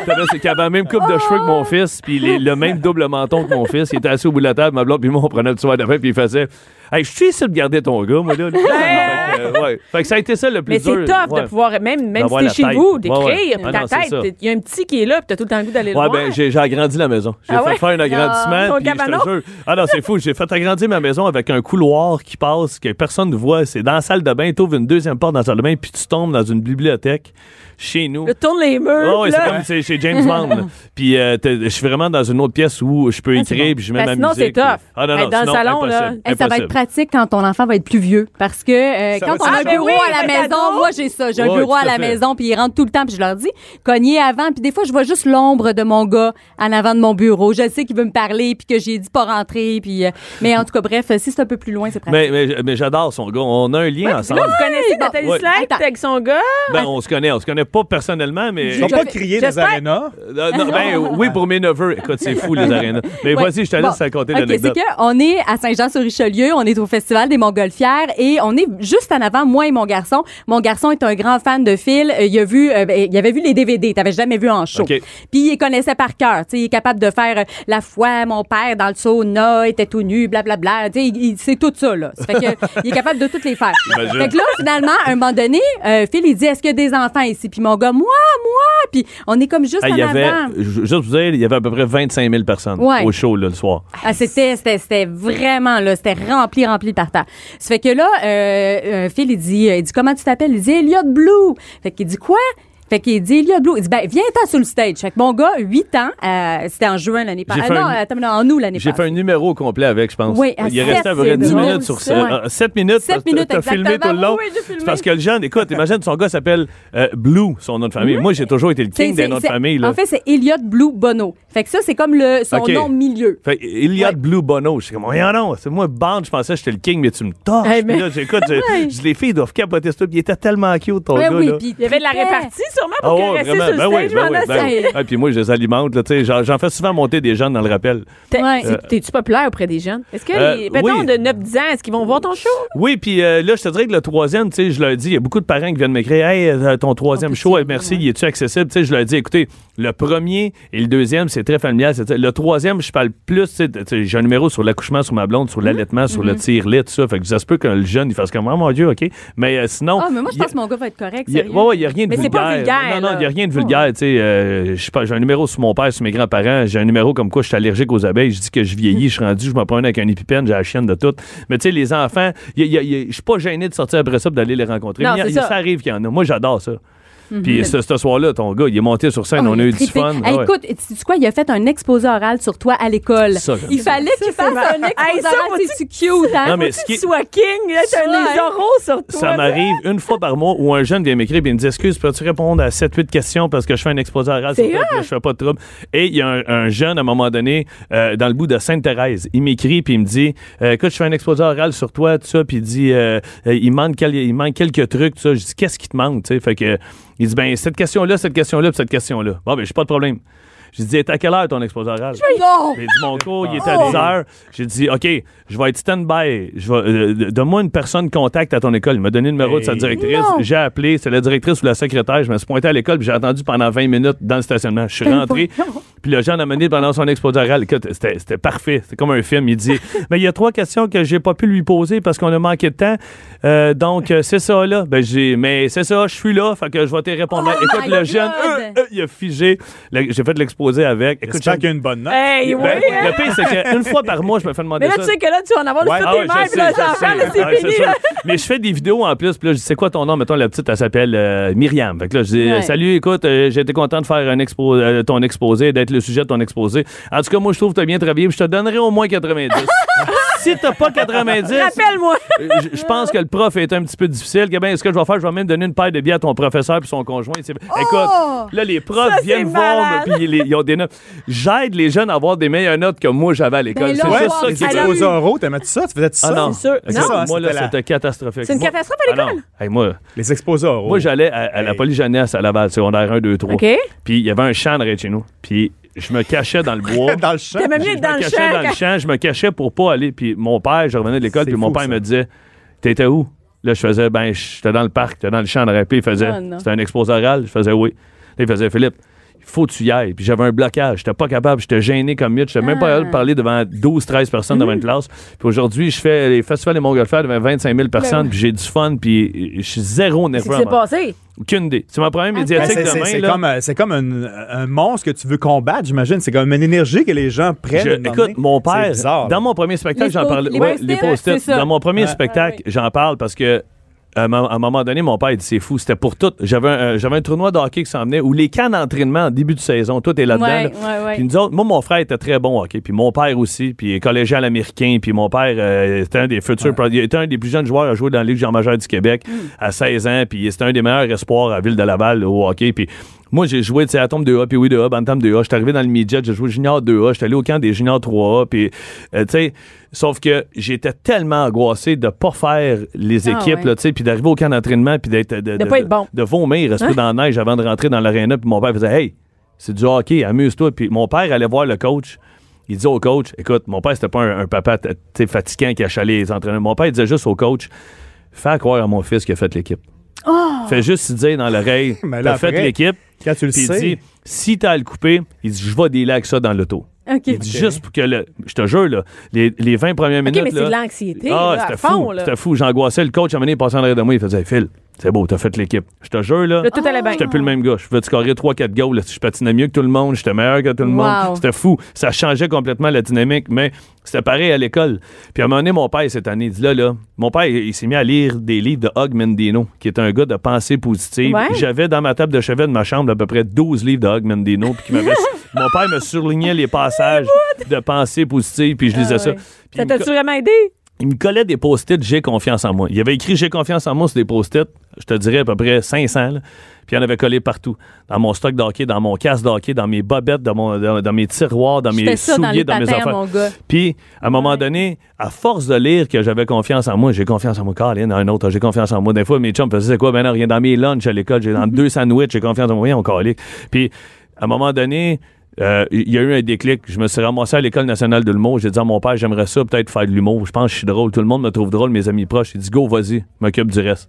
[SPEAKER 10] T'avais c'est qu'il avait la même coupe de cheveux que mon fils, puis les- le même double menton que mon fils. Il était assis au bout de la table, ma blonde, puis moi, on prenait un petit verre de vin, puis il faisait Hey, je suis ici de garder ton gars, moi, là. fait, que, euh, ouais. Fait que ça a été ça le plus
[SPEAKER 7] Mais
[SPEAKER 10] dur.
[SPEAKER 7] c'est tough
[SPEAKER 10] Ouais.
[SPEAKER 7] de pouvoir, même, même
[SPEAKER 10] D'avoir
[SPEAKER 7] si t'es
[SPEAKER 10] la
[SPEAKER 7] chez
[SPEAKER 10] tête.
[SPEAKER 7] vous,
[SPEAKER 10] Ouais, ouais.
[SPEAKER 7] d'écrire,
[SPEAKER 10] Ah
[SPEAKER 7] puis ta
[SPEAKER 10] non, c'est ça.
[SPEAKER 7] tête, il y a un petit qui est là, puis t'as tout le temps le goût d'aller
[SPEAKER 10] Ouais,
[SPEAKER 7] le voir.
[SPEAKER 10] ben, j'ai j'ai agrandi la maison. J'ai
[SPEAKER 7] Ah
[SPEAKER 10] fait
[SPEAKER 7] ouais?
[SPEAKER 10] faire un
[SPEAKER 7] Ton
[SPEAKER 10] agrandissement. puis je
[SPEAKER 7] cabanon?
[SPEAKER 10] te jure. Ah non, c'est fou. J'ai fait agrandir ma maison avec un couloir qui passe, que personne ne voit. C'est dans la salle de bain. T'ouvres une deuxième porte dans la salle de bain, puis tu tombes dans une bibliothèque chez nous.
[SPEAKER 7] Là, tourne les murs.
[SPEAKER 10] Oh, ouais,
[SPEAKER 7] là.
[SPEAKER 10] c'est comme c'est chez James Bond. là. puis euh, t'es- je suis vraiment dans une autre pièce où je
[SPEAKER 7] Ah,
[SPEAKER 10] peux écrire puis je mets
[SPEAKER 7] Parce
[SPEAKER 10] ma
[SPEAKER 7] Ben, sinon,
[SPEAKER 10] musique.
[SPEAKER 7] c'est tough.
[SPEAKER 10] Ah non,
[SPEAKER 5] Ben,
[SPEAKER 7] Hey,
[SPEAKER 10] non,
[SPEAKER 7] dans le
[SPEAKER 10] sinon,
[SPEAKER 7] salon, là,
[SPEAKER 10] impossible.
[SPEAKER 5] Hey, ça va être
[SPEAKER 10] Impossible.
[SPEAKER 5] pratique quand ton enfant va être plus vieux. Parce que euh,
[SPEAKER 6] Ça
[SPEAKER 5] quand
[SPEAKER 6] va
[SPEAKER 5] on a un
[SPEAKER 6] être- Ah,
[SPEAKER 5] bureau
[SPEAKER 7] ben oui,
[SPEAKER 5] à la
[SPEAKER 7] ben
[SPEAKER 5] maison,
[SPEAKER 7] cadeau.
[SPEAKER 5] moi j'ai ça. J'ai un
[SPEAKER 10] Ouais,
[SPEAKER 5] bureau
[SPEAKER 10] tout
[SPEAKER 5] à
[SPEAKER 10] à
[SPEAKER 5] la
[SPEAKER 10] fait.
[SPEAKER 5] maison, puis il rentre tout le temps, puis je leur dis, cognez avant. Puis des fois, je vois juste l'ombre de mon gars en avant de mon bureau. Je sais qu'il veut me parler, puis que j'ai dit pas rentrer. Puis, euh, mais en tout cas, bref, si c'est un peu plus loin, c'est pratique.
[SPEAKER 10] Mais, mais, mais j'adore son gars. On a un lien ensemble.
[SPEAKER 7] Là, vous connaissez Nathalie
[SPEAKER 10] Ouais.
[SPEAKER 7] Slate
[SPEAKER 5] Attends.
[SPEAKER 7] avec son gars?
[SPEAKER 10] Ben, on se connaît. On se connaît pas personnellement, mais.
[SPEAKER 6] Ils n'ont
[SPEAKER 5] Je-
[SPEAKER 6] pas crié dans les
[SPEAKER 7] j'espère-
[SPEAKER 6] arénas.
[SPEAKER 10] Euh, non, ben, oui, pour mes neveux. Écoute, c'est fou, les arénas. Mais
[SPEAKER 5] Ouais.
[SPEAKER 10] vas-y, je te
[SPEAKER 5] Bon.
[SPEAKER 10] laisse raconter
[SPEAKER 5] OK,
[SPEAKER 10] l'anecdote.
[SPEAKER 5] C'est qu'on est à Saint-Jean-sur-Richelieu, on est au Festival des Montgolfières et on est juste en avant, moi et mon garçon. Mon garçon est un grand fan de Phil. Euh, il, a vu, euh, ben, il avait vu les DVD, t'avais jamais vu en show.
[SPEAKER 10] OK.
[SPEAKER 5] Puis il les connaissait par cœur. Tu sais, Il est capable de faire euh, la fois, mon père dans le sauna était tout nu, blablabla. Tu sais, Il, il sait tout ça. Là. Ça Fait que, il est capable de toutes les faire.
[SPEAKER 10] Imagine.
[SPEAKER 5] Fait que là, finalement, à un moment donné, euh, Phil, il dit, est-ce qu'il y a des enfants ici? Puis mon gars, moi, moi. Puis on est comme juste
[SPEAKER 10] Hey,
[SPEAKER 5] en
[SPEAKER 10] Ah, il y avait,
[SPEAKER 5] avant.
[SPEAKER 10] ju- juste pour vous dire, il y avait à peu près 25 000 personnes
[SPEAKER 5] Ouais.
[SPEAKER 10] au show là, le soir.
[SPEAKER 5] Ah, c'était, c'était, c'était vraiment, là, c'était rempli, rempli le parterre. Ça fait que là, euh, euh, Phil, il dit, euh, il dit, comment tu t'appelles? Il dit, Elliot Blue. Fait qu'il dit, quoi? Fait qu'il dit, Elia Blue, il dit, ben, viens-t'en sur le stage. Fait que mon gars, 8 ans, euh, c'était en juin l'année
[SPEAKER 10] J'ai
[SPEAKER 5] passée.
[SPEAKER 10] fait
[SPEAKER 5] Ah, non,
[SPEAKER 10] un-
[SPEAKER 5] attends, non, en août l'année
[SPEAKER 10] J'ai
[SPEAKER 5] passée.
[SPEAKER 10] fait un numéro au complet avec, je pense.
[SPEAKER 5] Oui, à
[SPEAKER 10] Il est
[SPEAKER 5] sept,
[SPEAKER 10] resté à peu près
[SPEAKER 5] c'est
[SPEAKER 10] 10
[SPEAKER 5] drôle,
[SPEAKER 10] minutes sur
[SPEAKER 5] ça.
[SPEAKER 10] ça. 7 minutes,
[SPEAKER 5] Sept
[SPEAKER 10] parce que
[SPEAKER 5] minutes,
[SPEAKER 10] t'as filmé tout
[SPEAKER 5] exactement.
[SPEAKER 10] le long.
[SPEAKER 5] Oui, j'ai filmé.
[SPEAKER 10] C'est parce que le jeune, écoute, imagine, son gars s'appelle euh, Blue, son nom de famille. Moi, j'ai toujours été le
[SPEAKER 5] Mm-hmm. C'est-
[SPEAKER 10] king des
[SPEAKER 5] c'est-
[SPEAKER 10] noms de
[SPEAKER 5] c'est-
[SPEAKER 10] famille. Là.
[SPEAKER 5] En fait, c'est Elliot Blue Bono. Fait que ça, c'est comme le, son
[SPEAKER 10] OK.
[SPEAKER 5] nom milieu.
[SPEAKER 10] Fait, il y a de Blue Bono. Je suis comme, voyons non, c'est moi, Band, je pensais que j'étais le king, mais tu me torches.
[SPEAKER 7] Eh, mais-
[SPEAKER 10] Puis là, j'écoute, je- je- les filles doivent capoter sur toi. Puis il était tellement cute, ton
[SPEAKER 5] Ouais,
[SPEAKER 10] gars.
[SPEAKER 5] oui,
[SPEAKER 10] là.
[SPEAKER 5] puis il
[SPEAKER 7] Il y avait de la
[SPEAKER 5] tripait.
[SPEAKER 7] répartie, sûrement,
[SPEAKER 10] Ah
[SPEAKER 7] pour
[SPEAKER 10] ouais,
[SPEAKER 7] caresser
[SPEAKER 10] vraiment,
[SPEAKER 7] sur le
[SPEAKER 10] ben
[SPEAKER 7] stage
[SPEAKER 10] oui, ben oui,
[SPEAKER 7] pendant
[SPEAKER 10] ben oui.
[SPEAKER 5] essaye.
[SPEAKER 10] Ah, Puis moi, je les alimente, là, tu sais, j'en j'en fais souvent monter des jeunes dans le rappel.
[SPEAKER 7] T'es-
[SPEAKER 5] Ouais.
[SPEAKER 7] t'es- T'es-tu populaire auprès des jeunes? Est-ce que
[SPEAKER 10] Euh,
[SPEAKER 7] les mettons,
[SPEAKER 10] oui.
[SPEAKER 7] de 9-10 ans, est-ce qu'ils vont voir ton show?
[SPEAKER 10] Oui, puis euh, là, je te dirais que le troisième, tu sais, je leur dis, il y a beaucoup de parents qui viennent m'écrire, hey, euh,
[SPEAKER 5] Ah,
[SPEAKER 10] ton troisième show, eh, merci, il est-tu accessible? Tu sais, je leur dis, écoutez, le premier et le deuxième, c'est très familial. c'est- Le troisième, je parle plus, tu sais, tu sais, j'ai un numéro sur l'accouchement, sur ma blonde,
[SPEAKER 5] Mm-hmm.
[SPEAKER 10] sur l'allaitement, sur le tire-lit, tout ça. Fait que ça se peut que le jeune, il fasse comme, oh mon Dieu, OK. Mais euh, sinon.
[SPEAKER 5] Ah, mais moi, je
[SPEAKER 10] il y a-
[SPEAKER 5] pense que mon gars va être correct.
[SPEAKER 10] il n'y a,
[SPEAKER 5] sérieux.
[SPEAKER 10] ouais, ouais, il y a rien de
[SPEAKER 7] Mais c'est
[SPEAKER 10] vulgaire.
[SPEAKER 7] pas vulgaire,
[SPEAKER 10] Non, non,
[SPEAKER 7] là.
[SPEAKER 10] il n'y a rien de vulgaire. tu sais, euh, je sais pas, j'ai un numéro sur mon père, sur mes grands-parents. J'ai un numéro comme quoi je suis allergique aux abeilles. Je dis que je vieillis, je suis rendu, je me promène avec un épipène, j'ai la chienne de tout. Mais tu sais, les enfants, il y a- il y a- il y a- je suis pas gêné de sortir après ça et d'aller les rencontrer.
[SPEAKER 7] Non,
[SPEAKER 10] Mais il y a-
[SPEAKER 7] c'est ça. Mhm.
[SPEAKER 10] ça arrive qu'il y en a. Moi, j'adore ça. Puis ce, ce soir-là, ton gars, il est monté
[SPEAKER 5] Ah,
[SPEAKER 10] sur
[SPEAKER 7] Oh,
[SPEAKER 10] scène, on
[SPEAKER 5] il
[SPEAKER 10] a eu du
[SPEAKER 5] trippé.
[SPEAKER 10] fun.
[SPEAKER 5] Hey,
[SPEAKER 10] ouais.
[SPEAKER 5] Écoute, tu sais quoi, il a fait un exposé oral sur toi à l'école.
[SPEAKER 10] Ça, j'aime
[SPEAKER 5] Il fallait qu'il fasse un
[SPEAKER 7] Hey,
[SPEAKER 5] exposé
[SPEAKER 7] ça,
[SPEAKER 5] oral.
[SPEAKER 7] faut-tu-
[SPEAKER 5] C'est-tu cute, hein?
[SPEAKER 10] Non, mais
[SPEAKER 5] Faut-tu-
[SPEAKER 10] ce qui-
[SPEAKER 7] Sois king, là, t'as
[SPEAKER 5] Ouais.
[SPEAKER 7] des oraux sur toi.
[SPEAKER 10] Ça m'arrive une fois par mois où un jeune vient m'écrire et il me dit Excuse, peux-tu répondre à 7-8 questions parce que je fais un exposé oral sur toi, puis je fais pas de trouble. Et il y a un, un jeune, à un moment donné, euh, dans le bout de Sainte-Thérèse, il m'écrit puis il me dit Euh, Écoute, je fais un exposé oral sur toi, tout ça, puis il dit euh, euh, il, manque quel- il manque quelques trucs, tout ça. Je dis Qu'est-ce qui te manque tu sais? Fait que, Il dit Ben, cette question-là, cette question-là, puis cette question-là. Bon, ben, j'ai pas de problème. J'ai dit, à quelle heure ton exposé oral?
[SPEAKER 5] Non!
[SPEAKER 10] J'ai dit, mon cours, il était à 10 heures. J'ai dit, OK, je vais être stand-by. Je vais, euh, de- Donne-moi une personne contact à ton école. Il m'a donné le numéro de sa directrice. J'ai appelé, c'est la directrice ou la secrétaire. Je me suis pointé à l'école, puis j'ai attendu pendant 20 minutes dans le stationnement. Je suis
[SPEAKER 5] Ben
[SPEAKER 10] rentré, puis le jeune a mené pendant son exposé oral. Écoute, C'était c'était parfait. C'était comme un film. Il dit, mais il y a trois questions que j'ai pas pu lui poser parce qu'on a manqué de temps. Euh, donc, euh, c'est ça, là. Ben, j'ai, mais c'est ça, je suis là, fait que je vais te répondre. Écoute,
[SPEAKER 5] Oh my
[SPEAKER 10] le jeune,
[SPEAKER 5] God!
[SPEAKER 10] euh, euh, il a figé. Le- J'ai fait l'exposé avec. Écoute,
[SPEAKER 6] J'espère qu'il y a une bonne note.
[SPEAKER 7] Hey, oui.
[SPEAKER 10] ben,
[SPEAKER 7] hein.
[SPEAKER 10] le pire, c'est qu'une fois par mois, je me fais demander
[SPEAKER 7] Mais là,
[SPEAKER 10] ça.
[SPEAKER 7] tu sais que là, tu vas en avoir le
[SPEAKER 6] Ouais.
[SPEAKER 7] feu
[SPEAKER 10] Ah
[SPEAKER 7] des
[SPEAKER 10] ouais,
[SPEAKER 7] mères,
[SPEAKER 10] je
[SPEAKER 7] puis
[SPEAKER 10] sais,
[SPEAKER 7] là,
[SPEAKER 10] je sais.
[SPEAKER 7] j'en là,
[SPEAKER 10] Ah,
[SPEAKER 7] c'est
[SPEAKER 10] c'est
[SPEAKER 7] fini.
[SPEAKER 10] ça.
[SPEAKER 7] là.
[SPEAKER 10] Mais je fais des vidéos en plus. Puis là, je dis, c'est quoi ton nom? Mettons, la petite, elle s'appelle euh, Myriam. Fait que là, je dis,
[SPEAKER 5] Ouais.
[SPEAKER 10] salut, écoute, euh, j'ai été content de faire un expo euh, ton exposé, d'être le sujet de ton exposé. En tout cas, moi, je trouve que tu as bien travaillé. puis je te donnerai au moins 90. si t'as pas 90,
[SPEAKER 7] Rappelle-moi.
[SPEAKER 10] euh, je- je pense que le prof est un petit peu difficile. Que, ben, ce que je vais faire, je vais même donner une paire de billets à ton professeur puis son conjoint. C'est- Écoute, là, les profs
[SPEAKER 7] Oh! c'est
[SPEAKER 10] viennent voir,
[SPEAKER 7] malade.
[SPEAKER 10] puis ils, ils ont des notes. J'aide les jeunes à avoir des meilleures notes que moi j'avais à l'école.
[SPEAKER 5] Ben là,
[SPEAKER 10] c'est
[SPEAKER 5] on
[SPEAKER 10] juste
[SPEAKER 5] va
[SPEAKER 10] ça
[SPEAKER 5] voir.
[SPEAKER 10] qui
[SPEAKER 6] les
[SPEAKER 7] Elle
[SPEAKER 10] est
[SPEAKER 7] a
[SPEAKER 10] drôle.
[SPEAKER 7] eu-
[SPEAKER 6] exposés oraux, t'aimais-tu ça? Tu faisais ça?
[SPEAKER 10] Ah non,
[SPEAKER 7] sûr.
[SPEAKER 10] Écoute,
[SPEAKER 7] Non.
[SPEAKER 6] Ça,
[SPEAKER 10] moi là,
[SPEAKER 6] c'était la-
[SPEAKER 10] c'était catastrophique.
[SPEAKER 7] C'est une
[SPEAKER 10] Moi-
[SPEAKER 7] catastrophe à
[SPEAKER 10] Ah non.
[SPEAKER 7] l'école?
[SPEAKER 10] Hey, moi,
[SPEAKER 6] Les exposés oraux.
[SPEAKER 10] moi j'allais à, à la polyjeunesse à Laval, secondaire 1, 2, 3.
[SPEAKER 7] OK.
[SPEAKER 10] Puis il y avait un champ derrière chez nous. Puis je me cachais dans le bois.
[SPEAKER 6] Dans le champ.
[SPEAKER 7] T'as même
[SPEAKER 10] Je
[SPEAKER 7] mieux
[SPEAKER 10] me
[SPEAKER 7] être dans le
[SPEAKER 10] cachais
[SPEAKER 7] champ.
[SPEAKER 10] dans le
[SPEAKER 7] quand-
[SPEAKER 10] champ, je me cachais pour pas aller. Puis mon père, je revenais de l'école,
[SPEAKER 6] C'est
[SPEAKER 10] puis mon
[SPEAKER 6] fou,
[SPEAKER 10] père
[SPEAKER 6] ça.
[SPEAKER 10] me disait T'étais où Là, je faisais Ben, j'étais dans le parc, j'étais dans le champ de rap. Puis il faisait
[SPEAKER 6] Ah,
[SPEAKER 5] Oh non.
[SPEAKER 10] C'était un exposé oral. Je faisais Oui. Là, il faisait Philippe, il faut que tu y ailles. Puis j'avais un blocage. J'étais pas capable, j'étais gêné comme mieux. J'étais même pas
[SPEAKER 6] Ah.
[SPEAKER 10] capable de parler devant 12, 13 personnes devant une
[SPEAKER 6] Mmh.
[SPEAKER 10] classe. Puis aujourd'hui, je fais les festivals des Montgolfières devant 25
[SPEAKER 6] Ben
[SPEAKER 10] 000 personnes, puis j'ai du fun, puis je suis zéro
[SPEAKER 7] Qu'est-ce qui
[SPEAKER 10] nerveux.
[SPEAKER 7] s'est
[SPEAKER 10] à moi.
[SPEAKER 7] passé?
[SPEAKER 10] Aucune idée. C'est ma première
[SPEAKER 6] Ben,
[SPEAKER 10] médiatique
[SPEAKER 6] c'est- c'est-
[SPEAKER 10] demain.
[SPEAKER 6] C'est
[SPEAKER 10] là.
[SPEAKER 6] comme, euh, c'est comme un, un monstre que tu veux combattre, j'imagine. C'est comme une énergie que les gens prennent.
[SPEAKER 10] Je-
[SPEAKER 6] à un moment
[SPEAKER 10] écoute,
[SPEAKER 6] donné.
[SPEAKER 10] mon père,
[SPEAKER 6] C'est bizarre, là.
[SPEAKER 10] dans mon premier spectacle,
[SPEAKER 5] Les
[SPEAKER 10] j'en
[SPEAKER 5] po-
[SPEAKER 10] parlais.
[SPEAKER 5] les
[SPEAKER 10] ouais,
[SPEAKER 5] post-it,
[SPEAKER 10] les
[SPEAKER 5] c'est
[SPEAKER 10] post-it.
[SPEAKER 5] ça.
[SPEAKER 10] Dans mon premier
[SPEAKER 6] Ouais.
[SPEAKER 10] spectacle, j'en parle parce que. À un mo- à un moment donné, mon père il dit c'est fou, c'était pour tout. J'avais un, euh, j'avais un tournoi de hockey qui s'en venait où les camps d'entraînement en début de saison, tout est là-dedans.
[SPEAKER 5] Ouais,
[SPEAKER 10] là.
[SPEAKER 5] ouais, ouais.
[SPEAKER 10] Puis nous autres, moi, mon frère était très bon au hockey, puis mon père aussi, puis il est collégial américain, puis mon père euh, était un des futurs, pro- il était un des plus jeunes joueurs à jouer dans la Ligue jean majeure du Québec
[SPEAKER 5] Mm.
[SPEAKER 10] à 16 ans, puis c'était un des meilleurs espoirs à Ville de Laval au hockey, puis moi, j'ai joué, tu sais, à Tombe 2A, puis oui 2A, Bantam 2A. J'étais arrivé dans le midget, j'ai joué Junior 2A, j'étais allé au camp des Junior 3A, puis, euh, tu sais, sauf que j'étais tellement angoissé de pas faire les
[SPEAKER 5] Ah,
[SPEAKER 10] équipes,
[SPEAKER 5] ouais.
[SPEAKER 10] là, tu sais, puis d'arriver au camp d'entraînement, puis d'être.
[SPEAKER 7] De pas être bon. Hein?
[SPEAKER 10] De vomir, rester dans la neige avant de rentrer dans l'aréna, puis mon père faisait, hey, c'est du hockey, amuse-toi. Puis mon père allait voir le coach. Il disait au coach, écoute, mon père, c'était pas un, un papa t- t'sais, fatigant qui achalait les entraîneurs. Mon père, il disait juste au coach, fais croire à mon fils qu'il a fait l'équipe.
[SPEAKER 7] Oh!
[SPEAKER 10] Fais juste lui dire dans l'oreille,
[SPEAKER 6] Mais là,
[SPEAKER 10] t'as fait
[SPEAKER 6] après,
[SPEAKER 10] l'équipe.
[SPEAKER 6] Quand tu le
[SPEAKER 10] Puis il
[SPEAKER 6] sais.
[SPEAKER 10] dit, si t'as à le couper, il dit, je vais dealer avec ça dans l'auto.
[SPEAKER 5] OK.
[SPEAKER 10] Il dit juste pour que le. Je te jure, là, les, les 20 premières
[SPEAKER 7] OK,
[SPEAKER 10] minutes.
[SPEAKER 7] mais c'est de
[SPEAKER 10] là,
[SPEAKER 7] l'anxiété.
[SPEAKER 10] ah,
[SPEAKER 7] là, à
[SPEAKER 10] c'était
[SPEAKER 7] fond,
[SPEAKER 10] fou.
[SPEAKER 7] là.
[SPEAKER 10] C'était fou. J'angoissais. Le coach, à un moment donné, il passait en arrière de moi. Il faisait, Phil, C'est beau, t'as fait l'équipe. Je te jure, là.
[SPEAKER 7] Là, tout allait bien.
[SPEAKER 10] J'étais plus le même gars. Je pouvais te scorer 3-4 goals. là. Je patinais mieux que tout le monde. J'étais meilleur que tout le monde. C'était fou. Ça changeait complètement la dynamique, mais c'était pareil à l'école. Puis à un moment donné, mon père, cette année, il dit là, là, mon père, il, il s'est mis à lire des livres de Hug Mendino, qui est un gars de pensée positive.
[SPEAKER 7] Ouais.
[SPEAKER 10] J'avais dans ma table de chevet de ma chambre à peu près 12 livres de Hug Mendino, puis qui m'avait- Mon père me surlignait les passages de pensée positive,
[SPEAKER 7] Ah
[SPEAKER 10] puis je lisais ça. Puis
[SPEAKER 7] Ça
[SPEAKER 10] il me
[SPEAKER 7] t'a-tu vraiment aidé?
[SPEAKER 10] il me collait des post-it J'ai confiance en moi. Il avait écrit J'ai confiance en moi sur des post-it, je te dirais à peu près 500, là. puis il en avait collé partout. Dans mon stock d'hockey, dans mon casque d'hockey, dans mes bobettes, dans, mon, dans, dans mes tiroirs, dans mes
[SPEAKER 5] J'étais ça dans
[SPEAKER 10] souliers,
[SPEAKER 5] les
[SPEAKER 10] dans, mes
[SPEAKER 5] patins,
[SPEAKER 10] affaires.
[SPEAKER 5] mon gars.
[SPEAKER 10] Puis, à un moment donné, à force de lire que j'avais confiance en moi, j'ai confiance en moi, Colin, un autre, j'ai confiance en moi. Des fois, mes chums faisaient c'est quoi, ben non, rien dans mes lunchs à l'école, j'ai dans deux sandwichs, j'ai confiance en moi, oui, on calique. Puis, à un moment donné, euh, il y a eu un déclic. Je me suis ramassé à l'École nationale de l'humour. J'ai dit à mon père, j'aimerais ça peut-être faire de l'humour. Je pense que je suis drôle. Tout le monde me trouve drôle, mes amis proches. Il dit, go, vas-y, m'occupe du reste.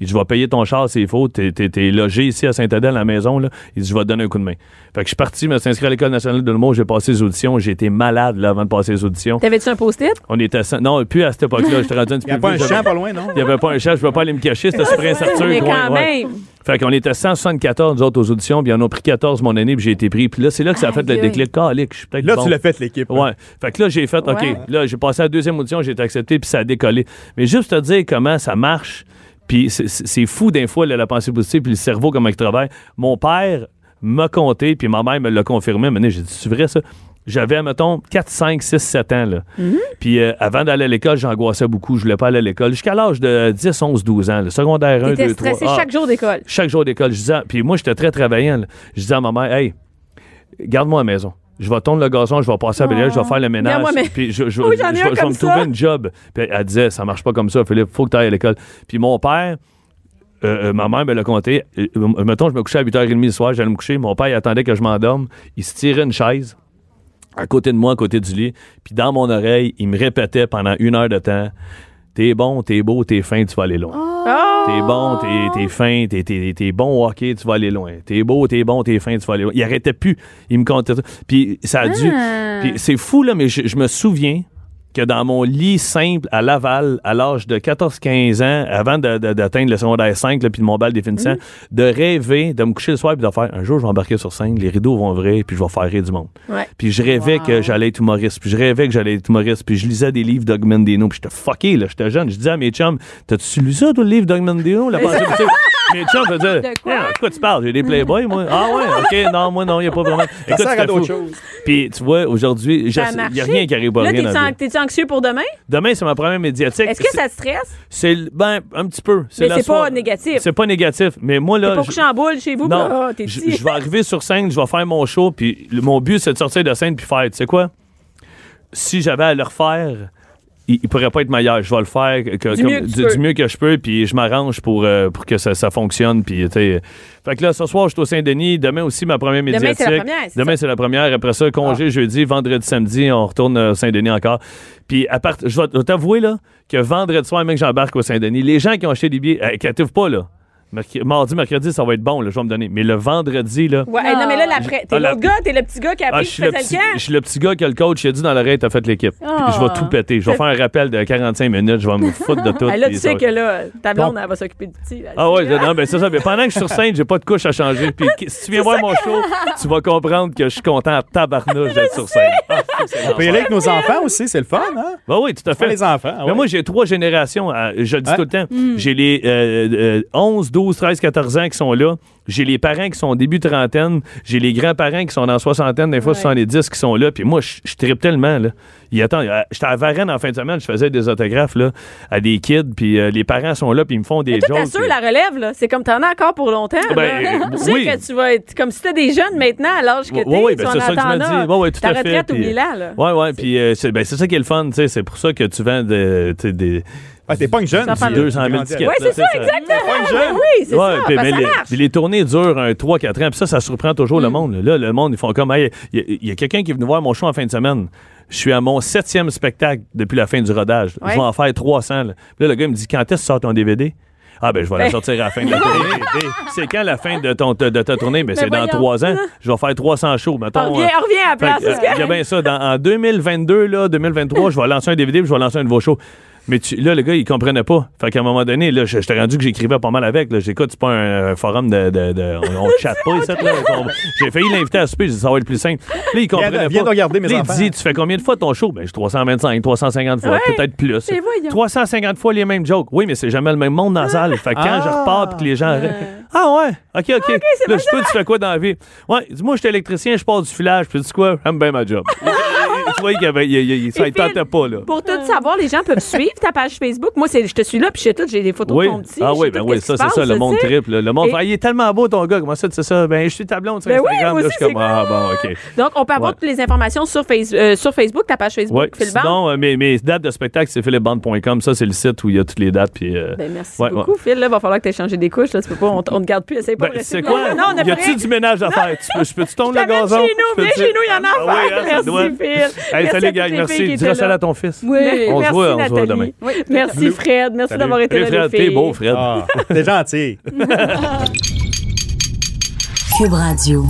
[SPEAKER 10] Il dit, je vais payer ton char s'il faut. T'es, t'es- t'es logé ici à Saint-Adèle, à la maison. Là. Il dit, je vais te donner un coup de main. Fait que je suis parti, je me suis inscrit à l'École nationale de l'humour. J'ai passé les auditions. J'ai été malade là, avant de passer les auditions.
[SPEAKER 7] T'avais-tu un post-it?
[SPEAKER 10] On était sans- Non, plus à cette époque-là. J'étais rendu un petit
[SPEAKER 6] Il n'y a
[SPEAKER 10] peu
[SPEAKER 6] pas un
[SPEAKER 10] vieux,
[SPEAKER 6] champ
[SPEAKER 10] j'avais-
[SPEAKER 6] pas loin, non?
[SPEAKER 10] Il n'y avait pas un chef. Je ne vais pas aller me cacher. C'était super incertain.
[SPEAKER 7] Mais
[SPEAKER 10] coin,
[SPEAKER 7] quand
[SPEAKER 10] ouais.
[SPEAKER 7] même.
[SPEAKER 10] Fait qu'on était 174 nous autres aux auditions, puis on a pris 14 mon année, puis j'ai été pris. Puis là, c'est là que ça a fait le
[SPEAKER 7] Aïe.
[SPEAKER 10] déclic. Calique, je suis peut-être
[SPEAKER 6] Là,
[SPEAKER 10] bon.
[SPEAKER 6] tu l'as fait, l'équipe.
[SPEAKER 10] Ouais. Fait que là, j'ai fait, OK,
[SPEAKER 7] Ouais.
[SPEAKER 10] là, j'ai passé à la deuxième audition, j'ai été accepté, puis ça a décollé. Mais juste te dire comment ça marche, puis c'est- c'est c'est fou d'un fois, là, la pensée positive, puis le cerveau, comment il travaille. Mon père m'a compté, puis ma mère me l'a confirmé. Maintenant, j'ai dit, c'est vrai, ça? J'avais, mettons, 4, 5, 6, 7 ans. Là.
[SPEAKER 7] Mm-hmm.
[SPEAKER 10] Puis euh, avant d'aller à l'école, j'angoissais beaucoup. Je voulais pas aller à l'école. Jusqu'à l'âge de 10, 11, 12 ans. Le secondaire 1, 2,
[SPEAKER 7] T'étais
[SPEAKER 10] 3.
[SPEAKER 7] stressé
[SPEAKER 10] Ah
[SPEAKER 7] chaque jour d'école.
[SPEAKER 10] chaque jour d'école, je disais, puis moi, j'étais très travaillant. là. Je disais à ma mère, hey, garde-moi à la maison. Je vais tondre le gazon, je vais passer à Bélier, je vais faire le ménage.
[SPEAKER 7] Ah. Garde-moi, mais-
[SPEAKER 10] Puis je, je-
[SPEAKER 7] Oui,
[SPEAKER 10] je-
[SPEAKER 7] j'en ai
[SPEAKER 10] je-
[SPEAKER 7] un
[SPEAKER 10] je vais
[SPEAKER 7] comme
[SPEAKER 10] me
[SPEAKER 7] ça.
[SPEAKER 10] trouver une job. Puis elle disait, ça marche pas comme ça, Philippe, faut que tu ailles à l'école. Puis mon père, euh, euh, ma mère me l'a compté. Euh, euh, mettons, je me couchais à 8h30 le soir, j'allais me coucher. Mon père, il attendait que je m'endorme. Il se tirait une chaise à côté de moi, à côté du lit. Puis dans mon oreille, il me répétait pendant une heure de temps T'es bon, t'es beau, t'es fin, tu vas aller loin. T'es bon, t'es- t'es fin, t'es- t'es t'es bon au hockey, tu vas aller loin. T'es beau, t'es bon, t'es fin, tu vas aller loin. Il arrêtait plus. Il me comptait ça. Puis ça a dû. Puis c'est fou, là, mais je, je me souviens que dans mon lit simple à Laval, à l'âge de 14-15 ans, avant de- de- d'atteindre le secondaire 5, là, puis de mon bal définissant, de rêver, de me coucher le soir, puis de faire un jour, je vais embarquer sur scène, les rideaux vont ouvrir, puis je vais faire rire du monde.
[SPEAKER 7] Ouais.
[SPEAKER 10] Puis je rêvais que j'allais être humoriste. Puis je rêvais que j'allais être humoriste. Puis je lisais des livres d'Og Mendino. Puis j'étais fucké, là. J'étais jeune. Je disais à mes chums, t'as-tu lu ça, toi, le livre d'Og Mendino? La pensée positive? Mes chums faisaient,
[SPEAKER 7] De quoi?
[SPEAKER 10] Eh, de quoi tu parles? J'ai des Playboy, moi. Ah ouais, OK, non, moi, non, il n'y a pas vraiment. Écoute,
[SPEAKER 6] sert à
[SPEAKER 10] c'était
[SPEAKER 6] d'autres
[SPEAKER 10] fou.
[SPEAKER 6] choses.
[SPEAKER 10] Puis tu vois, aujourd'hui,
[SPEAKER 7] Ça a
[SPEAKER 10] j'essa- il n'y
[SPEAKER 7] marché.
[SPEAKER 10] a rien qui arrive pas
[SPEAKER 7] Là,
[SPEAKER 10] rien. dans
[SPEAKER 7] t'es-tu
[SPEAKER 10] la
[SPEAKER 7] an-
[SPEAKER 10] vie.
[SPEAKER 7] t'es-tu anxieux pour demain?
[SPEAKER 10] Demain, c'est ma première médiatique.
[SPEAKER 7] Est-ce que
[SPEAKER 10] C'est-
[SPEAKER 7] ça te stresse?
[SPEAKER 10] C'est le- ben un petit peu.
[SPEAKER 7] Mais
[SPEAKER 10] la
[SPEAKER 7] c'est pas
[SPEAKER 10] soirée.
[SPEAKER 7] négatif.
[SPEAKER 10] C'est pas négatif, mais moi là,
[SPEAKER 7] T'es pas
[SPEAKER 10] je-
[SPEAKER 7] couché en boule chez vous?
[SPEAKER 10] non,
[SPEAKER 7] bah, t'es
[SPEAKER 10] je,
[SPEAKER 7] petit.
[SPEAKER 10] je vais arriver sur scène, je vais faire mon show, puis le- mon but, c'est de sortir de scène puis faire, tu sais quoi? Si j'avais à le refaire, il, il pourrait pas être meilleur. Je vais le faire que- que-
[SPEAKER 7] Du mieux que tu peux.
[SPEAKER 10] du mieux que je peux, puis je m'arrange pour, euh, pour que ça, ça fonctionne. Puis, tu sais. fait que là, ce soir, je suis au Saint-Denis. Demain aussi, ma première
[SPEAKER 7] Demain,
[SPEAKER 10] médiatique.
[SPEAKER 7] c'est la première, c'est Ah.
[SPEAKER 10] Demain, c'est la première. Après ça, congé jeudi, vendredi, samedi, on retourne au Saint-Denis encore. Puis, à part, je vais t- t'avouer là, que vendredi soir, même que j'embarque au Saint-Denis, les gens qui ont acheté des billets, euh, inquiétez-vous pas, là. Merc- Mardi, mercredi, ça va être bon, là, je vais me donner. Mais le vendredi, là.
[SPEAKER 7] Ouais, hey, non, mais là, l'après. T'es
[SPEAKER 10] Ah, la-
[SPEAKER 7] le gars, t'es le petit gars qui a
[SPEAKER 10] Ah,
[SPEAKER 7] appris
[SPEAKER 10] je, suis
[SPEAKER 7] que
[SPEAKER 10] le
[SPEAKER 7] tu faisais
[SPEAKER 10] petit,
[SPEAKER 7] le camp.
[SPEAKER 10] je suis le petit gars que le coach a dit dans l'oreille, t'as fait l'équipe. Puis Je
[SPEAKER 7] Ah.
[SPEAKER 10] vais tout péter. Je vais faire un rappel de 45 minutes, je vais me foutre de tout.
[SPEAKER 7] Hey, Ah, là,
[SPEAKER 10] puis
[SPEAKER 7] tu
[SPEAKER 10] ça
[SPEAKER 7] sais
[SPEAKER 10] va-
[SPEAKER 7] que là, ta blonde, elle va s'occuper du petit.
[SPEAKER 10] Ah ouais, non, ben c'est ça. Mais pendant que je suis sur scène, j'ai pas de couche à changer. Puis que- si tu viens voir mon show, tu vas comprendre que je suis content à tabarnouche d'être sur scène. Ah, c'est
[SPEAKER 6] On peut y aller avec nos enfants aussi, c'est le fun, hein?
[SPEAKER 10] Ben oui, tout à fait.
[SPEAKER 6] Faire les enfants. Ah
[SPEAKER 10] Mais
[SPEAKER 6] ouais.
[SPEAKER 10] moi, j'ai trois générations. à- je le dis
[SPEAKER 6] Ouais.
[SPEAKER 10] tout le temps. J'ai les euh, euh, 11, 12, 13, 14 ans qui sont là. J'ai les parents qui sont au début trentaine. J'ai les grands-parents qui sont dans soixantaine, des fois 70 qui sont là. Puis moi, je je tripe tellement. Là. Il attend, euh, J'étais à Varennes en fin de semaine. Je faisais des autographes là, à des kids. Puis euh, les parents sont là. Puis ils me font des
[SPEAKER 7] Toi,
[SPEAKER 10] jokes.
[SPEAKER 7] t'assures la relève, là. C'est comme t'en as encore pour longtemps.
[SPEAKER 10] Ben,
[SPEAKER 7] là.
[SPEAKER 10] euh,
[SPEAKER 7] tu sais
[SPEAKER 10] oui.
[SPEAKER 7] que tu vas être comme si t'es des jeunes maintenant à l'âge que
[SPEAKER 10] Oui,
[SPEAKER 7] t'es.
[SPEAKER 10] oui,
[SPEAKER 7] tu
[SPEAKER 10] ben,
[SPEAKER 7] en
[SPEAKER 10] c'est ça que tu
[SPEAKER 7] attends
[SPEAKER 10] m'as
[SPEAKER 7] là.
[SPEAKER 10] dit. Oui, oui, tout
[SPEAKER 7] Ta
[SPEAKER 10] à fait.
[SPEAKER 7] retraite,
[SPEAKER 10] puis- euh,
[SPEAKER 7] oublie-la, là.
[SPEAKER 10] Oui, oui. Puis euh, c'est ben, c'est ça qui est le fun. tu sais, C'est pour ça que tu vends de- tu sais, des,
[SPEAKER 6] Ah, t'es pas une jeune.
[SPEAKER 7] Ça fait
[SPEAKER 6] tu-
[SPEAKER 10] 200
[SPEAKER 6] tu
[SPEAKER 10] 000
[SPEAKER 6] grandis
[SPEAKER 10] tickets.
[SPEAKER 7] Oui,
[SPEAKER 10] là,
[SPEAKER 7] c'est
[SPEAKER 10] tu sais,
[SPEAKER 7] ça, exactement. Ben oui, c'est
[SPEAKER 10] Ouais,
[SPEAKER 7] ça.
[SPEAKER 10] puis,
[SPEAKER 7] ben,
[SPEAKER 10] mais
[SPEAKER 7] ça
[SPEAKER 10] les,
[SPEAKER 7] marche. Mm.
[SPEAKER 10] puis les tournées durent un 3-4 ans. Puis ça, ça surprend toujours le monde. Là, le monde, ils font comme, Hey, il y a- il y a, quelqu'un qui est venu voir mon show en fin de semaine. Je suis à mon septième spectacle depuis la fin du rodage.
[SPEAKER 7] Ouais.
[SPEAKER 10] Je vais en faire 300. Là, Puis là, le gars il me dit, quand est-ce que tu sors ton DVD? Ah ben je vais la sortir à la fin de la tournée. c'est quand la fin de, ton, de ta tournée? Ben, c'est dans
[SPEAKER 7] voyons.
[SPEAKER 10] trois ans. Je vais faire 300 shows.
[SPEAKER 7] On
[SPEAKER 10] Mettons,
[SPEAKER 7] revient,
[SPEAKER 10] euh,
[SPEAKER 7] on revient à la
[SPEAKER 10] fait
[SPEAKER 7] place.
[SPEAKER 10] que, euh,
[SPEAKER 7] parce que-
[SPEAKER 10] il y a bien ça. Dans, en 2022, là, 2023, je vais lancer un DVD puis je vais lancer un nouveau show. Mais tu- là, le gars, il comprenait pas. Fait qu'à un moment donné, là, je- j'étais rendu que j'écrivais pas mal avec. Là. J'écoute, c'est pas un, un forum de. de- de- on, on chatte pas, ici, là. On- j'ai failli l'inviter à souper, j'ai dit, ça va être plus simple. Là, il comprenait
[SPEAKER 6] Viens-
[SPEAKER 10] pas.
[SPEAKER 6] viens donc regarder mes
[SPEAKER 10] Là,
[SPEAKER 6] enfants.
[SPEAKER 10] Il dit, tu fais combien de fois ton show? Ben, je 325, 350 fois, peut-être plus.
[SPEAKER 3] mais voyons.
[SPEAKER 10] 350 fois les mêmes jokes. Oui, mais c'est jamais le même monde dans la salle. Fait que quand je repars puis que les gens. Ah ouais, ok, ok. là, je toi, tu fais quoi dans la vie? Ouais, dis-moi, je suis électricien, je pars du filage, puis tu sais quoi? J'aime bien ma job. tu vois, il y avait- il- il- il- ça, il
[SPEAKER 3] file.
[SPEAKER 10] tentait pas, là.
[SPEAKER 3] Pour tout savoir, les gens peuvent suivre ta page Facebook. Moi, c'est, je te suis là, puis je sais tout, j'ai des photos
[SPEAKER 10] Oui.
[SPEAKER 3] de ton petit.
[SPEAKER 10] ah
[SPEAKER 3] je
[SPEAKER 10] oui,
[SPEAKER 3] sais
[SPEAKER 10] ben
[SPEAKER 3] tout
[SPEAKER 10] oui,
[SPEAKER 3] qu'est-ce
[SPEAKER 10] ça,
[SPEAKER 3] qui
[SPEAKER 10] c'est
[SPEAKER 3] se
[SPEAKER 10] ça, le
[SPEAKER 3] passe,
[SPEAKER 10] monde
[SPEAKER 3] tu sais.
[SPEAKER 10] triple. Le monde
[SPEAKER 3] Et-
[SPEAKER 10] fait, ah, il est tellement beau ton gars, comment ça, tu sais ça? Ben, je suis ta blonde sur
[SPEAKER 3] Ben oui,
[SPEAKER 10] Instagram,
[SPEAKER 3] moi
[SPEAKER 10] là,
[SPEAKER 3] aussi,
[SPEAKER 10] je suis comme,
[SPEAKER 3] c'est
[SPEAKER 10] ah, bon, OK.
[SPEAKER 3] Donc, on peut avoir
[SPEAKER 10] Ouais.
[SPEAKER 3] toutes les informations sur, Face- euh, sur Facebook, ta page Facebook,
[SPEAKER 10] Ouais.
[SPEAKER 3] Phil Barre.
[SPEAKER 10] Sinon, euh, mes, mes dates de spectacle, c'est philipbande.com. Ça, c'est le site où il y a toutes les dates. Puis, euh,
[SPEAKER 3] Ben, merci
[SPEAKER 10] ouais,
[SPEAKER 3] beaucoup,
[SPEAKER 10] ouais.
[SPEAKER 3] Phil. Là, va falloir que tu aies changé des couches. Là, tu peux pas, on, t- on te garde plus. Essaye pas
[SPEAKER 10] Ben,
[SPEAKER 3] de rester
[SPEAKER 10] c'est
[SPEAKER 3] plus
[SPEAKER 10] quoi?
[SPEAKER 3] longtemps. Non, on a
[SPEAKER 10] y
[SPEAKER 3] pris-
[SPEAKER 10] a-tu du ménage à faire? Tu peux, je peux-tu tourner le
[SPEAKER 3] T'amènes
[SPEAKER 10] gazon?
[SPEAKER 3] chez nous,
[SPEAKER 10] Je
[SPEAKER 3] viens
[SPEAKER 10] peux-tu-
[SPEAKER 3] chez nous, il y en a
[SPEAKER 10] Ah oui,
[SPEAKER 3] à
[SPEAKER 10] hein, ça
[SPEAKER 3] faire.
[SPEAKER 10] doit.
[SPEAKER 3] Merci, Phil.
[SPEAKER 10] Hey,
[SPEAKER 3] Merci à
[SPEAKER 10] salut,
[SPEAKER 3] toutes
[SPEAKER 10] gang.
[SPEAKER 3] les
[SPEAKER 10] Merci.
[SPEAKER 3] filles qui
[SPEAKER 10] Dis ça
[SPEAKER 3] étaient là.
[SPEAKER 10] à ton fils.
[SPEAKER 3] Oui,
[SPEAKER 10] On se
[SPEAKER 3] merci,
[SPEAKER 10] voit, on se voit
[SPEAKER 3] Nathalie.
[SPEAKER 10] demain.
[SPEAKER 3] Oui, Merci Fred, merci d'avoir été
[SPEAKER 10] Hey,
[SPEAKER 3] là.
[SPEAKER 10] Fred,
[SPEAKER 3] les
[SPEAKER 10] t'es
[SPEAKER 3] filles.
[SPEAKER 10] beau, Fred.
[SPEAKER 6] Ah, t'es gentil.
[SPEAKER 1] Cube Radio.